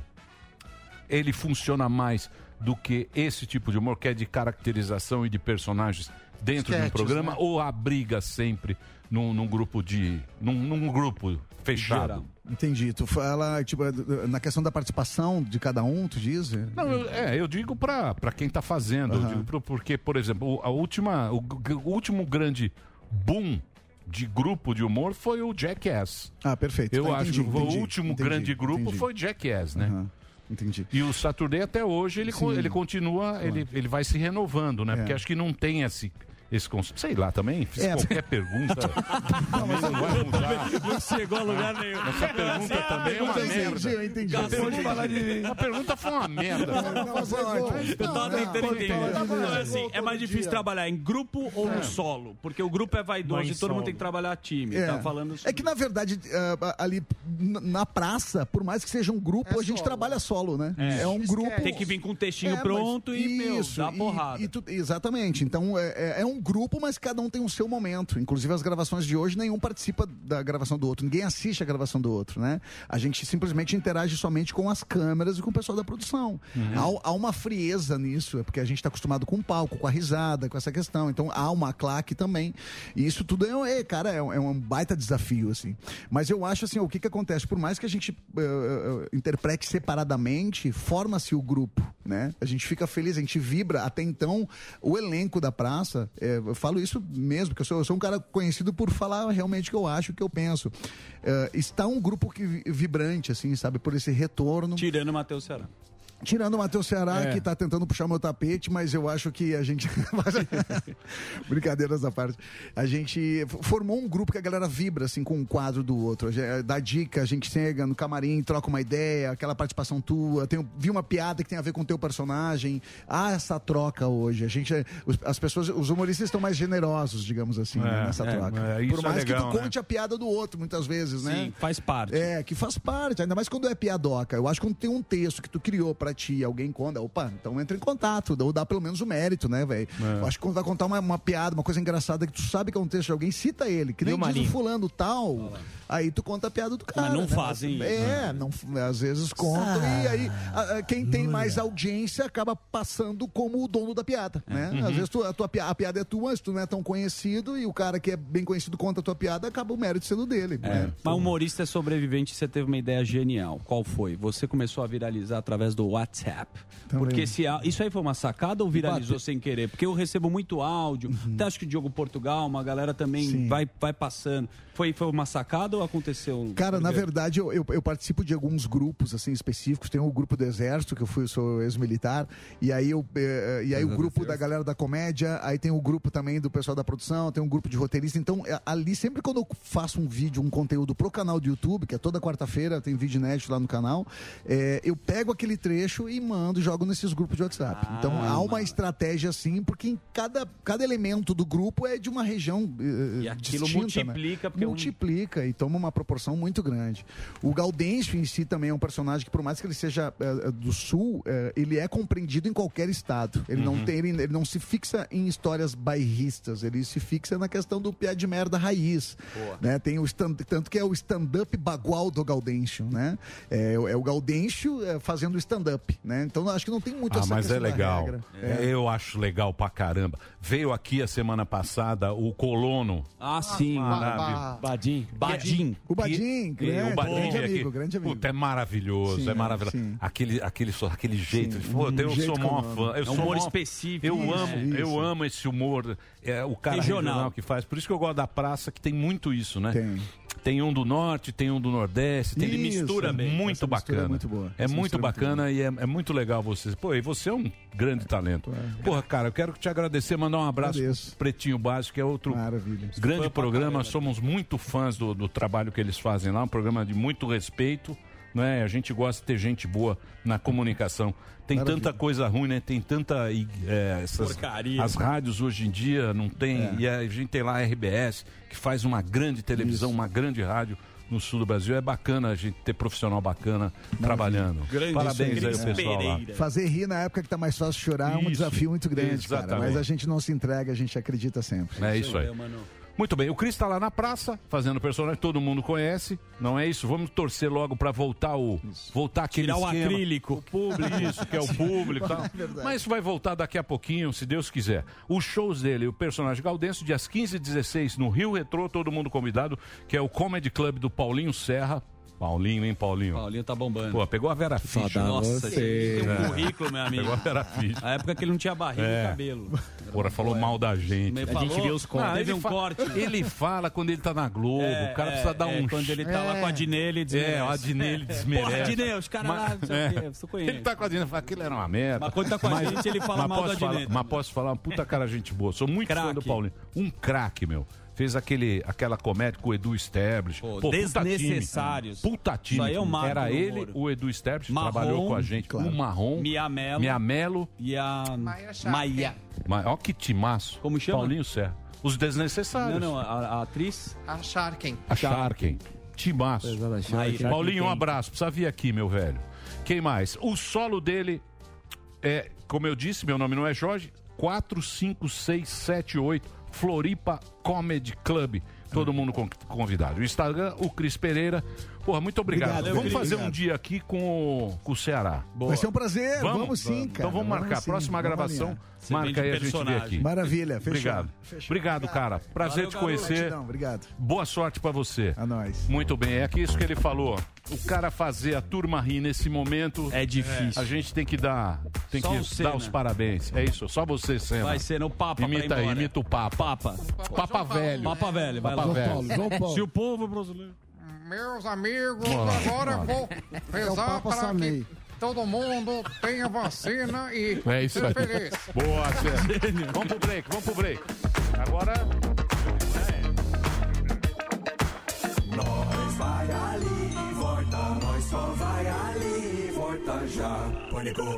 Speaker 5: ele funciona mais do que esse tipo de humor, que é de caracterização e de personagens dentro de um
Speaker 18: Sketches,
Speaker 5: programa,
Speaker 18: né?
Speaker 5: ou abriga sempre num, num grupo de. num, num grupo fechado?
Speaker 11: Entendi. Tu fala, tipo, na questão da participação de cada um, tu diz?
Speaker 5: Não, eu, é, eu digo pra, pra quem tá fazendo, eu digo pro- porque, por exemplo, o- a última, o, g- o último grande boom de grupo de humor foi o Jackass.
Speaker 11: Ah, perfeito.
Speaker 5: Eu
Speaker 11: Ah,
Speaker 5: acho
Speaker 11: entendi,
Speaker 5: que o
Speaker 11: entendi,
Speaker 5: último
Speaker 11: entendi,
Speaker 5: grande grupo
Speaker 11: entendi.
Speaker 5: foi Jackass, né?
Speaker 11: Entendi.
Speaker 5: E o Saturday até hoje ele, co-
Speaker 11: Sim. É.
Speaker 5: ele continua, ele, ele vai se renovando, né? Porque acho que não tem esse, esse conceito. Sei lá também, fiz
Speaker 18: É.
Speaker 5: qualquer pergunta. também não vai mudar.
Speaker 1: Não chegou a lugar nenhum.
Speaker 5: Essa pergunta também é uma
Speaker 11: Eu entendi,
Speaker 5: merda.
Speaker 11: eu entendi.
Speaker 5: A pergunta-
Speaker 11: Acabou de falar de-
Speaker 5: A pergunta foi uma merda.
Speaker 1: Eu tava tentando entender. Então, assim, é mais difícil trabalhar em grupo ou
Speaker 11: É.
Speaker 1: solo? Porque o grupo é vaidoso
Speaker 11: Mas
Speaker 1: e todo
Speaker 11: solo.
Speaker 1: mundo tem que trabalhar time.
Speaker 11: É.
Speaker 1: Tá falando
Speaker 11: é que na verdade ah, ali na- na praça, por mais que seja um grupo, a gente trabalha solo, né? É, um grupo.
Speaker 1: Tem que vir com o textinho
Speaker 11: É,
Speaker 1: pronto
Speaker 11: mas-
Speaker 1: e, meu,
Speaker 11: isso,
Speaker 1: dá
Speaker 11: e-
Speaker 1: porrada.
Speaker 11: e tu- exatamente. Então é, é- é um grupo, mas cada um tem o seu momento. Inclusive as gravações de hoje, nenhum participa da gravação do outro, ninguém assiste a gravação do outro, né? A gente simplesmente interage somente com as câmeras e com o pessoal da produção.
Speaker 1: Uhum.
Speaker 11: Há, há uma frieza nisso, é porque a gente está acostumado com o palco, com a risada, com essa questão. Então há uma claque também. E isso tudo é, é, cara, é, um- é um baita desafio, assim. Mas eu acho assim, o que que acontece? Por mais que a gente eh, eh, interprete separadamente, forma-se o grupo, né? A gente fica feliz, a gente vibra. Até então, o elenco da praça, eh, eu falo isso mesmo, porque eu sou, eu sou um cara conhecido por falar realmente o que eu acho, o que eu penso. Eh, está um grupo que vi- vibrante, assim, sabe? Por esse retorno.
Speaker 1: Tirando o Matheus Ceará.
Speaker 11: Tirando o Matheus Ceará,
Speaker 1: É.
Speaker 11: que tá tentando puxar meu tapete, mas eu acho que a gente. Brincadeiras à parte. A gente f- formou um grupo que a galera vibra, assim, com um quadro do outro. A gente- Dá dica, a gente chega no camarim, troca uma ideia, aquela participação tua. Tem, um- vi uma piada que tem a ver com o teu personagem. Há essa troca hoje. A gente. é- os- As pessoas, os humoristas estão mais generosos, digamos assim, né,
Speaker 5: É,
Speaker 11: nessa
Speaker 5: é,
Speaker 11: troca.
Speaker 5: é, isso
Speaker 11: Por
Speaker 5: é
Speaker 11: mais
Speaker 5: legal,
Speaker 11: que
Speaker 5: né?
Speaker 11: tu conte a piada do outro, muitas vezes, né?
Speaker 1: Sim, faz parte.
Speaker 11: É, que faz parte, ainda mais quando é piadoca. Eu acho que quando tem um texto que tu criou pra pra ti, alguém conta, opa, então entra em contato, ou dá pelo menos o mérito, né, velho?
Speaker 6: É.
Speaker 11: Acho que quando vai contar uma, uma piada, uma coisa engraçada que tu sabe que é um texto de alguém, cita ele, que
Speaker 6: E
Speaker 11: nem
Speaker 6: o
Speaker 11: diz o
Speaker 6: Marinho?
Speaker 11: fulano tal, aí tu conta a piada do cara.
Speaker 6: não
Speaker 11: né?
Speaker 6: fazem
Speaker 11: É,
Speaker 6: isso.
Speaker 11: não, às vezes contam,
Speaker 6: Ah.
Speaker 11: e aí a- a- quem tem mais audiência acaba passando como o dono da piada, né?
Speaker 6: Uhum.
Speaker 11: Às vezes tu- a, tua, pi- a piada é tua, mas tu não é tão conhecido, e o cara que é bem conhecido conta a tua piada, acaba o mérito sendo dele,
Speaker 5: É.
Speaker 11: né?
Speaker 1: Mas humorista é sobrevivente, você teve uma ideia genial. Qual foi? Você começou a viralizar através do WhatsApp. Porque se a- isso aí foi uma sacada ou viralizou sem querer? Porque eu recebo muito áudio.
Speaker 11: Uhum.
Speaker 1: Até acho que o Diogo Portugal, uma galera também vai, vai passando. Foi, foi uma sacada ou aconteceu? um
Speaker 11: Cara, na
Speaker 1: primeiro?
Speaker 11: verdade, eu, eu- eu participo de alguns grupos assim específicos. Tem o grupo do Exército, que eu fui, sou ex-militar, e aí, eu, eh, e aí o grupo da galera da comédia, aí tem o grupo também do pessoal da produção, tem um grupo de roteirista. Então, eh, ali, sempre quando eu faço um vídeo, um conteúdo pro canal do YouTube, que é toda quarta-feira, tem vídeo inédito lá no canal, eh, eu pego aquele trecho e mando, jogo nesses grupos de WhatsApp.
Speaker 1: Ah,
Speaker 11: então, há uma estratégia assim, porque em cada, cada elemento do grupo é de uma região. eh,
Speaker 1: E aquilo
Speaker 11: distinta, né?
Speaker 1: multiplica, porque é um-
Speaker 11: multiplica e toma uma proporção muito grande. O Gaudêncio em si também é um personagem que, por mais que ele seja eh, eh, do sul, eh, ele é compreendido em qualquer estado. Ele
Speaker 15: Uhum.
Speaker 11: não tem, ele, ele não se fixa em histórias bairristas, ele se fixa na questão do piá de merda raiz.
Speaker 15: Boa.
Speaker 11: Né? Tem o stand, tanto que é o stand-up bagual do Gaudêncio, né? É, o- é o Gaudêncio eh, fazendo stand-up, né? Então acho que não tem muito
Speaker 5: Ah,
Speaker 11: essa
Speaker 5: mas é
Speaker 11: questão da
Speaker 5: legal.
Speaker 11: regra.
Speaker 5: É, Eu acho legal pra caramba. Veio aqui a semana passada o Colono.
Speaker 1: Ah, sim.
Speaker 5: Maravilha.
Speaker 1: Badim. Badim.
Speaker 11: O Badim,
Speaker 5: E
Speaker 11: grande,
Speaker 5: o Badinha
Speaker 11: grande
Speaker 5: aqui.
Speaker 11: amigo, grande amigo.
Speaker 5: Puta, é maravilhoso,
Speaker 11: Sim,
Speaker 5: é maravilhoso.
Speaker 11: sim.
Speaker 5: Aquele, aquele, sor- aquele jeito. de- Pô,
Speaker 11: um
Speaker 5: eu
Speaker 11: jeito
Speaker 5: sou mó
Speaker 11: com-
Speaker 5: fã. Eu
Speaker 1: É um
Speaker 5: sou
Speaker 1: humor
Speaker 5: mó-
Speaker 1: específico,
Speaker 5: Eu
Speaker 1: isso,
Speaker 5: amo,
Speaker 1: isso.
Speaker 5: eu amo esse humor. É, o cara
Speaker 1: Regional.
Speaker 5: regional. que faz. Por isso que eu gosto da praça, que tem muito isso, né?
Speaker 11: Tem.
Speaker 5: Tem um do norte, tem um do nordeste, tem, ele
Speaker 11: Isso,
Speaker 5: mistura
Speaker 11: essa
Speaker 5: muito
Speaker 11: mistura
Speaker 5: bacana.
Speaker 11: é muito boa.
Speaker 5: É muito
Speaker 11: Essa mistura é muito
Speaker 5: bacana e é, é muito legal vocês. Pô, e você é um grande talento.
Speaker 11: É.
Speaker 5: Porra, cara, eu quero te agradecer, mandar um abraço pro Pretinho Básico, que é outro grande programa. Somos muito fãs do, do trabalho que eles fazem lá, um programa de muito respeito. Né? A gente gosta de ter gente boa na comunicação. Tem
Speaker 11: Maravilha.
Speaker 5: tanta coisa ruim, né? Tem tanta. e, é, essas,
Speaker 1: Porcaria.
Speaker 5: As rádios hoje em dia não tem.
Speaker 11: É.
Speaker 5: E a gente tem lá a RBS, que faz uma grande televisão, uma grande rádio no sul do Brasil. É bacana a gente ter profissional bacana trabalhando.
Speaker 11: Grande
Speaker 5: Parabéns aí,
Speaker 11: isso
Speaker 5: ao
Speaker 11: aí, né?
Speaker 5: pessoal lá.
Speaker 11: Fazer rir na época que tá mais fácil chorar é um
Speaker 5: Isso,
Speaker 11: desafio muito grande, cara.
Speaker 5: exatamente.
Speaker 11: Mas a gente não se entrega, a gente acredita sempre.
Speaker 5: É isso aí. Muito bem, o Cris está lá na praça, fazendo personagem, todo mundo conhece, não é isso? Vamos torcer logo para voltar o voltar aquele
Speaker 1: Tirar o
Speaker 5: esquema.
Speaker 1: acrílico.
Speaker 5: O público, isso, que é o público e tal. Mas isso vai voltar daqui a pouquinho, se Deus quiser. Os shows dele, o personagem Gaudêncio, dias 15 e 16 no Rio Retrô, todo mundo convidado, que é o Comedy Club do Paulinho Serra. Paulinho, hein, Paulinho?
Speaker 1: Paulinho tá bombando.
Speaker 5: Pô, né? pegou a Vera Fischer.
Speaker 1: Nossa, gente, tem
Speaker 5: É.
Speaker 1: um currículo, meu amigo.
Speaker 5: Pegou a Vera Fischer.
Speaker 1: A época que ele não tinha barriga
Speaker 5: É.
Speaker 1: e cabelo.
Speaker 5: Porra, falou mal da gente.
Speaker 1: A gente vê os cortes. Teve
Speaker 5: ele
Speaker 1: um
Speaker 5: fa-
Speaker 1: corte.
Speaker 5: Ele fala quando ele tá na Globo.
Speaker 1: É,
Speaker 5: o cara
Speaker 1: é,
Speaker 5: precisa dar
Speaker 1: é,
Speaker 5: um...
Speaker 1: quando ele tá lá com a Adnê, ele
Speaker 5: É,
Speaker 1: desmerece.
Speaker 5: o Adnê, ele
Speaker 1: É.
Speaker 5: desmerece. é.
Speaker 1: Porra, Adnê, os caras lá, não
Speaker 6: é.
Speaker 1: sei o quê, eu só conheço.
Speaker 5: Ele tá com a Adnê, fala, aquilo era uma merda.
Speaker 1: Mas quando tá com a gente, ele fala
Speaker 5: mas
Speaker 1: mal do
Speaker 5: posso
Speaker 1: Adnê
Speaker 5: falar-
Speaker 1: também.
Speaker 5: Mas posso falar, uma puta cara gente boa. Sou muito fã do
Speaker 1: Craque.
Speaker 5: Paulinho. Um craque, meu. Fez aquele, aquela comédia com o Edu Sterblich. Pô, puta time.
Speaker 1: Desnecessários.
Speaker 5: Puta time.
Speaker 1: Isso aí é o marco
Speaker 5: Era
Speaker 1: do
Speaker 5: ele,
Speaker 1: humor.
Speaker 5: o Edu Sterblich,
Speaker 1: Marrom,
Speaker 5: trabalhou com a gente.
Speaker 1: claro.
Speaker 5: O Marrom.
Speaker 1: Mia Mello.
Speaker 5: Mia Mello.
Speaker 1: E a Maia.
Speaker 5: Mas olha que timaço. Como
Speaker 1: chama?
Speaker 5: Paulinho Serra. Os
Speaker 1: Não,
Speaker 5: desnecessários.
Speaker 1: não, a, a atriz.
Speaker 10: A Sharken.
Speaker 5: A Sharken. Timaço.
Speaker 11: é,
Speaker 5: Aí,
Speaker 1: Sharken
Speaker 5: Paulinho, um
Speaker 1: tem.
Speaker 5: abraço. Precisa vir aqui, meu velho. Quem mais? O solo dele é, como eu disse, meu nome não é Jorge, 45678 Floripa Comedy Club. Todo mundo con- convidado. O Instagram, o Cris Pereira. Porra, muito obrigado.
Speaker 11: Obrigado,
Speaker 5: vamos
Speaker 11: Cris.
Speaker 5: fazer um
Speaker 11: Obrigado.
Speaker 5: dia aqui com o, com o Ceará.
Speaker 11: Vai ser um prazer, vamos, sim, cara.
Speaker 5: Então vamos marcar.
Speaker 11: sim,
Speaker 5: Próxima
Speaker 11: vamos
Speaker 5: gravação,
Speaker 11: alinhar.
Speaker 5: marca aí a gente vê aqui.
Speaker 11: Maravilha, fechou.
Speaker 5: Obrigado. Obrigado, cara. Prazer
Speaker 11: Valeu,
Speaker 5: te
Speaker 11: garoto.
Speaker 5: conhecer.
Speaker 11: Gratidão, obrigado.
Speaker 5: Boa sorte pra você. A
Speaker 11: nós.
Speaker 5: Muito bem, é que isso que ele falou. O cara fazer a turma rir nesse momento
Speaker 1: É difícil.
Speaker 5: A gente tem que dar, tem
Speaker 1: Só
Speaker 5: que
Speaker 1: o Senna.
Speaker 5: dar os parabéns. É isso, só você, Senna.
Speaker 1: Vai ser no Papa pra ir
Speaker 5: Imita aí,
Speaker 1: embora.
Speaker 5: imita o Papa.
Speaker 1: Papa.
Speaker 5: Papa velho.
Speaker 1: Papa velho, vai
Speaker 5: Papa
Speaker 1: lá.
Speaker 5: velho.
Speaker 1: Se o povo brasileiro.
Speaker 19: Meus amigos,
Speaker 5: Bora,
Speaker 19: agora eu
Speaker 5: bora.
Speaker 19: vou rezar
Speaker 5: É Papa
Speaker 19: para
Speaker 5: Sarney.
Speaker 19: que todo mundo tenha vacina e
Speaker 5: É isso aí.
Speaker 19: seja feliz.
Speaker 5: Boa, Senna. Vamos pro break, vamos pro break. Agora.
Speaker 21: Nós vai ali e volta, nós só vai ali e volta já. Pânico.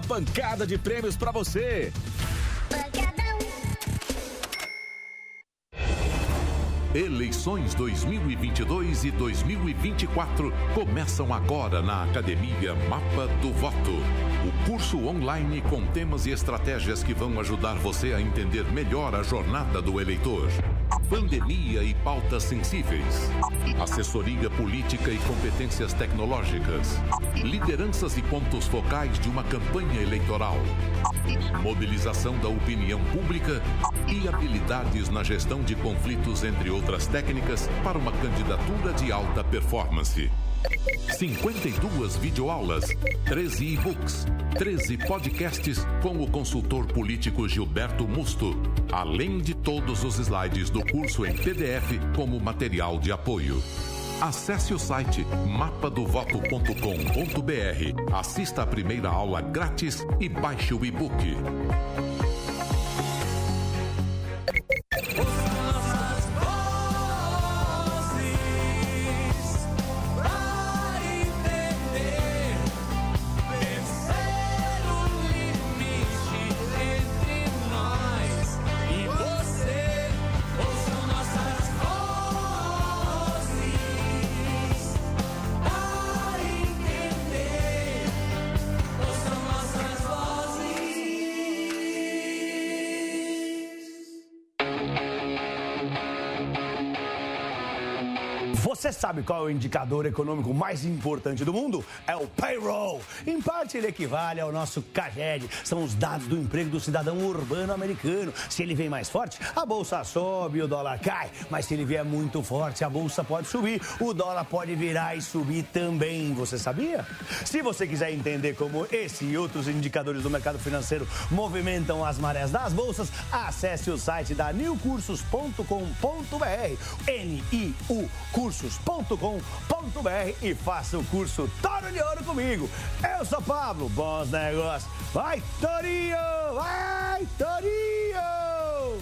Speaker 20: pancada de prêmios pra você.
Speaker 6: Eleições 2022 e 2024 começam agora na Academia Mapa do Voto. O curso online com temas e estratégias que vão ajudar você a entender melhor a jornada do eleitor. Pandemia e pautas sensíveis. Assessoria política e competências tecnológicas. Lideranças e pontos focais de uma campanha eleitoral. Mobilização da opinião pública e habilidades na gestão de conflitos entre outras técnicas para uma candidatura de alta performance. 52 videoaulas, 13 e-books, 13 podcasts com o consultor político Gilberto Musto, além de todos os slides do curso em PDF como material de apoio. Acesse o site mapadovoto.com.br, assista a primeira aula grátis e baixe o e-book.
Speaker 4: é é
Speaker 21: Você sabe qual é o indicador econômico mais importante do mundo? É o payroll. Em parte, ele equivale ao nosso CAGED. São os dados do emprego do cidadão urbano americano. Se ele vem mais forte, a bolsa sobe e o dólar cai. Mas se ele vier muito forte, a bolsa pode subir. O dólar pode virar e subir também. Você sabia? Se você quiser entender como esse e outros indicadores do mercado financeiro movimentam as marés das bolsas, acesse o site da newcursos.com.br. N-I-U cursos.com.br e faça o curso Toro de Ouro comigo. Eu sou Pablo, bons negócios. Vai, Torinho! Vai, Torinho!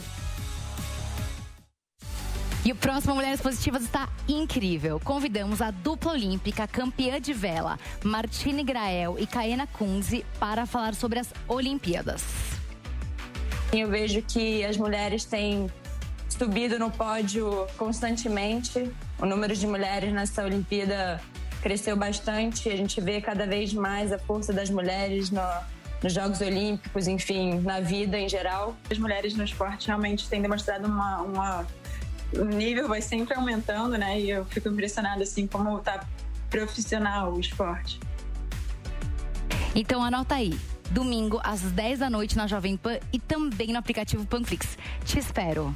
Speaker 24: E o próximo Mulheres Positivas está incrível. Convidamos a dupla olímpica campeã de vela, Martine Grael e Kaena Kunze, para falar sobre as Olimpíadas.
Speaker 25: Eu vejo que as mulheres têm subido no pódio constantemente. O número de mulheres nessa Olimpíada cresceu bastante. A gente vê cada vez mais a força das mulheres no, nos Jogos Olímpicos, enfim, na vida em geral.
Speaker 26: As mulheres no esporte realmente têm demonstrado uma, uma o nível vai sempre aumentando, né? E eu fico impressionada assim como tá profissional o esporte.
Speaker 24: Então anota aí. Domingo, às 10 da noite na Jovem Pan e também no aplicativo Panflix. Te espero.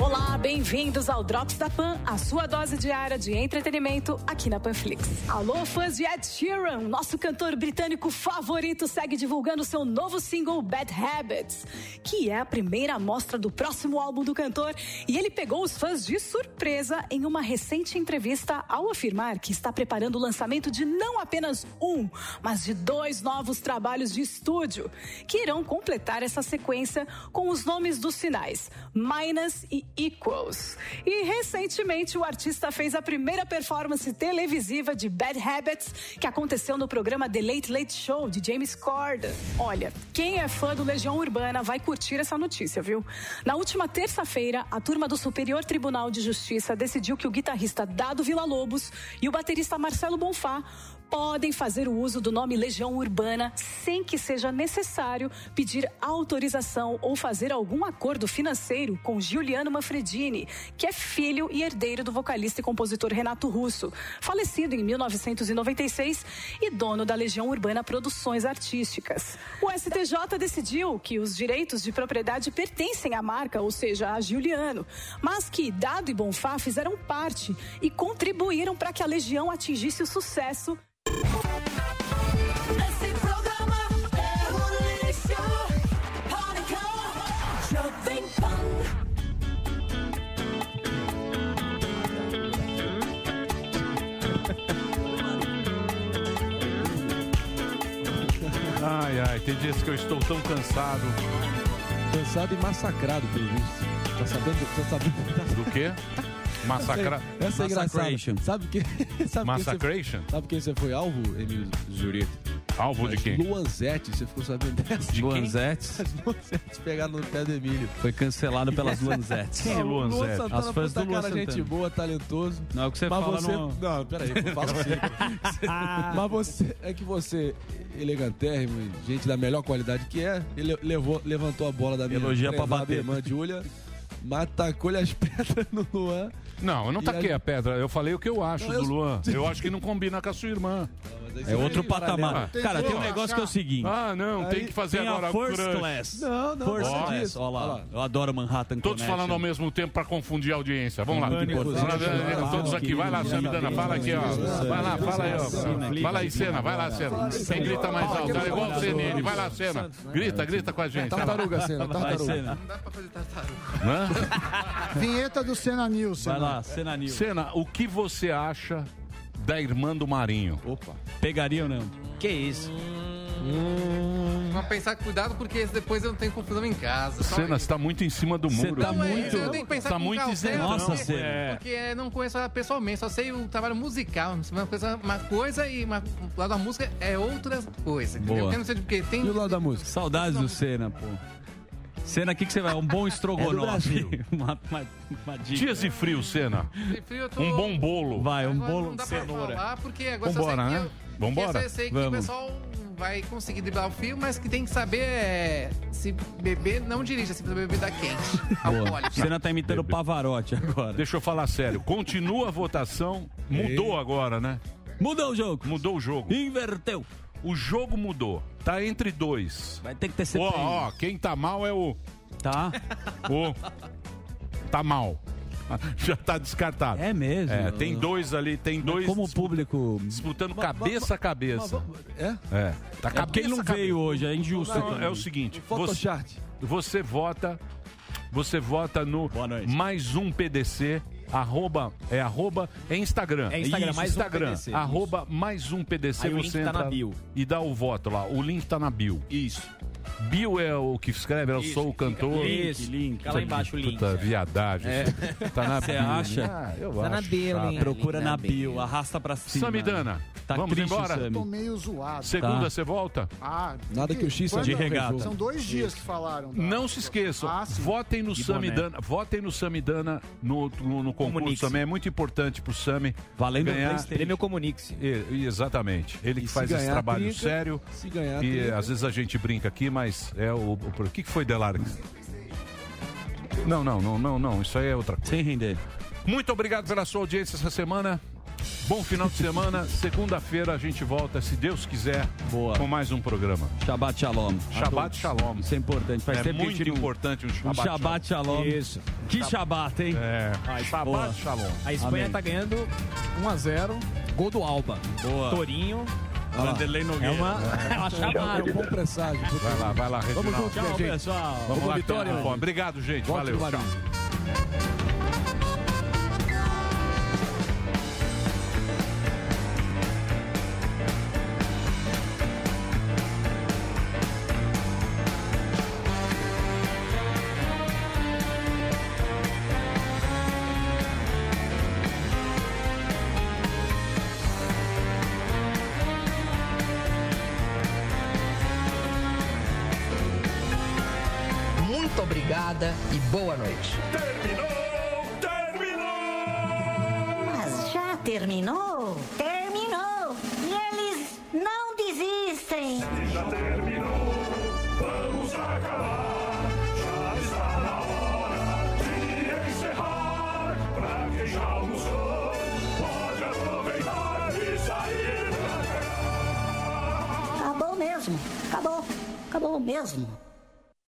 Speaker 19: Olá, bem-vindos ao Drops da Pan, a sua dose diária de entretenimento aqui na Panflix. Alô, fãs de Ed Sheeran, nosso cantor britânico favorito segue divulgando seu novo single Bad Habits, que é a primeira amostra do próximo álbum do cantor, e ele pegou os fãs de surpresa em uma recente entrevista ao afirmar que está preparando o lançamento de não apenas um, mas de dois novos trabalhos de estúdio, que irão completar essa sequência com os nomes dos sinais, Minus e Equals. E recentemente o artista fez a primeira performance televisiva de Bad Habits, que aconteceu no programa The Late Late Show de James Corden. Olha, quem é fã do Legião Urbana vai curtir essa notícia, viu? Na última terça-feira, a turma do Superior Tribunal de Justiça decidiu que o guitarrista Dado Villa-Lobos e o baterista Marcelo Bonfá podem fazer o uso do nome Legião Urbana sem que seja necessário pedir autorização ou fazer algum acordo financeiro com Giuliano Manfredini, que é filho e herdeiro do vocalista e compositor Renato Russo, falecido em 1996 e dono da Legião Urbana Produções Artísticas. O STJ decidiu que os direitos de propriedade pertencem à marca, ou seja, a Giuliano, mas que Dado e Bonfá fizeram parte e contribuíram para que a Legião atingisse o sucesso
Speaker 5: Ai, ai, tem dias que eu estou tão cansado.
Speaker 18: Cansado e massacrado, pelo visto. Tá sabendo? Tá sabendo?
Speaker 5: Do quê? Massacra...
Speaker 18: Essa é
Speaker 5: Massacration.
Speaker 18: engraçada. Sabe que sabe
Speaker 5: Massacration?
Speaker 18: Quem você, sabe quem você foi alvo, Emílio Zurita?
Speaker 5: Alvo de quem?
Speaker 18: Luanzetti, você ficou sabendo dessa?
Speaker 1: De quem? Luanzetti?
Speaker 18: As Luanzetti pegaram no pé do Emílio.
Speaker 1: Foi cancelado pelas Luanzettes.
Speaker 18: Quem é Luan
Speaker 1: Luanzetti?
Speaker 18: Santana,
Speaker 1: As fãs do
Speaker 18: puta
Speaker 1: Luan
Speaker 18: cara,
Speaker 1: Santana.
Speaker 18: gente boa, talentoso.
Speaker 1: Não, é o que você
Speaker 18: Mas
Speaker 1: fala
Speaker 18: você...
Speaker 1: no-
Speaker 18: Não, peraí, eu falo assim.
Speaker 5: Ah.
Speaker 18: Mas você... É que você, elegantérrimo, gente da melhor qualidade que é, ele levou, levantou a bola da minha
Speaker 1: Elogia pra
Speaker 18: prevada
Speaker 1: bater.
Speaker 18: irmã Júlia, matacou-lhe as pedras no Luan.
Speaker 5: Não, eu não
Speaker 18: E
Speaker 5: taquei
Speaker 18: aí-
Speaker 5: a pedra. Eu falei o que eu acho
Speaker 18: Não,
Speaker 5: do
Speaker 18: eu-
Speaker 5: Luan. Eu acho que não combina com a sua irmã.
Speaker 1: É outro patamar. Cara, tem um negócio que é o seguinte.
Speaker 5: Ah, não, tem que fazer
Speaker 1: tem
Speaker 5: agora
Speaker 1: a first
Speaker 5: crush.
Speaker 1: class.
Speaker 18: Não, não,
Speaker 1: first
Speaker 5: nada
Speaker 1: class.
Speaker 5: disso.
Speaker 1: Olha lá. Eu adoro Manhattan
Speaker 5: Todos
Speaker 1: Connection.
Speaker 5: falando ao mesmo tempo para confundir a audiência. Vamos lá.
Speaker 1: Pânico,
Speaker 5: Vamos
Speaker 1: Zé,
Speaker 5: lá,
Speaker 1: Zé,
Speaker 5: Todos
Speaker 1: Zé,
Speaker 5: aqui. Vai lá,
Speaker 1: Zé,
Speaker 5: Samidana.
Speaker 1: Zé,
Speaker 5: Fala aqui, ó.
Speaker 1: Zé,
Speaker 5: Vai lá,
Speaker 1: Zé,
Speaker 5: fala aí,
Speaker 1: Zé,
Speaker 5: ó.
Speaker 1: Zé,
Speaker 5: Vai lá,
Speaker 1: Zé,
Speaker 5: Cena. Vai lá,
Speaker 1: Zé,
Speaker 5: Cena.
Speaker 1: Zé,
Speaker 5: Quem grita mais
Speaker 1: Zé,
Speaker 5: alto.
Speaker 1: Zé,
Speaker 5: Tá igual o
Speaker 1: Zé,
Speaker 5: CNN. Vai lá,
Speaker 1: Zé, Tá
Speaker 5: Cena. Grita, grita com a gente.
Speaker 9: Tartaruga, Senna, tartaruga.
Speaker 1: Senna.
Speaker 9: Não
Speaker 5: dá pra fazer tartaruga.
Speaker 9: Vinheta do Cena News.
Speaker 5: Vai
Speaker 9: Senna.
Speaker 5: lá,
Speaker 1: Cena News.
Speaker 5: Cena, o que você acha da irmã do Marinho?
Speaker 18: Opa.
Speaker 1: Pegaria ou não?
Speaker 2: Que isso? Vamos pensar, cuidado, porque depois eu não tenho confusão em casa. Só
Speaker 5: Cena,
Speaker 2: isso.
Speaker 5: você tá muito em cima do
Speaker 2: Você
Speaker 5: muro.
Speaker 2: tá Não, é muito- isso, eu tenho que pensar
Speaker 5: Tá
Speaker 2: com
Speaker 5: muito
Speaker 2: cautela,
Speaker 5: isentão.
Speaker 2: Nossa,
Speaker 1: Cena.
Speaker 5: É.
Speaker 2: Porque eh, não conheço ela pessoalmente, só sei o trabalho musical. Uma coisa, uma coisa e uma, o lado da música é outra coisa. Entendeu?
Speaker 1: Boa.
Speaker 2: Eu não sei de porque tem.
Speaker 1: E o lado da música? Saudades do Senna, pô. Senna, o que, que você vai? Um bom estrogonofe. uma, uma, uma dica.
Speaker 5: É Dias de frio, Cena.
Speaker 2: de frio, eu tô-
Speaker 5: Um bom bolo.
Speaker 1: Vai, um
Speaker 2: Agora
Speaker 1: bolo
Speaker 2: Não
Speaker 1: de
Speaker 2: dá pra
Speaker 1: cenoura.
Speaker 2: falar, porque agora
Speaker 5: Vambora,
Speaker 2: eu sei que
Speaker 5: né?
Speaker 2: eu-
Speaker 5: Vambora.
Speaker 2: porque Eu sei que
Speaker 5: Vamos.
Speaker 2: o pessoal vai conseguir driblar o fio, mas que tem que saber é, se beber, não dirija, se beber bebida quente.
Speaker 1: Boa. Senna tá imitando o Pavarotti agora.
Speaker 5: Deixa eu falar sério. Continua a votação. Mudou agora, né?
Speaker 1: Mudou o jogo.
Speaker 5: Mudou o jogo.
Speaker 1: Inverteu.
Speaker 5: O jogo mudou. Tá entre dois.
Speaker 1: Vai ter que ter
Speaker 5: Ó,
Speaker 1: CPI.
Speaker 5: ó, quem tá mal é o.
Speaker 1: Tá.
Speaker 5: O. Tá mal. Já tá descartado.
Speaker 1: É mesmo.
Speaker 5: É, tem dois ali, tem dois.
Speaker 1: Como o público.
Speaker 5: Disputando cabeça a cabeça.
Speaker 18: É?
Speaker 5: É. Tá
Speaker 1: É porque ele não veio hoje, é injusto
Speaker 5: Não,
Speaker 1: também.
Speaker 5: é o seguinte, você,
Speaker 18: Photoshop.
Speaker 5: você vota, você vota no mais um PDC. Arroba, é arroba, é Instagram.
Speaker 20: É Instagram, mais um
Speaker 5: Instagram,
Speaker 20: PDC, isso.
Speaker 5: Arroba mais um PDC,
Speaker 20: Aí o
Speaker 5: você
Speaker 20: link tá na
Speaker 5: entra
Speaker 20: bio.
Speaker 5: e dá o voto lá. O link tá na bio.
Speaker 20: Isso.
Speaker 5: Bio é o que escreve, eu
Speaker 20: Isso,
Speaker 5: sou o
Speaker 20: fica-
Speaker 5: cantor.
Speaker 20: Isso, link. Fica lá
Speaker 5: Puta
Speaker 20: embaixo o
Speaker 5: que-
Speaker 20: link.
Speaker 5: Puta viadagem.
Speaker 1: É.
Speaker 5: Tá na
Speaker 1: Você
Speaker 5: bio, né?
Speaker 1: acha?
Speaker 5: Ah, eu
Speaker 1: Tá na
Speaker 5: acho
Speaker 1: bio,
Speaker 5: chato.
Speaker 1: hein? Procura na bio, arrasta pra cima.
Speaker 5: Samidana,
Speaker 1: Tá
Speaker 5: vamos
Speaker 1: triste,
Speaker 5: embora?
Speaker 1: Sami.
Speaker 9: Tô meio zoado.
Speaker 20: Tá.
Speaker 5: Segunda você volta?
Speaker 9: Ah,
Speaker 5: Nada que o X seja
Speaker 9: quando-
Speaker 5: de regata.
Speaker 9: São dois dias que falaram. da-
Speaker 5: Não se esqueçam, votem no
Speaker 9: De
Speaker 5: Samidana, votem no Samidana no, no, no concurso
Speaker 20: Comunique-se.
Speaker 5: também. É muito importante pro Sami
Speaker 20: Valendo o
Speaker 5: ganhar.
Speaker 20: PlayStation. Prêmio Comunique-se.
Speaker 5: E- e exatamente. Ele que
Speaker 18: se
Speaker 5: faz esse
Speaker 18: ganhar,
Speaker 5: trabalho
Speaker 18: trinca.
Speaker 5: sério.
Speaker 18: Se ganhar,
Speaker 5: E
Speaker 18: trinca.
Speaker 5: às vezes a gente brinca aqui, mas é o. O, o que, que foi Delarx? Não, não, não, não, não. Isso aí é outra coisa.
Speaker 1: Sem render.
Speaker 5: Muito obrigado pela sua audiência essa semana. Bom final de semana. Segunda-feira a gente volta, se Deus quiser, com mais um programa.
Speaker 1: Shabbat Shalom.
Speaker 5: Shabbat Shalom.
Speaker 1: Isso é importante. Faz
Speaker 5: É
Speaker 1: tempo que eu
Speaker 5: muito
Speaker 1: tiro um-
Speaker 5: importante um Shabbat
Speaker 1: Um Shabbat Shalom.
Speaker 5: Shalom.
Speaker 1: Isso. Que Shabbat, hein?
Speaker 5: É.
Speaker 1: Ah, Shabbat
Speaker 5: Boa.
Speaker 1: Shalom.
Speaker 20: A Espanha
Speaker 1: Amém.
Speaker 20: tá ganhando 1x0. Gol do Alba.
Speaker 1: Boa.
Speaker 20: Torinho.
Speaker 1: Olha lá. Vanderlei Nogueira.
Speaker 20: É uma, é
Speaker 18: um
Speaker 20: uma chamada.
Speaker 18: Bom presságio.
Speaker 5: Vai lá, vai lá,
Speaker 18: Vamos
Speaker 5: Reginaldo.
Speaker 18: junto,
Speaker 5: Tchau,
Speaker 18: minha gente.
Speaker 1: pessoal.
Speaker 5: Vamos
Speaker 18: Vamos,
Speaker 5: lá,
Speaker 18: Vitória.
Speaker 5: Vitória. Obrigado, gente.
Speaker 18: Volte
Speaker 5: Valeu.
Speaker 18: no
Speaker 5: Tchau.
Speaker 18: Marinho.
Speaker 3: Muito obrigada e boa noite.
Speaker 4: Mas já terminou? Terminou! E eles não desistem!
Speaker 7: Já terminou, vamos acabar. Já está na hora de encerrar. Pra quem já almoçou, pode aproveitar e sair pra cá.
Speaker 4: Acabou mesmo! Acabou! Acabou mesmo!